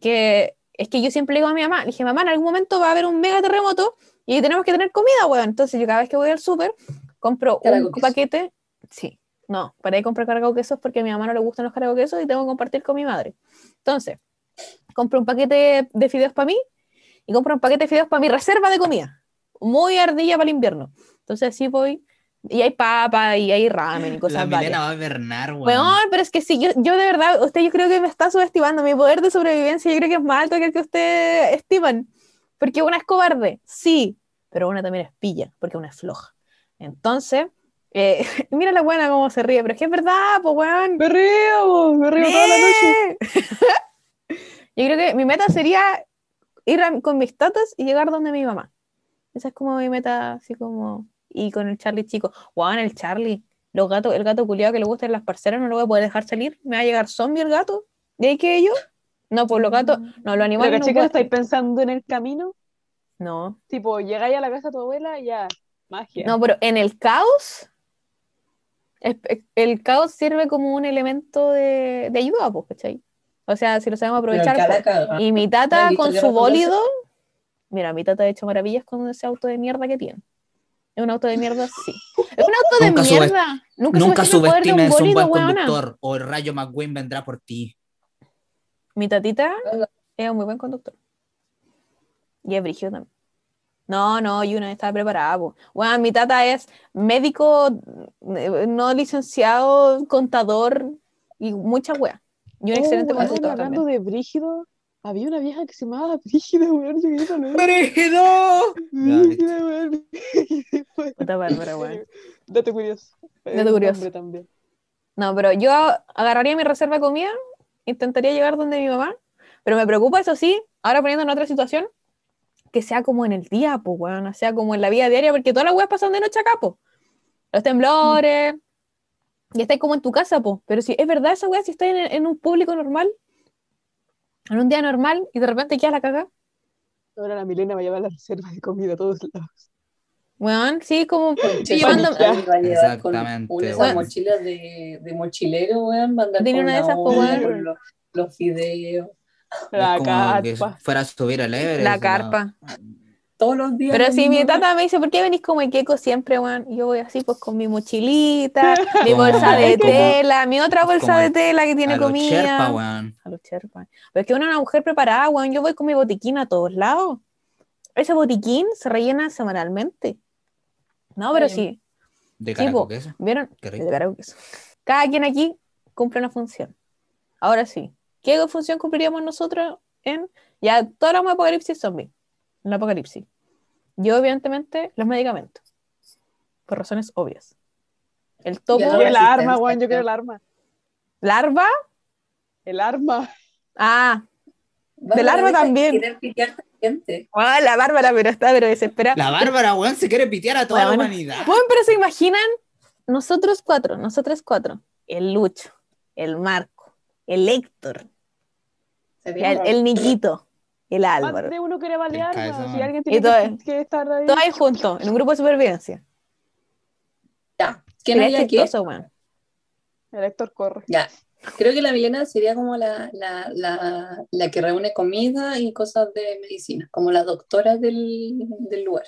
Speaker 1: Que es que yo siempre le digo a mi mamá, le dije, mamá, en algún momento va a haber un mega terremoto y tenemos que tener comida, weón. Entonces yo cada vez que voy al súper compro
Speaker 4: Cargo
Speaker 1: un
Speaker 4: queso.
Speaker 1: paquete. Sí, no, para ahí comprar cargo quesos porque a mi mamá no le gustan los cargo quesos y tengo que compartir con mi madre. Entonces, compro un paquete de fideos para mí y compro un paquete de fideos para mi reserva de comida. Muy ardilla para el invierno. Entonces así voy. Y hay papa y hay ramen y
Speaker 2: La
Speaker 1: cosas varias.
Speaker 2: Milena va a bernar, weón.
Speaker 1: Weón, pero es que sí, yo, yo de verdad, usted yo creo que me está subestimando. Mi poder de sobrevivencia yo creo que es más alto que el que usted estiman. Porque una es cobarde, sí, pero una también es pilla, porque una es floja. Entonces, eh, mira la buena cómo se ríe, pero es que es verdad, pues weón.
Speaker 3: Me río, po, me río toda la noche.
Speaker 1: Eh. Yo creo que mi meta sería ir a- con mis tatas y llegar donde mi mamá. Esa es como mi meta, así como. Y con el Charlie chico. Guau, el Charlie. Los gatos, el gato culiado que le gustan las parcelas no lo voy a poder dejar salir. Me va a llegar zombie el gato. ¿Y ahí que yo? No, pues los gatos. No, los
Speaker 3: Pero
Speaker 1: animales. No,
Speaker 3: caché que no
Speaker 1: pueden-
Speaker 3: estáis pensando en el camino.
Speaker 1: no.
Speaker 3: Tipo, llegáis a la casa de tu abuela y ya, magia.
Speaker 1: No, pero en el caos. es- es- El caos sirve como un elemento de, de ayuda, pues, ¿cachai? O sea, si lo sabemos
Speaker 4: Pero
Speaker 1: aprovechar.
Speaker 4: que a
Speaker 1: pues.
Speaker 4: la
Speaker 3: Ah,
Speaker 4: caga.
Speaker 1: Y mi
Speaker 4: Ya,
Speaker 1: tata
Speaker 4: listo,
Speaker 1: con
Speaker 4: ya
Speaker 1: su
Speaker 4: no conoce.
Speaker 1: bólido. Mira, mi tata ha hecho maravillas con ese auto de mierda que tiene. Es un auto de mierda, sí. Es un auto de
Speaker 2: Nunca subest-
Speaker 1: mierda. Nunca,
Speaker 2: Nunca
Speaker 1: subestime el
Speaker 2: subestimes
Speaker 1: poder de
Speaker 2: un
Speaker 1: un
Speaker 2: buen
Speaker 1: bólido, weona.
Speaker 2: conductor o el rayo McQueen vendrá por ti.
Speaker 1: Mi tatita
Speaker 4: Hola.
Speaker 1: es un muy buen conductor. Y es brígido también. No, no, yo no estaba preparada. po. Bueno, mi tata es médico, eh, no licenciado, contador y mucha wea. Y un
Speaker 3: Oh,
Speaker 1: excelente
Speaker 3: weón,
Speaker 1: conductor
Speaker 3: hablando
Speaker 1: también.
Speaker 3: de Brígido, había una vieja que se llamaba Brígida, weón. Yo quería conocer.
Speaker 2: ¡Brígido!
Speaker 3: Brígida, weón.
Speaker 1: Puta bárbara, weón.
Speaker 3: Dato curioso.
Speaker 1: Dato curioso.
Speaker 3: Nombre también.
Speaker 1: No, pero yo agarraría mi reserva de comida, intentaría llegar donde mi mamá, pero me preocupa, eso sí, ahora poniendo en otra situación, que sea como en el día, pues, weón, sea como en la vida diaria, porque todas las weas pasan de noche acá, po. Los temblores, y estáis como en tu casa, pues, pero si es verdad esa wea, si estáis en, en un público normal, en un día normal, y de repente quedas la caga,
Speaker 3: Ahora la Milena va a llevar la reserva de comida a todos lados.
Speaker 1: weón, sí, como,
Speaker 4: Conche,
Speaker 1: llevando-
Speaker 4: su madre, va a llevar con
Speaker 2: Exactamente,
Speaker 4: Una de esas
Speaker 1: weón.
Speaker 4: mochilas de, de mochilero, weón. va a andar
Speaker 1: Tiene
Speaker 4: con
Speaker 1: una de esas, pues, po,
Speaker 4: olla,
Speaker 3: weón.
Speaker 4: con los, los fideos.
Speaker 3: La
Speaker 2: Es como que
Speaker 3: carpa.
Speaker 2: fuera a subir al Everest.
Speaker 1: la
Speaker 2: ¿no?
Speaker 1: carpa.
Speaker 4: Todos los días.
Speaker 1: Pero
Speaker 4: lo
Speaker 1: si
Speaker 4: mismo,
Speaker 1: mi
Speaker 4: weón.
Speaker 1: tata me dice, ¿por qué venís como el queco siempre, weón? Y Yo voy así, pues con mi mochilita, mi
Speaker 2: Como-
Speaker 1: bolsa de
Speaker 2: como-
Speaker 1: tela, mi otra bolsa
Speaker 2: como
Speaker 1: de
Speaker 2: el-
Speaker 1: tela que
Speaker 2: A
Speaker 1: tiene
Speaker 2: lo
Speaker 1: comida.
Speaker 2: Sherpa, weón.
Speaker 1: A lo Sherpa. Pero es que una, una mujer preparada, weón, yo voy con mi botiquín a todos lados. Ese botiquín se rellena semanalmente. No, pero
Speaker 4: Está bien.
Speaker 1: sí,
Speaker 2: De
Speaker 1: Sí, po.
Speaker 2: caracol, queso.
Speaker 1: ¿vieron?
Speaker 2: Qué
Speaker 1: De
Speaker 2: rico.
Speaker 1: karaoke. Cada quien aquí cumple una función. Ahora sí, ¿qué función cumpliríamos nosotros en ya todo hablamos de apocalipsis zombie? El apocalipsis. Yo, evidentemente, los medicamentos. Por razones obvias. El topo,
Speaker 4: Ya.
Speaker 3: Yo
Speaker 1: la
Speaker 3: quiero la
Speaker 4: resistencia,
Speaker 3: arma, weón. Yo
Speaker 4: claro.
Speaker 3: quiero el arma.
Speaker 1: larva.
Speaker 3: El arma.
Speaker 1: Ah,
Speaker 4: Vas
Speaker 1: del
Speaker 4: a la
Speaker 1: árbol
Speaker 4: vieja que
Speaker 1: también.
Speaker 4: quiere pillarte gente.
Speaker 1: ah, la bárbara, pero está, pero desesperada.
Speaker 2: La Bárbara, weón, se quiere pitear a toda
Speaker 1: Weón.
Speaker 2: la humanidad.
Speaker 1: Bueno, pero se imaginan nosotros cuatro, nosotros cuatro. El Lucho, el Marco, el Héctor,
Speaker 4: Sería
Speaker 1: el, el Niquito, el
Speaker 3: Más
Speaker 1: Álvaro.
Speaker 3: de uno quiere
Speaker 2: El
Speaker 3: balear,
Speaker 2: cabezón,
Speaker 3: weón. Si
Speaker 2: weón.
Speaker 3: alguien
Speaker 1: Y
Speaker 3: tiene
Speaker 1: todo
Speaker 3: que,
Speaker 1: es-
Speaker 3: que estar ahí.
Speaker 1: Todos ahí juntos, en un grupo de supervivencia.
Speaker 4: Ya. ¿Quién
Speaker 1: Sería
Speaker 4: haría qué?
Speaker 1: este chistoso, weón.
Speaker 3: El Héctor corre.
Speaker 4: Ya. Creo que la Milena sería como la, la, la, la que reúne comida y cosas de medicina, como la doctora del, del lugar.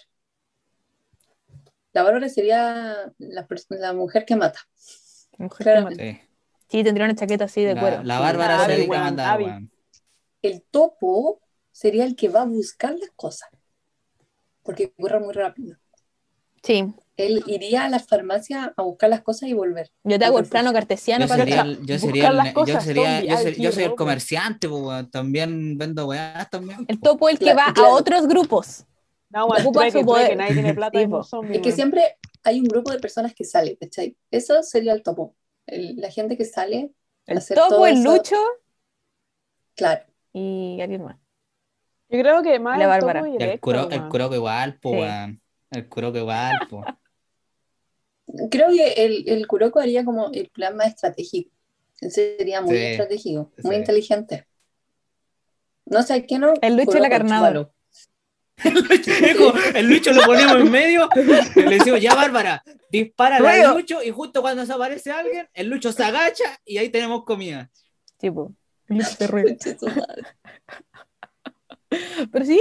Speaker 4: La Bárbara sería la, pers- la mujer que mata.
Speaker 1: Mujer que
Speaker 4: Claramente.
Speaker 1: mata.
Speaker 2: Sí.
Speaker 1: Sí, tendría una chaqueta así de cuero.
Speaker 2: La, la
Speaker 1: Sí.
Speaker 2: Bárbara
Speaker 3: Abby,
Speaker 2: se dedica a
Speaker 3: weón,
Speaker 2: mandar,
Speaker 3: Abby.
Speaker 2: weón.
Speaker 4: El topo sería el que va a buscar las cosas. porque corre muy rápido.
Speaker 1: Sí.
Speaker 4: Él iría a las farmacias a buscar las cosas y volver.
Speaker 1: Yo te hago el plano cartesiano
Speaker 2: Yo
Speaker 1: para
Speaker 2: sería,
Speaker 1: acá.
Speaker 2: el- yo
Speaker 3: buscar
Speaker 2: sería, el,
Speaker 3: las
Speaker 2: yo
Speaker 3: cosas,
Speaker 2: sería,
Speaker 3: zombie,
Speaker 2: yo ser- yo
Speaker 3: IP,
Speaker 2: soy el
Speaker 3: robo.
Speaker 2: comerciante, po, weón. también vendo weas también.
Speaker 1: El topo es el que
Speaker 4: Claro,
Speaker 1: va a
Speaker 4: claro.
Speaker 1: otros grupos.
Speaker 3: No, bueno,
Speaker 1: Ocupa
Speaker 3: trueque,
Speaker 1: su poder.
Speaker 3: trueque, nadie tiene plata
Speaker 1: Sí,
Speaker 3: es
Speaker 1: po.
Speaker 3: un zombie,
Speaker 4: Es que
Speaker 3: weón.
Speaker 4: siempre hay un grupo de personas que sale, ¿cachai? Eso sería el topo. El- la gente que sale. a
Speaker 1: El
Speaker 4: hacer
Speaker 1: topo,
Speaker 4: todo
Speaker 1: el
Speaker 4: eso.
Speaker 1: lucho
Speaker 4: Claro.
Speaker 1: y alguien más.
Speaker 3: Yo creo que más
Speaker 1: La
Speaker 3: el topo
Speaker 1: Bárbara.
Speaker 3: y el
Speaker 2: Y El
Speaker 3: Héctor,
Speaker 2: curo, el
Speaker 3: weón.
Speaker 2: curo que igual, po,
Speaker 1: Sí.
Speaker 2: weón. El curo que igual, po.
Speaker 4: Creo que el, el Kuroko haría como el plan más estratégico. Ese sería muy
Speaker 2: Sí,
Speaker 4: estratégico, muy
Speaker 2: sí.
Speaker 4: inteligente. No sé qué no.
Speaker 1: El Lucho y la
Speaker 4: Kuroko,
Speaker 1: carnada.
Speaker 4: chúpalo.
Speaker 2: Viejo, el Lucho lo ponemos en medio y le decimos, ya Bárbara, dispara al Lucho y justo cuando se aparece alguien, el Lucho se agacha y ahí tenemos comida.
Speaker 1: Tipo.
Speaker 4: Conche su madre.
Speaker 1: Pero sí,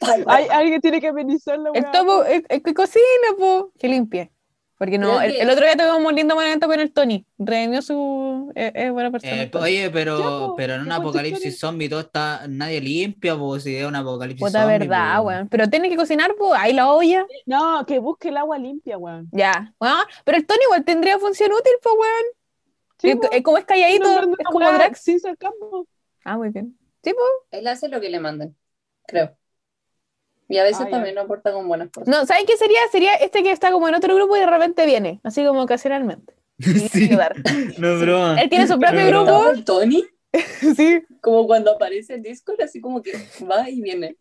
Speaker 4: Palo.
Speaker 3: Hay, alguien tiene que amenizar la
Speaker 1: el
Speaker 3: weá.
Speaker 1: topo, el, el que cocina, po, que limpie. Porque no,
Speaker 4: Creo
Speaker 1: el,
Speaker 4: que-
Speaker 1: el otro día tuvimos un lindo momento con el Tony. Reunió su. Es, es buena persona.
Speaker 2: Eh,
Speaker 1: el Tony.
Speaker 2: oye,
Speaker 3: Ya,
Speaker 2: pero,
Speaker 3: po,
Speaker 2: pero en un
Speaker 1: pues,
Speaker 3: ¿qué cuánto
Speaker 2: apocalipsis
Speaker 3: quieres?
Speaker 2: zombie todo está, nadie limpia, pues si es un apocalipsis
Speaker 1: Puta
Speaker 2: zombie.
Speaker 1: verdad,
Speaker 2: po.
Speaker 1: weón. Pero tiene que cocinar, pues, ahí la olla.
Speaker 3: No, que busque el agua limpia, weón.
Speaker 1: Ya. Weón, pero el Tony igual tendría función útil, pues, weón.
Speaker 3: Sí,
Speaker 1: Eh,
Speaker 3: po.
Speaker 1: eh, como es calladito,
Speaker 3: No, no, no,
Speaker 1: es como
Speaker 3: weá,
Speaker 1: Drax.
Speaker 3: sin sarcasmo.
Speaker 1: Ah, muy bien.
Speaker 4: Él hace lo que le mandan, creo. Y a veces
Speaker 3: Ah, ya.
Speaker 4: también no aporta con buenas cosas.
Speaker 1: No, ¿saben qué sería? Sería este que está como en otro grupo y de repente viene, así como ocasionalmente. Y
Speaker 2: Sí.
Speaker 1: ayudar.
Speaker 2: No es broma.
Speaker 1: Él tiene su propio
Speaker 2: Pero-
Speaker 1: grupo.
Speaker 4: Estaba el Tony,
Speaker 1: Sí,
Speaker 4: como cuando aparece en Discord, así como que va y viene.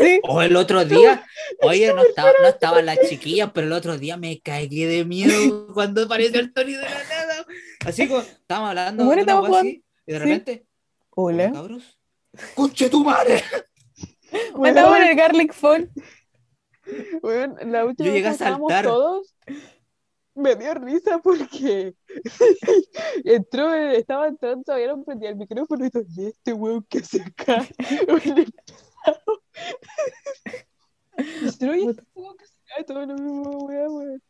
Speaker 1: sí.
Speaker 2: O el otro día, oye, no estaba, no estaban las chiquillas, pero el otro día me cagué de miedo cuando apareció el Tony de la nada. Así como estábamos hablando
Speaker 1: Bueno,
Speaker 2: de una
Speaker 1: estamos
Speaker 2: wea así, y de
Speaker 1: Sí.
Speaker 2: repente,
Speaker 1: Hola.
Speaker 2: cabros, ¡conche tu madre!
Speaker 1: Matamos en el Garlic Fall.
Speaker 3: Weón, la última
Speaker 2: Yo llegué
Speaker 3: vez
Speaker 2: a
Speaker 3: que estábamos
Speaker 2: saltar.
Speaker 3: todos, me dio risa porque entró, estaba entrando, todavía no prendía el micrófono y dije, "¿Y este weón que hace acá? Un empezado. Y dice, "Oye, este weón que hace acá", todo lo mismo, weón, weón.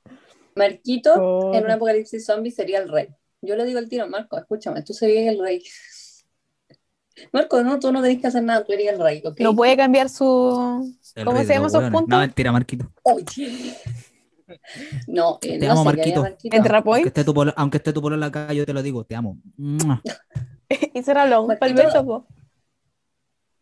Speaker 4: Marquito,
Speaker 1: Oh,
Speaker 4: en un
Speaker 3: Oh.
Speaker 4: apocalipsis zombie, sería el rey. Yo le digo al tiro, Marco, escúchame, tú serías el rey. Marco, no, tú no tenés que hacer nada, tú eres el rey, ¿ok?
Speaker 1: No puede cambiar su.
Speaker 2: El
Speaker 1: ¿Cómo
Speaker 2: rey
Speaker 1: se
Speaker 2: de
Speaker 1: llaman
Speaker 2: los
Speaker 1: esos
Speaker 2: hueones.
Speaker 1: puntos?
Speaker 2: No, mentira, Marquito.
Speaker 4: Oye. No, eh,
Speaker 2: Te
Speaker 4: no
Speaker 2: amo,
Speaker 4: sé qué haría
Speaker 2: Marquito.
Speaker 4: Marquito.
Speaker 1: Entra
Speaker 2: Aunque
Speaker 1: point
Speaker 2: esté, tu polo, aunque esté tu polola acá, yo te lo digo, te amo. ¡Mua!
Speaker 1: y será lo para el
Speaker 4: Marquito.
Speaker 1: beso, po.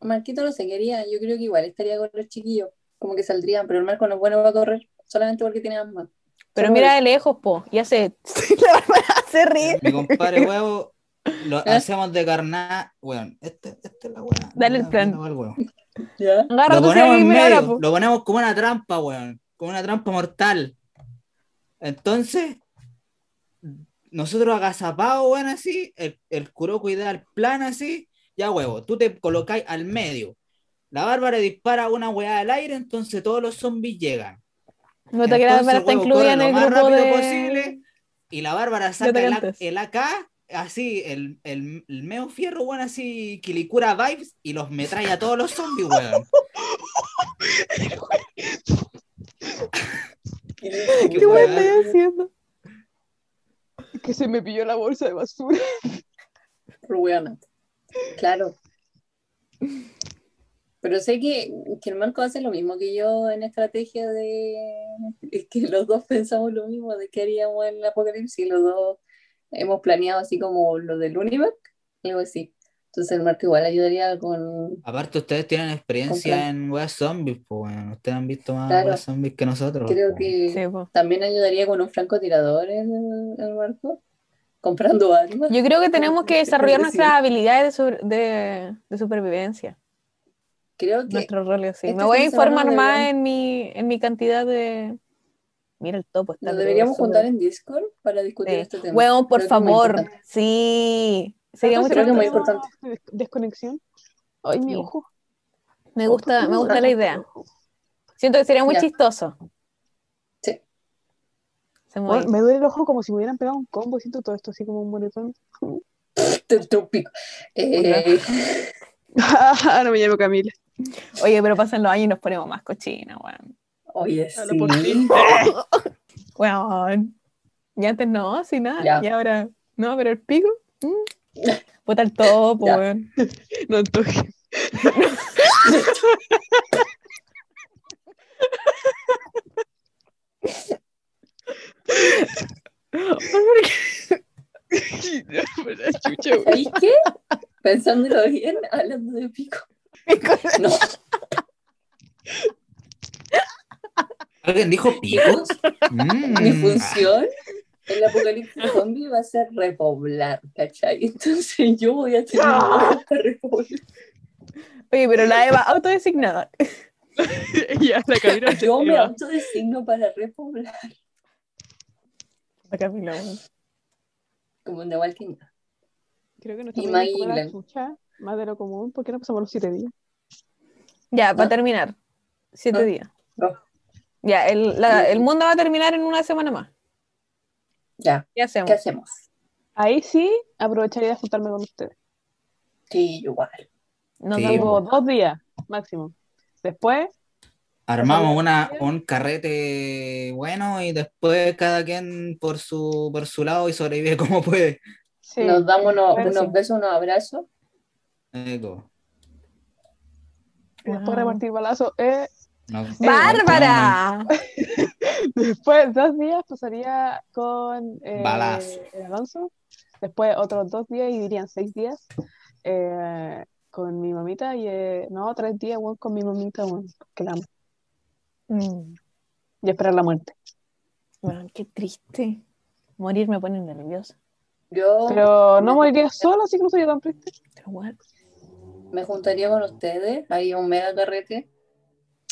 Speaker 4: Marquito no sé qué haría, yo creo que igual estaría con los chiquillos, como que saldrían, pero el Marco no es bueno para correr, solamente porque tiene asma.
Speaker 1: Pero
Speaker 4: Solo
Speaker 1: mira de lejos, po. Y hace. La Bárbara se ríe.
Speaker 2: Mi compadre huevo, lo
Speaker 1: Ah.
Speaker 2: hacemos de carnada. Weón, este, este es la weá.
Speaker 1: Dale el
Speaker 2: Ah,
Speaker 1: plan.
Speaker 2: no, el huevo.
Speaker 4: eso. ¿Ya?
Speaker 1: Agarra
Speaker 2: Lo
Speaker 1: tu
Speaker 2: ponemos
Speaker 1: celular y
Speaker 2: en
Speaker 1: mira ahora, pues.
Speaker 2: medio,
Speaker 1: po.
Speaker 2: lo ponemos como una trampa, weón. Como una trampa mortal. Entonces, nosotros agazapados, weón, así, el, el Kuroko idea el plan así, ya huevo, tú te colocáis al medio. La Bárbara dispara una weá al aire, entonces todos los zombies llegan.
Speaker 1: No te quieras ver,
Speaker 2: Entonces,
Speaker 1: está
Speaker 2: huevo,
Speaker 1: incluida
Speaker 2: corre
Speaker 1: en
Speaker 2: lo
Speaker 1: el
Speaker 2: más
Speaker 1: grupo
Speaker 2: rápido
Speaker 1: de.
Speaker 2: posible. Y la Bárbara saca
Speaker 1: te
Speaker 2: el, A-
Speaker 1: cantes.
Speaker 2: el AK, así, el, el, el meo fierro, weón, así, Kilikura vibes, y los metralla a todos los zombies, weón. Qué
Speaker 1: ¿Qué weón
Speaker 2: weá.
Speaker 1: estoy haciendo?
Speaker 3: Que se me pilló la bolsa de basura.
Speaker 4: Rubiana. Claro. Pero sé que, que el Marco hace lo mismo que yo en estrategia de es que los dos pensamos lo mismo de qué haríamos en el apocalipsis. Los dos hemos planeado así como lo del Univac, algo así. Entonces el Marco igual ayudaría con...
Speaker 2: Aparte, ustedes tienen experiencia
Speaker 4: Comprendo.
Speaker 2: en weas zombies, pues, weón. Ustedes han visto más
Speaker 4: Claro.
Speaker 2: weas zombies que nosotros.
Speaker 4: Creo
Speaker 2: po.
Speaker 4: que
Speaker 1: Sí, po.
Speaker 4: también ayudaría con un francotirador el, el Marco, comprando armas.
Speaker 1: Yo creo que tenemos que
Speaker 4: Sí,
Speaker 1: desarrollar
Speaker 4: sí.
Speaker 1: nuestras habilidades de, sobre- de, de supervivencia.
Speaker 4: Creo que
Speaker 1: Nuestros roles, sí.
Speaker 4: Este
Speaker 1: Me voy a
Speaker 4: fin de semana
Speaker 1: informar
Speaker 4: deberíamos-
Speaker 1: más en mi, en mi cantidad de. Mira el topo, está.
Speaker 4: nos
Speaker 1: pero
Speaker 4: deberíamos
Speaker 1: súper-
Speaker 4: juntar en Discord para discutir
Speaker 1: Sí.
Speaker 4: este tema.
Speaker 1: Huevón, por
Speaker 4: Creo que es muy
Speaker 1: favor.
Speaker 4: importante.
Speaker 1: Sí. Sería
Speaker 3: Tanto
Speaker 1: mucho
Speaker 4: creo que
Speaker 3: será
Speaker 4: muy
Speaker 3: un tema
Speaker 4: importante.
Speaker 3: de Desconexión. Ay, mi
Speaker 1: Sí.
Speaker 3: ojo.
Speaker 1: Me gusta, me gusta la idea.
Speaker 3: Ojo.
Speaker 1: Siento que sería muy
Speaker 4: Ya.
Speaker 1: chistoso.
Speaker 4: Sí.
Speaker 1: Se me va a
Speaker 3: Bueno,
Speaker 1: ir.
Speaker 3: me duele el ojo como si me hubieran pegado un combo. Siento todo esto así como un moretón.
Speaker 4: Te trupico. Este Eh,
Speaker 3: no me llamo Camila.
Speaker 1: Oye, pero pasan los años y nos ponemos más cochinas, weón.
Speaker 4: oye,
Speaker 3: A lo por
Speaker 4: sí.
Speaker 1: Weón. Y antes no, sin nada.
Speaker 4: Ya.
Speaker 1: Y ahora. No, pero el pico. mm. Puta el topo,
Speaker 4: Ya.
Speaker 1: weón.
Speaker 3: No antojes. Chucha, güey.
Speaker 4: ¿Sabéis qué? Pensándolo bien, hablando de pico. No,
Speaker 2: ¿Alguien dijo picos? Mm.
Speaker 4: mi función en el apocalipsis zombie va a ser repoblar, ¿cachai? Entonces yo voy a tener
Speaker 3: ¡Ah!
Speaker 4: una boca repoblar.
Speaker 1: Oye, pero la Eva autodesignada.
Speaker 3: Ya, la cabina se
Speaker 4: Yo me
Speaker 3: iba.
Speaker 4: autodesigno para repoblar.
Speaker 1: La Camila, weón.
Speaker 4: Como en The Walking Dead.
Speaker 3: Creo que no
Speaker 4: Y
Speaker 3: está
Speaker 4: Maggie
Speaker 3: como la
Speaker 4: Glenn.
Speaker 3: chucha, más de lo común. ¿Por qué no pasamos los siete días?
Speaker 1: Ya, va a
Speaker 4: No.
Speaker 1: terminar. Siete
Speaker 4: No.
Speaker 1: días.
Speaker 4: No.
Speaker 1: Ya, el, la- el mundo va a terminar en una semana más.
Speaker 4: Ya,
Speaker 1: ¿Qué hacemos?
Speaker 4: ¿qué hacemos?
Speaker 3: Ahí sí aprovecharía de juntarme con ustedes.
Speaker 4: Sí, igual.
Speaker 1: Nos
Speaker 2: Sí,
Speaker 1: damos-
Speaker 3: Tipo, dos días máximo. Después,
Speaker 2: Armamos una, un carrete bueno y después cada quien por su, por su lado y sobrevive como puede.
Speaker 3: sí.
Speaker 4: Nos damos unos,
Speaker 3: Bueno,
Speaker 4: unos
Speaker 3: sí.
Speaker 4: besos, unos abrazos.
Speaker 2: Eco.
Speaker 3: Y Después repartir balazos. eh.
Speaker 2: No-
Speaker 1: ¡Bárbara!
Speaker 3: Después, Pues, dos días pasaría con eh,
Speaker 2: Balazo.
Speaker 3: el Alonso. Después, otros dos días y dirían seis días eh, con mi mamita. y eh, No, tres días weón, con mi mamita. weón, que la amo.
Speaker 1: Mm,
Speaker 3: Y esperar la muerte.
Speaker 1: bueno, qué triste. Morir me pone nerviosa.
Speaker 4: Yo
Speaker 3: Pero no moriría sola, así que no sería tan triste.
Speaker 1: Pero bueno,
Speaker 4: me juntaría con ustedes. Hay un mega carrete.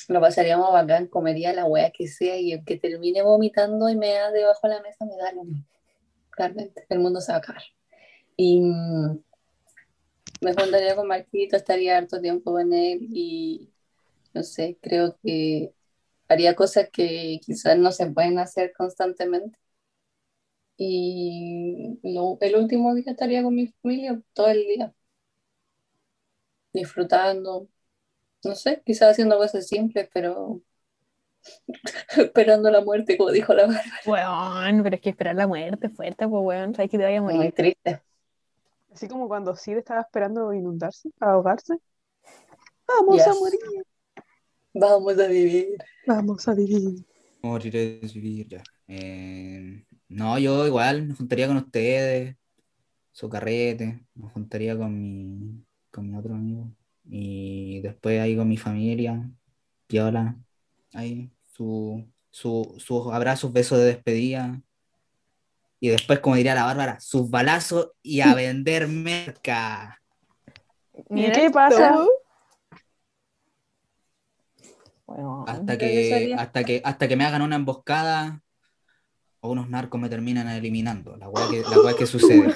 Speaker 4: Lo pasaríamos bacán, comería la wea que sea y el que termine vomitando y me da debajo de la mesa me da lo mismo. Realmente, el mundo se va a acabar. Y mm, me juntaría con Marquito, estaría harto tiempo con él y no sé, creo que haría cosas que quizás no se pueden hacer constantemente. Y lo- el último día estaría con mi familia todo el día disfrutando, no sé, quizás haciendo cosas simples, pero esperando la muerte, como dijo la barra.
Speaker 1: Weón, pero es que esperar la muerte es fuerte, pues weón. Sabes que te vaya a morir.
Speaker 4: Muy triste.
Speaker 3: Así como cuando Sid estaba esperando inundarse, ahogarse. Vamos a
Speaker 4: Yes.
Speaker 3: morir,
Speaker 4: Vamos a vivir.
Speaker 3: vamos a vivir.
Speaker 2: Morir es vivir, ya. Eh, no, yo igual me juntaría con ustedes, su carrete, me juntaría con mi, con mi otro amigo y después ahí con mi familia, piola, ahí su, su, sus abrazos, besos de despedida y después, como diría la Bárbara, sus balazos y a vender merca.
Speaker 1: Mira
Speaker 3: qué
Speaker 1: esto.
Speaker 3: pasa?
Speaker 1: Weón.
Speaker 2: Hasta
Speaker 4: Entonces
Speaker 2: que,
Speaker 4: sería-
Speaker 2: hasta que, hasta que me hagan una emboscada o unos narcos me terminan eliminando. La weá que, la weá que sucede.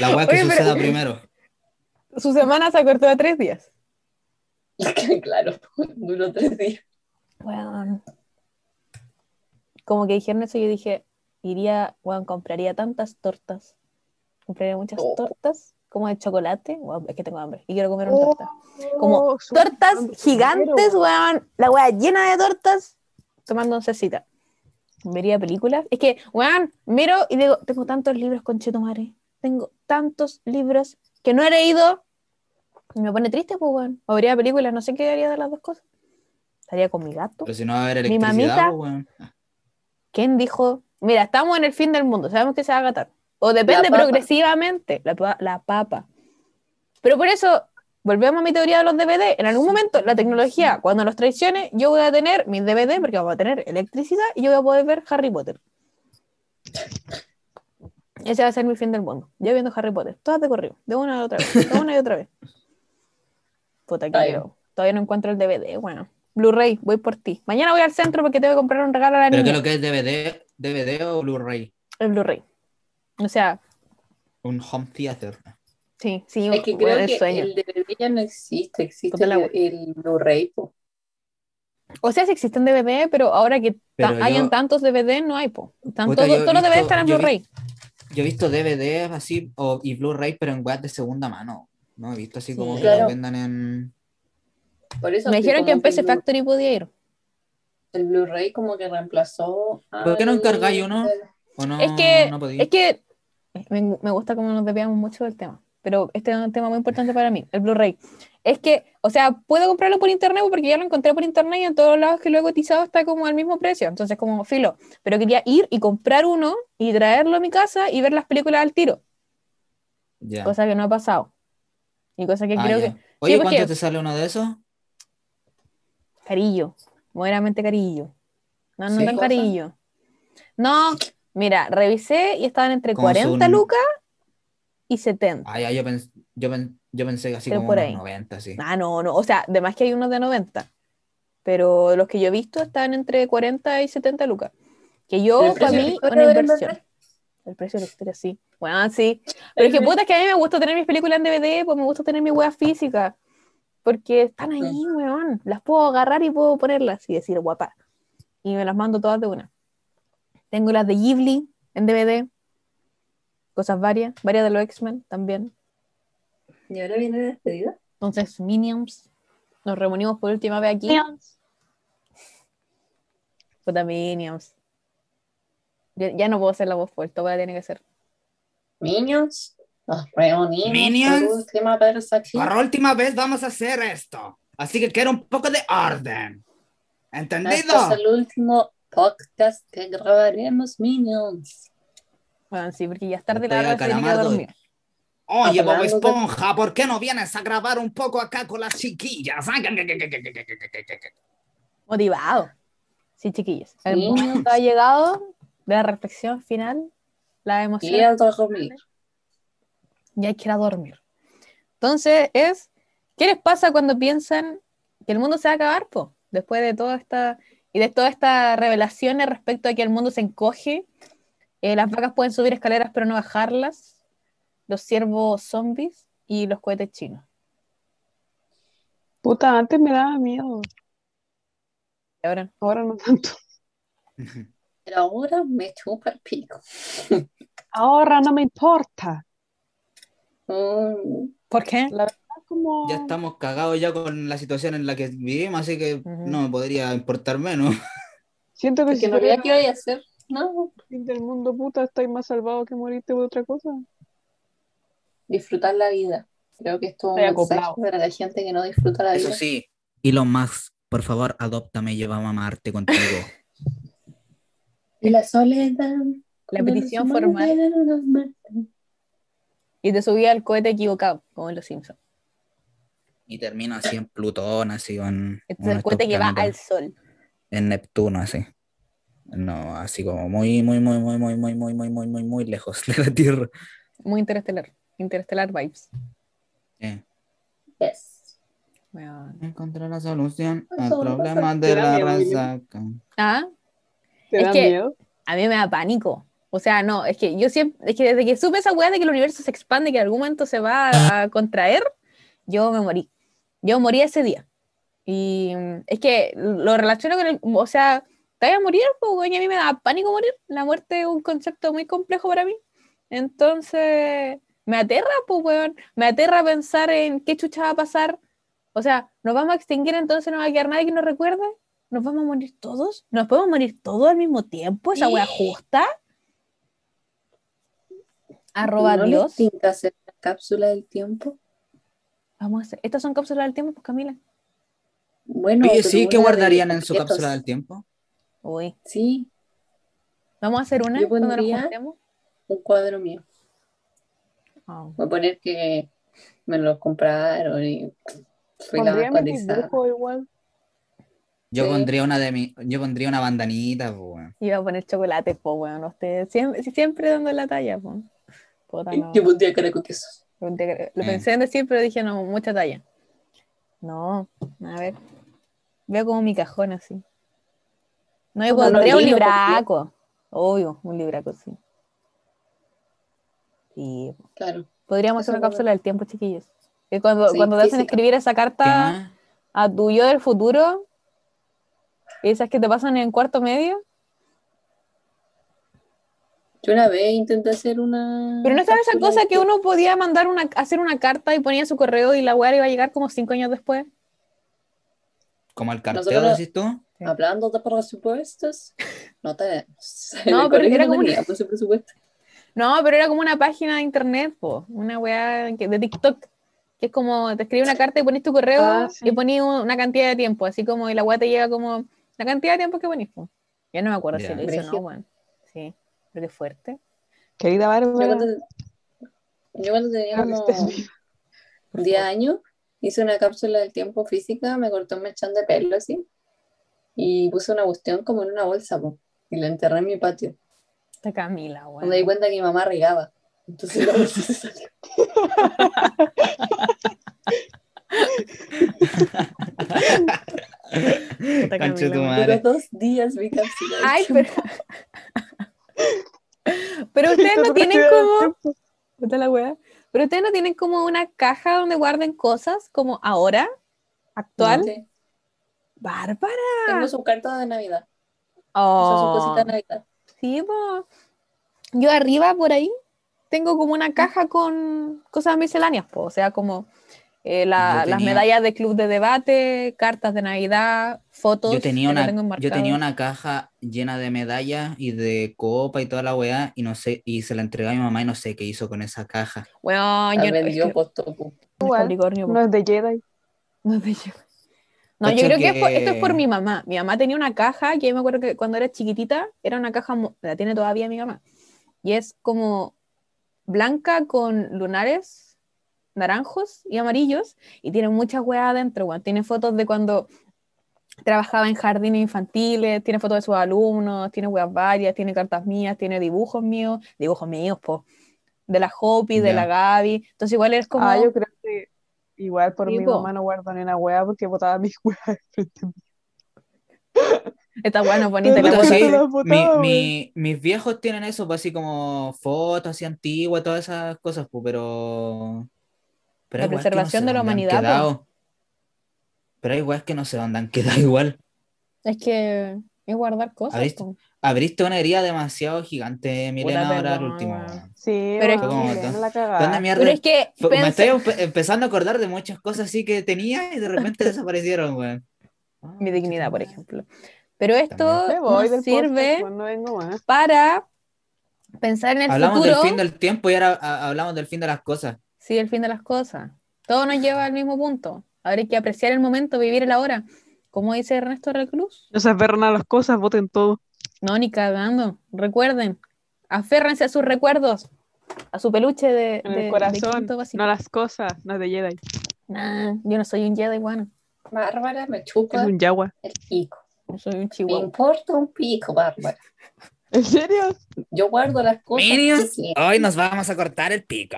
Speaker 2: La weá que
Speaker 1: Oye, pero-
Speaker 2: suceda primero.
Speaker 1: Su semana se acortó a tres días.
Speaker 4: claro, duró tres días.
Speaker 1: Weón. Como que dijeron eso, yo dije, iría, weón, compraría tantas tortas. Compraría muchas
Speaker 4: Oh.
Speaker 1: tortas, como de chocolate. Weón, es que tengo hambre y quiero comer una torta. Como
Speaker 3: Oh, su-
Speaker 1: tortas
Speaker 3: tomando
Speaker 1: gigantes,
Speaker 3: primero,
Speaker 1: weón. La weá llena de tortas, tomando oncecita. Vería películas. Es que, weón, miro y digo, tengo tantos libros, conchetumare. Tengo tantos libros que no he leído. Y me pone triste, pues, weón. O vería películas, no sé qué haría de las dos cosas. Estaría con mi gato.
Speaker 2: Pero si no va a haber
Speaker 1: Mi
Speaker 2: electricidad,
Speaker 1: mamita-
Speaker 2: pues, weón.
Speaker 1: ¿Quién dijo? Mira, estamos en el fin del mundo, sabemos que se va a acatar. O depende
Speaker 4: La papa.
Speaker 1: progresivamente, la, pa- la papa. Pero por eso, volvemos a mi teoría de los DVD. En algún momento, la tecnología, cuando nos traicione, yo voy a tener mis DVD porque vamos a tener electricidad y yo voy a poder ver Harry Potter. Ese va a ser mi fin del mundo. Yo viendo Harry Potter, todas de corrido, de una y otra vez, de una y otra vez. Puta que
Speaker 4: Ay.
Speaker 1: creo. Todavía no encuentro el DVD, bueno. Blu-ray, voy por ti. Mañana voy al centro porque tengo que comprar un regalo a la
Speaker 2: Pero que
Speaker 1: niña.
Speaker 2: lo que es DVD, DVD o Blu-ray.
Speaker 1: El Blu-ray. O sea,
Speaker 2: Un home theater.
Speaker 1: sí, sí,
Speaker 4: Es que
Speaker 1: bueno,
Speaker 4: creo
Speaker 1: el
Speaker 4: que
Speaker 1: sueño.
Speaker 4: el DVD ya no existe, existe
Speaker 1: Puta la
Speaker 4: el, el Blu-ray. po.
Speaker 1: O sea, sí existen DVD, pero ahora que ta-
Speaker 2: Pero
Speaker 1: hayan
Speaker 2: yo-
Speaker 1: tantos DVD, no hay, po. Tan-
Speaker 2: Puta,
Speaker 1: todo-
Speaker 2: yo he
Speaker 1: todos los DVD
Speaker 2: visto-
Speaker 1: están en
Speaker 2: yo he
Speaker 1: Blu-ray.
Speaker 2: Yo he visto DVDs así o, y Blu-ray, pero en web de segunda mano. No he visto así como que
Speaker 4: claro.
Speaker 2: lo vendan en.
Speaker 4: Por eso
Speaker 1: Me dijeron que en
Speaker 4: como
Speaker 1: PC
Speaker 4: el Blu-
Speaker 1: Factory podía ir.
Speaker 4: El Blu-ray como que reemplazó. a-
Speaker 2: ¿Por qué no encargáis uno? ¿O no,
Speaker 1: es que,
Speaker 2: no podí?
Speaker 1: es que me, me gusta cómo nos desviamos mucho del tema. pero este es un tema muy importante para mí, el Blu-ray. Es que, o sea, puedo comprarlo por internet porque ya lo encontré por internet y en todos lados que lo he cotizado está como al mismo precio. Entonces, como filo, pero quería ir y comprar uno y traerlo a mi casa y ver las películas al tiro,
Speaker 2: Ya.
Speaker 1: cosa que no ha pasado. Y cosa que
Speaker 2: Ah,
Speaker 1: creo
Speaker 2: ya.
Speaker 1: que.
Speaker 2: Oye,
Speaker 1: porque-
Speaker 2: ¿cuánto te sale uno de esos?
Speaker 1: Carillo, moderadamente carillo. No, no
Speaker 2: ¿Sí?
Speaker 1: tan
Speaker 4: ¿Cosa?
Speaker 1: carillo. No, mira, revisé y estaban entre
Speaker 2: Como
Speaker 1: 40
Speaker 2: son-
Speaker 1: lucas y 70.
Speaker 2: Ah, ya, yo, pens- yo, pen- yo pensé que así
Speaker 1: Pero
Speaker 2: como
Speaker 1: por
Speaker 2: unos
Speaker 1: ahí.
Speaker 2: 90, sí.
Speaker 1: Ah, no, no. O sea, además que hay unos de 90. Pero los que yo he visto están entre 40 y 70 lucas. Que yo,
Speaker 4: ¿El
Speaker 1: para
Speaker 4: precio de
Speaker 1: mí,
Speaker 4: la
Speaker 1: una
Speaker 4: historia del
Speaker 1: inversión.
Speaker 4: Blu-ray?
Speaker 1: El precio de la historia, sí. Bueno, sí. Pero es que puta, es que a mí me gusta tener mis películas en DVD, pues me gusta tener mi wea física. Porque están ahí, weón. Las puedo agarrar y puedo ponerlas y decir guapa. Y me las mando todas de una. Tengo las de Ghibli en DVD. Cosas varias. Varias de los X-Men también.
Speaker 4: ¿Y ahora viene la despedida?
Speaker 1: Entonces, Minions. Nos reunimos por última vez aquí. Puta Minions. Ya, ya no puedo hacer la voz fuerte, voy a tener que hacer.
Speaker 4: Minions. Nos reunimos.
Speaker 2: Minions.
Speaker 4: por última vez aquí.
Speaker 2: Por última vez vamos a hacer esto. Así que quiero un poco de orden.
Speaker 4: Este es el último podcast que grabaremos, Minions.
Speaker 1: Bueno, sí, porque ya es tarde
Speaker 2: Estoy
Speaker 1: la hora de
Speaker 2: acalamardo.
Speaker 1: dormir.
Speaker 2: Oye, Oh, Bob
Speaker 4: Hablando de-
Speaker 2: Esponja, ¿por qué no vienes a grabar un poco acá con las chiquillas? Ah, que- que- que- que- que- que- que- que- que- que-
Speaker 1: Motivado. Sí, chiquillos. El
Speaker 4: Sí.
Speaker 1: momento ha llegado de la reflexión final, la emoción,
Speaker 4: Y a dormir.
Speaker 1: y hay que ir a dormir. Entonces, es, ¿qué les pasa cuando piensan que el mundo se va a acabar, po? Después de toda esta, y de todas estas revelaciones respecto a que el mundo se encoge, eh, las vacas pueden subir escaleras pero no bajarlas, los ciervos zombies y los cohetes chinos.
Speaker 3: Puta, antes me daba miedo,
Speaker 1: Y ahora,
Speaker 3: ahora no tanto.
Speaker 4: Pero ahora me chupa el pico.
Speaker 3: Ahora no me importa.
Speaker 4: Mm,
Speaker 1: ¿por qué?
Speaker 3: Es Como...
Speaker 2: Ya estamos cagados ya con la situación en la que vivimos, así que
Speaker 1: Ujú.
Speaker 2: no me podría importar menos.
Speaker 3: Siento que
Speaker 4: porque
Speaker 3: si
Speaker 4: no
Speaker 3: fuera
Speaker 4: había qué voy a hacer. No,
Speaker 3: el fin del mundo, puta, estáis más salvado que morirte por otra cosa.
Speaker 4: disfrutar la vida. Creo que esto es un
Speaker 3: Estoy
Speaker 4: mensaje
Speaker 3: acoplado.
Speaker 4: para la gente que no disfruta la vida.
Speaker 2: sí. Elon Musk, por favor, adóptame y llévame a Marte contigo.
Speaker 4: Y la soledad.
Speaker 1: La petición formal y te subía al cohete equivocado, como en los Simpsons.
Speaker 2: Y termino así en Plutón, así en...
Speaker 1: Este es
Speaker 2: uno de
Speaker 1: el
Speaker 2: estos
Speaker 1: cohete que va
Speaker 2: planetas.
Speaker 1: al sol.
Speaker 2: en Neptuno, así. No, así como muy, muy, muy, muy, muy, muy, muy, muy, muy, muy, muy lejos de la Tierra.
Speaker 1: Muy interestelar. Interestelar vibes.
Speaker 2: Eh,
Speaker 4: Yes.
Speaker 1: Weón.
Speaker 2: Encontré la solución
Speaker 4: Eso,
Speaker 2: al
Speaker 4: no
Speaker 2: problema
Speaker 4: pasa.
Speaker 2: de
Speaker 3: Te da
Speaker 2: la
Speaker 3: miedo,
Speaker 2: raza.
Speaker 1: Ah,
Speaker 3: ¿Te
Speaker 1: Es
Speaker 3: da
Speaker 1: que-
Speaker 3: miedo?
Speaker 1: a mí me da pánico. O sea, no, es que yo siempre, es que desde que supe esa weá de que el universo se expande, que en algún momento se va a, a contraer, yo me morí. Yo morí ese día. Y mm, es que lo relaciono con el, o sea, te voy a morir, pues, weón, y a mí me da pánico morir. La muerte es un concepto muy complejo para mí. Entonces, me aterra, pues, weón. Me aterra pensar en qué chucha va a pasar. O sea, nos vamos a extinguir, entonces no va a quedar nadie que nos recuerde. ¿Nos vamos a morir todos? ¿Nos podemos morir todos al mismo tiempo? ¿Esa wea justa? Arroba
Speaker 4: ¿No les
Speaker 1: Dios.
Speaker 4: tinca hacer la cápsula del tiempo?
Speaker 1: Vamos a hacer. Estas son cápsulas del tiempo, pues Camila.
Speaker 4: Bueno,
Speaker 2: Oye,
Speaker 4: pero
Speaker 2: sí, ¿qué
Speaker 4: una de
Speaker 2: guardarían en su
Speaker 4: objetos.
Speaker 2: cápsula del tiempo?
Speaker 1: Uy.
Speaker 4: Sí,
Speaker 1: Vamos a hacer una
Speaker 4: Yo
Speaker 1: cuando nos
Speaker 4: pondría-
Speaker 1: juntemos.
Speaker 4: un cuadro mío.
Speaker 1: Ah.
Speaker 4: Voy a poner que me lo compraron y fui la
Speaker 3: Pondría mi
Speaker 4: vandalizada.
Speaker 3: dibujo igual.
Speaker 2: Yo
Speaker 4: Sí.
Speaker 2: pondría una de mi, yo pondría una bandanita, po, weón.
Speaker 1: Iba a poner chocolate, pues, weón. Ustedes siempre, siempre dando la talla, pues. Puta, no.
Speaker 4: Yo pondría cara con queso.
Speaker 1: Lo te- lo
Speaker 4: Mm.
Speaker 2: Eh.
Speaker 1: pensé en decir, pero dije, no, mucha talla. No, a ver. Veo como mi cajón así. No, yo
Speaker 4: Como
Speaker 1: pondría un
Speaker 4: Lolino, por
Speaker 1: libraco. Obvio, un libraco, sí. Sí.
Speaker 4: Claro.
Speaker 1: Podríamos
Speaker 4: Eso
Speaker 1: hacer una
Speaker 4: puedo.
Speaker 1: cápsula del tiempo, chiquillos. Y cuando,
Speaker 4: Sí,
Speaker 1: cuando te hacen
Speaker 4: física.
Speaker 1: escribir esa
Speaker 2: ¿Qué
Speaker 1: carta
Speaker 2: más?
Speaker 1: a tu yo del futuro, esas que te pasan en cuarto medio,
Speaker 4: Yo una vez intenté hacer una.
Speaker 3: Mm,
Speaker 1: Pero no estaba esa
Speaker 4: cápsula
Speaker 1: cosa
Speaker 4: del
Speaker 1: que uno podía mandar una, hacer una carta y ponía su correo y la weá le iba a llegar como cinco años después.
Speaker 2: Como el
Speaker 4: Nosotros
Speaker 2: carteo,
Speaker 4: lo-
Speaker 2: decís tú.
Speaker 1: Sí.
Speaker 4: Hablando de presupuestos, no tenemos.
Speaker 1: No,
Speaker 4: El
Speaker 1: pero
Speaker 4: colegio
Speaker 1: era como
Speaker 4: tenía
Speaker 1: una-
Speaker 4: por su presupuesto.
Speaker 1: No, pero era como una página de internet, po, una weá que- de TikTok, que es como, te escribe una carta y pones tu correo
Speaker 3: Ah, sí.
Speaker 1: y pones un- una cantidad de tiempo, así como, y la weá te llega como, la cantidad de tiempo que pones, po. Ya no me acuerdo
Speaker 2: Ya.
Speaker 1: si lo hizo o no,
Speaker 4: Brígido.
Speaker 1: weón. Sí, pero qué fuerte.
Speaker 3: Querida
Speaker 4: Yo
Speaker 3: Bárbara.
Speaker 4: cuando, yo cuando tenía
Speaker 1: Ah,
Speaker 3: ahora
Speaker 1: este
Speaker 4: como
Speaker 3: estás viva.
Speaker 4: 10 años, hice una cápsula del tiempo física, me corté un mechón de pelo así y puse una cuestión como en una bolsa po, y la enterré en mi patio.
Speaker 1: Esta Camila, weón.
Speaker 4: Cuando di cuenta que mi mamá regaba. Entonces la bolsa se salió.
Speaker 1: Puta Camila, weón.
Speaker 2: Conche tu
Speaker 4: Duró
Speaker 2: madre.
Speaker 4: dos días mi cápsula. del
Speaker 1: Ay,
Speaker 4: tiempo.
Speaker 1: pero... pero ustedes
Speaker 3: Esto
Speaker 1: no
Speaker 3: no
Speaker 1: tienen
Speaker 3: queda
Speaker 1: como... Puta la weá. Pero ustedes no tienen como una caja donde guarden cosas como ahora, actual.
Speaker 4: Sí.
Speaker 1: Bárbara.
Speaker 4: Tengo su carta de Navidad. O sea, su
Speaker 1: Oh.
Speaker 4: cosita de Navidad.
Speaker 1: Sí, po. Yo arriba por ahí tengo como una caja con cosas misceláneas, po. o sea, como eh, la-
Speaker 2: Yo
Speaker 1: las
Speaker 2: tenía-
Speaker 1: medallas de club de debate, cartas de Navidad, fotos.
Speaker 2: Yo tenía,
Speaker 1: que
Speaker 2: una,
Speaker 1: tengo
Speaker 2: yo
Speaker 1: enmarcadas.
Speaker 2: tenía una caja llena de medallas y de copa y toda la weá, y no sé, y se la entregué a mi mamá y no sé qué hizo con esa caja.
Speaker 1: Weón, yo
Speaker 4: La
Speaker 1: no- es
Speaker 4: vendió
Speaker 1: que
Speaker 4: costo, po.
Speaker 1: no es
Speaker 3: Igual,
Speaker 1: Capricornio, po.
Speaker 3: No es de Jedi.
Speaker 1: No, pero yo- No, yo
Speaker 2: Cacha
Speaker 1: creo que, es por-
Speaker 2: que-
Speaker 1: esto es por mi mamá. Mi mamá tenía una caja que yo me acuerdo que cuando era chiquitita era una caja, mo- la tiene todavía mi mamá. Y es como blanca con lunares naranjos y amarillos y tiene muchas weas adentro. weón. Tiene fotos de cuando trabajaba en jardines infantiles, tiene fotos de sus alumnos, tiene weas varias, tiene cartas mías, tiene dibujos míos, dibujos míos, po. De la Hopi, de
Speaker 2: Ya.
Speaker 1: la Gaby. Entonces igual es como...
Speaker 3: Ah, yo creo que igual por
Speaker 1: Sí,
Speaker 3: mi
Speaker 1: po.
Speaker 3: mamá no guardo ni una weá porque botaba mis weas frente a mí.
Speaker 1: Esta wea no es bonita,
Speaker 3: Pero
Speaker 1: la
Speaker 2: Puta,
Speaker 3: Puta,
Speaker 1: wea-
Speaker 2: sí,
Speaker 3: te las
Speaker 2: mi-
Speaker 3: botaba,
Speaker 2: mi- mis viejos tienen eso, pues, así como fotos así antiguas, todas esas cosas, pues, pero. Pero
Speaker 1: La
Speaker 2: hay weas que no
Speaker 1: preservación
Speaker 2: sé
Speaker 1: de la
Speaker 2: dónde han
Speaker 1: humanidad, pues.
Speaker 2: quedado. Pero hay weas que no se dónde han quedado igual.
Speaker 1: Es que es guardar cosas.
Speaker 2: ¿Abriste?
Speaker 1: po.
Speaker 2: Abriste una herida demasiado gigante, Milena, ahora al
Speaker 1: perdón,
Speaker 2: último.
Speaker 1: weón.
Speaker 2: weón.
Speaker 3: Sí,
Speaker 1: Pero es
Speaker 3: weón,
Speaker 2: que-
Speaker 3: Milena, la
Speaker 2: ¿Dónde
Speaker 3: cagada.
Speaker 2: mierda?
Speaker 1: Ah, Pero es que
Speaker 2: Fue- Me
Speaker 1: pensé-
Speaker 2: estoy empe- empezando a acordar de muchas cosas así que tenía y de repente desaparecieron, weón. Ah,
Speaker 1: mi dignidad, por
Speaker 2: chuta.
Speaker 1: ejemplo. Pero esto
Speaker 3: Me voy del
Speaker 1: nos sirve
Speaker 3: podcast, pues. weón, no vengo más.
Speaker 1: para pensar en el
Speaker 2: Hablamos
Speaker 1: futuro.
Speaker 2: del fin del tiempo y ahora ah, hablamos del fin de las cosas.
Speaker 1: Sí, el fin de las cosas. Todo nos lleva al mismo punto. Ahora hay que apreciar el momento, vivir el ahora. Como dice Ernesto Reclus.
Speaker 3: No se aferran a las cosas, voten todo.
Speaker 1: No, ni cagando. Recuerden, aférrense a sus recuerdos, a su peluche de,
Speaker 3: En
Speaker 1: de-
Speaker 3: el
Speaker 1: de
Speaker 3: corazón,
Speaker 1: quinto básico.
Speaker 3: no las cosas, no es de Jedi.
Speaker 1: Nah, yo no soy un Jedi, bueno.
Speaker 4: Bárbara me
Speaker 3: Es
Speaker 4: chupa
Speaker 3: un Yagua.
Speaker 4: el pico.
Speaker 1: Yo soy un
Speaker 4: Me
Speaker 1: chihuahua.
Speaker 4: importa un pico, Bárbara.
Speaker 3: ¿En serio?
Speaker 4: Yo guardo las cosas.
Speaker 2: Minions,
Speaker 4: que quiero.
Speaker 2: hoy nos vamos a cortar el pico.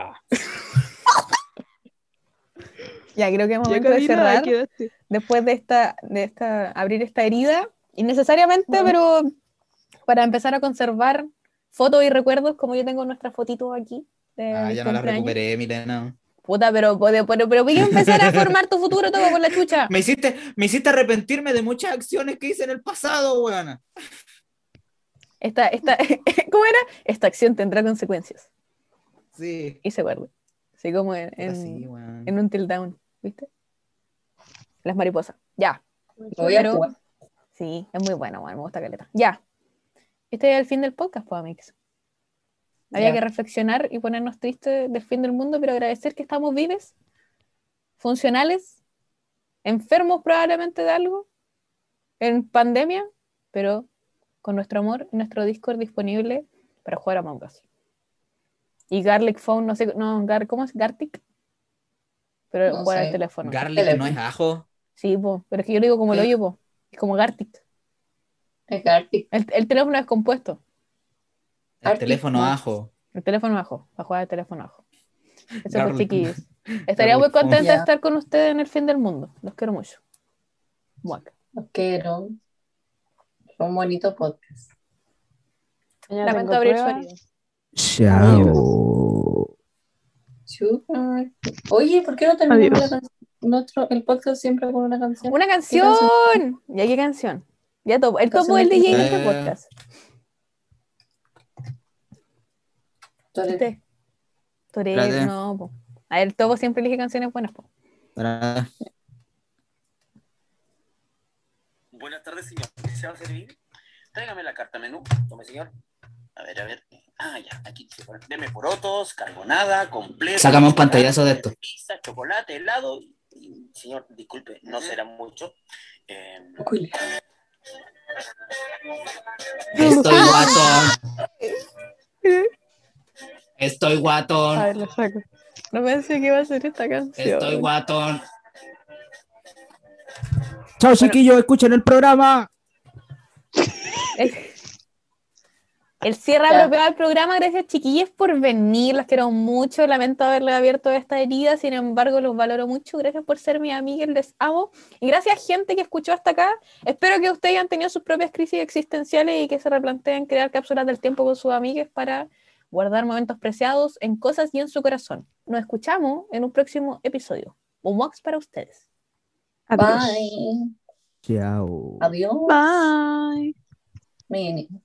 Speaker 1: Ya creo que es
Speaker 3: Ya
Speaker 1: momento de
Speaker 3: Camila,
Speaker 1: cerrar.
Speaker 3: ahí quedaste.
Speaker 1: después de esta, de esta, abrir esta herida, innecesariamente, pero para empezar a conservar fotos y recuerdos, como yo tengo nuestras fotitos aquí. De
Speaker 2: Ah,
Speaker 1: mis
Speaker 2: ya no las
Speaker 1: cumpleaños.
Speaker 2: recuperé, Milena.
Speaker 1: Puta, pero, pero, pero, pero voy a empezar a formar tu futuro todo con la chucha.
Speaker 2: Me hiciste, me hiciste arrepentirme de muchas acciones que hice en el pasado, weón.
Speaker 1: Esta, esta, ¿Cómo era? Esta acción tendrá consecuencias.
Speaker 2: Sí.
Speaker 1: Y se guarda. Así como en, en,
Speaker 2: Así, weón.
Speaker 1: en un tilt down, ¿viste? Las mariposas. Ya.
Speaker 4: Voy a
Speaker 1: Pero-
Speaker 4: jugar.
Speaker 1: Sí, es muy bueno, bueno, me gusta caleta. Ya. Este es el fin del podcast, pues, amigos. Había
Speaker 4: Ya.
Speaker 1: que reflexionar y ponernos tristes del fin del mundo, pero agradecer que estamos vives, funcionales, enfermos probablemente de algo, en pandemia, pero con nuestro amor y nuestro Discord disponible para jugar a Among Us. Y Garlic Phone, no sé, no, Gar, ¿cómo es? Gartic. Pero
Speaker 4: No
Speaker 1: jugar al
Speaker 4: sé.
Speaker 1: teléfono.
Speaker 2: Garlic no es ajo.
Speaker 1: sí, po, pero es que yo lo digo como
Speaker 4: ¿Eh?
Speaker 1: lo oigo, po. Es como Gartic.
Speaker 4: Es que Arctic.
Speaker 1: El, el teléfono es compuesto.
Speaker 2: El
Speaker 4: Garlic
Speaker 2: teléfono
Speaker 4: no.
Speaker 2: ajo.
Speaker 1: El teléfono bajo, para jugar al teléfono bajo. Eso
Speaker 2: Garlic.
Speaker 1: pues, chiquillos. Estaría muy
Speaker 2: Garlic phone.
Speaker 1: contenta de
Speaker 4: Ya.
Speaker 1: estar con ustedes en el fin del mundo. Los quiero mucho. Muac.
Speaker 4: Los quiero. Fue un bonito podcast.
Speaker 3: Mañana
Speaker 1: Lamento
Speaker 3: tengo
Speaker 1: abrir su
Speaker 3: pruebas.
Speaker 1: herida.
Speaker 4: Chupa. Oye, ¿por qué no terminamos
Speaker 3: Adiós.
Speaker 4: la can- nuestro, el podcast siempre con una canción?
Speaker 1: ¡Una canción! ¿Ya qué canción? Ya topo. El topo
Speaker 4: Canción
Speaker 1: del
Speaker 4: de
Speaker 1: DJ en este
Speaker 2: Eh.
Speaker 1: podcast.
Speaker 4: Torero.
Speaker 1: Este. Torero,
Speaker 2: Espérate.
Speaker 1: no, po. A ver, el topo siempre elige canciones buenas, po.
Speaker 2: Ah,
Speaker 6: Buenas tardes, señor. ¿Qué se va a servir? Tráigame la carta menú. Tome, señor. A ver, a ver. Ah, ya, aquí. Deme porotos, carbonada, completo.
Speaker 2: Sácame un pantallazo de esto.
Speaker 6: Pizza, chocolate, helado. Y, señor, disculpe, no será mucho. Eh,
Speaker 4: Uy,
Speaker 2: Estoy guatón. Estoy
Speaker 3: A ver,
Speaker 2: guatón.
Speaker 3: la saco.
Speaker 1: No pensé que iba a ser esta canción.
Speaker 2: Estoy guatón.
Speaker 7: Chao, chiquillos, escuchen el programa.
Speaker 1: El cierre
Speaker 4: Ya.
Speaker 1: apropiado del programa, gracias chiquillos por venir, los quiero mucho, lamento haberle abierto esta herida, sin embargo los valoro mucho, gracias por ser mi amiga, les amo, y gracias gente que escuchó hasta acá, espero que ustedes hayan tenido sus propias crisis existenciales y que se replanteen crear cápsulas del tiempo con sus amigues para guardar momentos preciados en cosas y en su corazón. Nos escuchamos en un próximo episodio. Un box para ustedes.
Speaker 3: Adiós.
Speaker 4: Bye.
Speaker 7: Chao.
Speaker 4: Adiós.
Speaker 3: Bye.
Speaker 4: Meaning.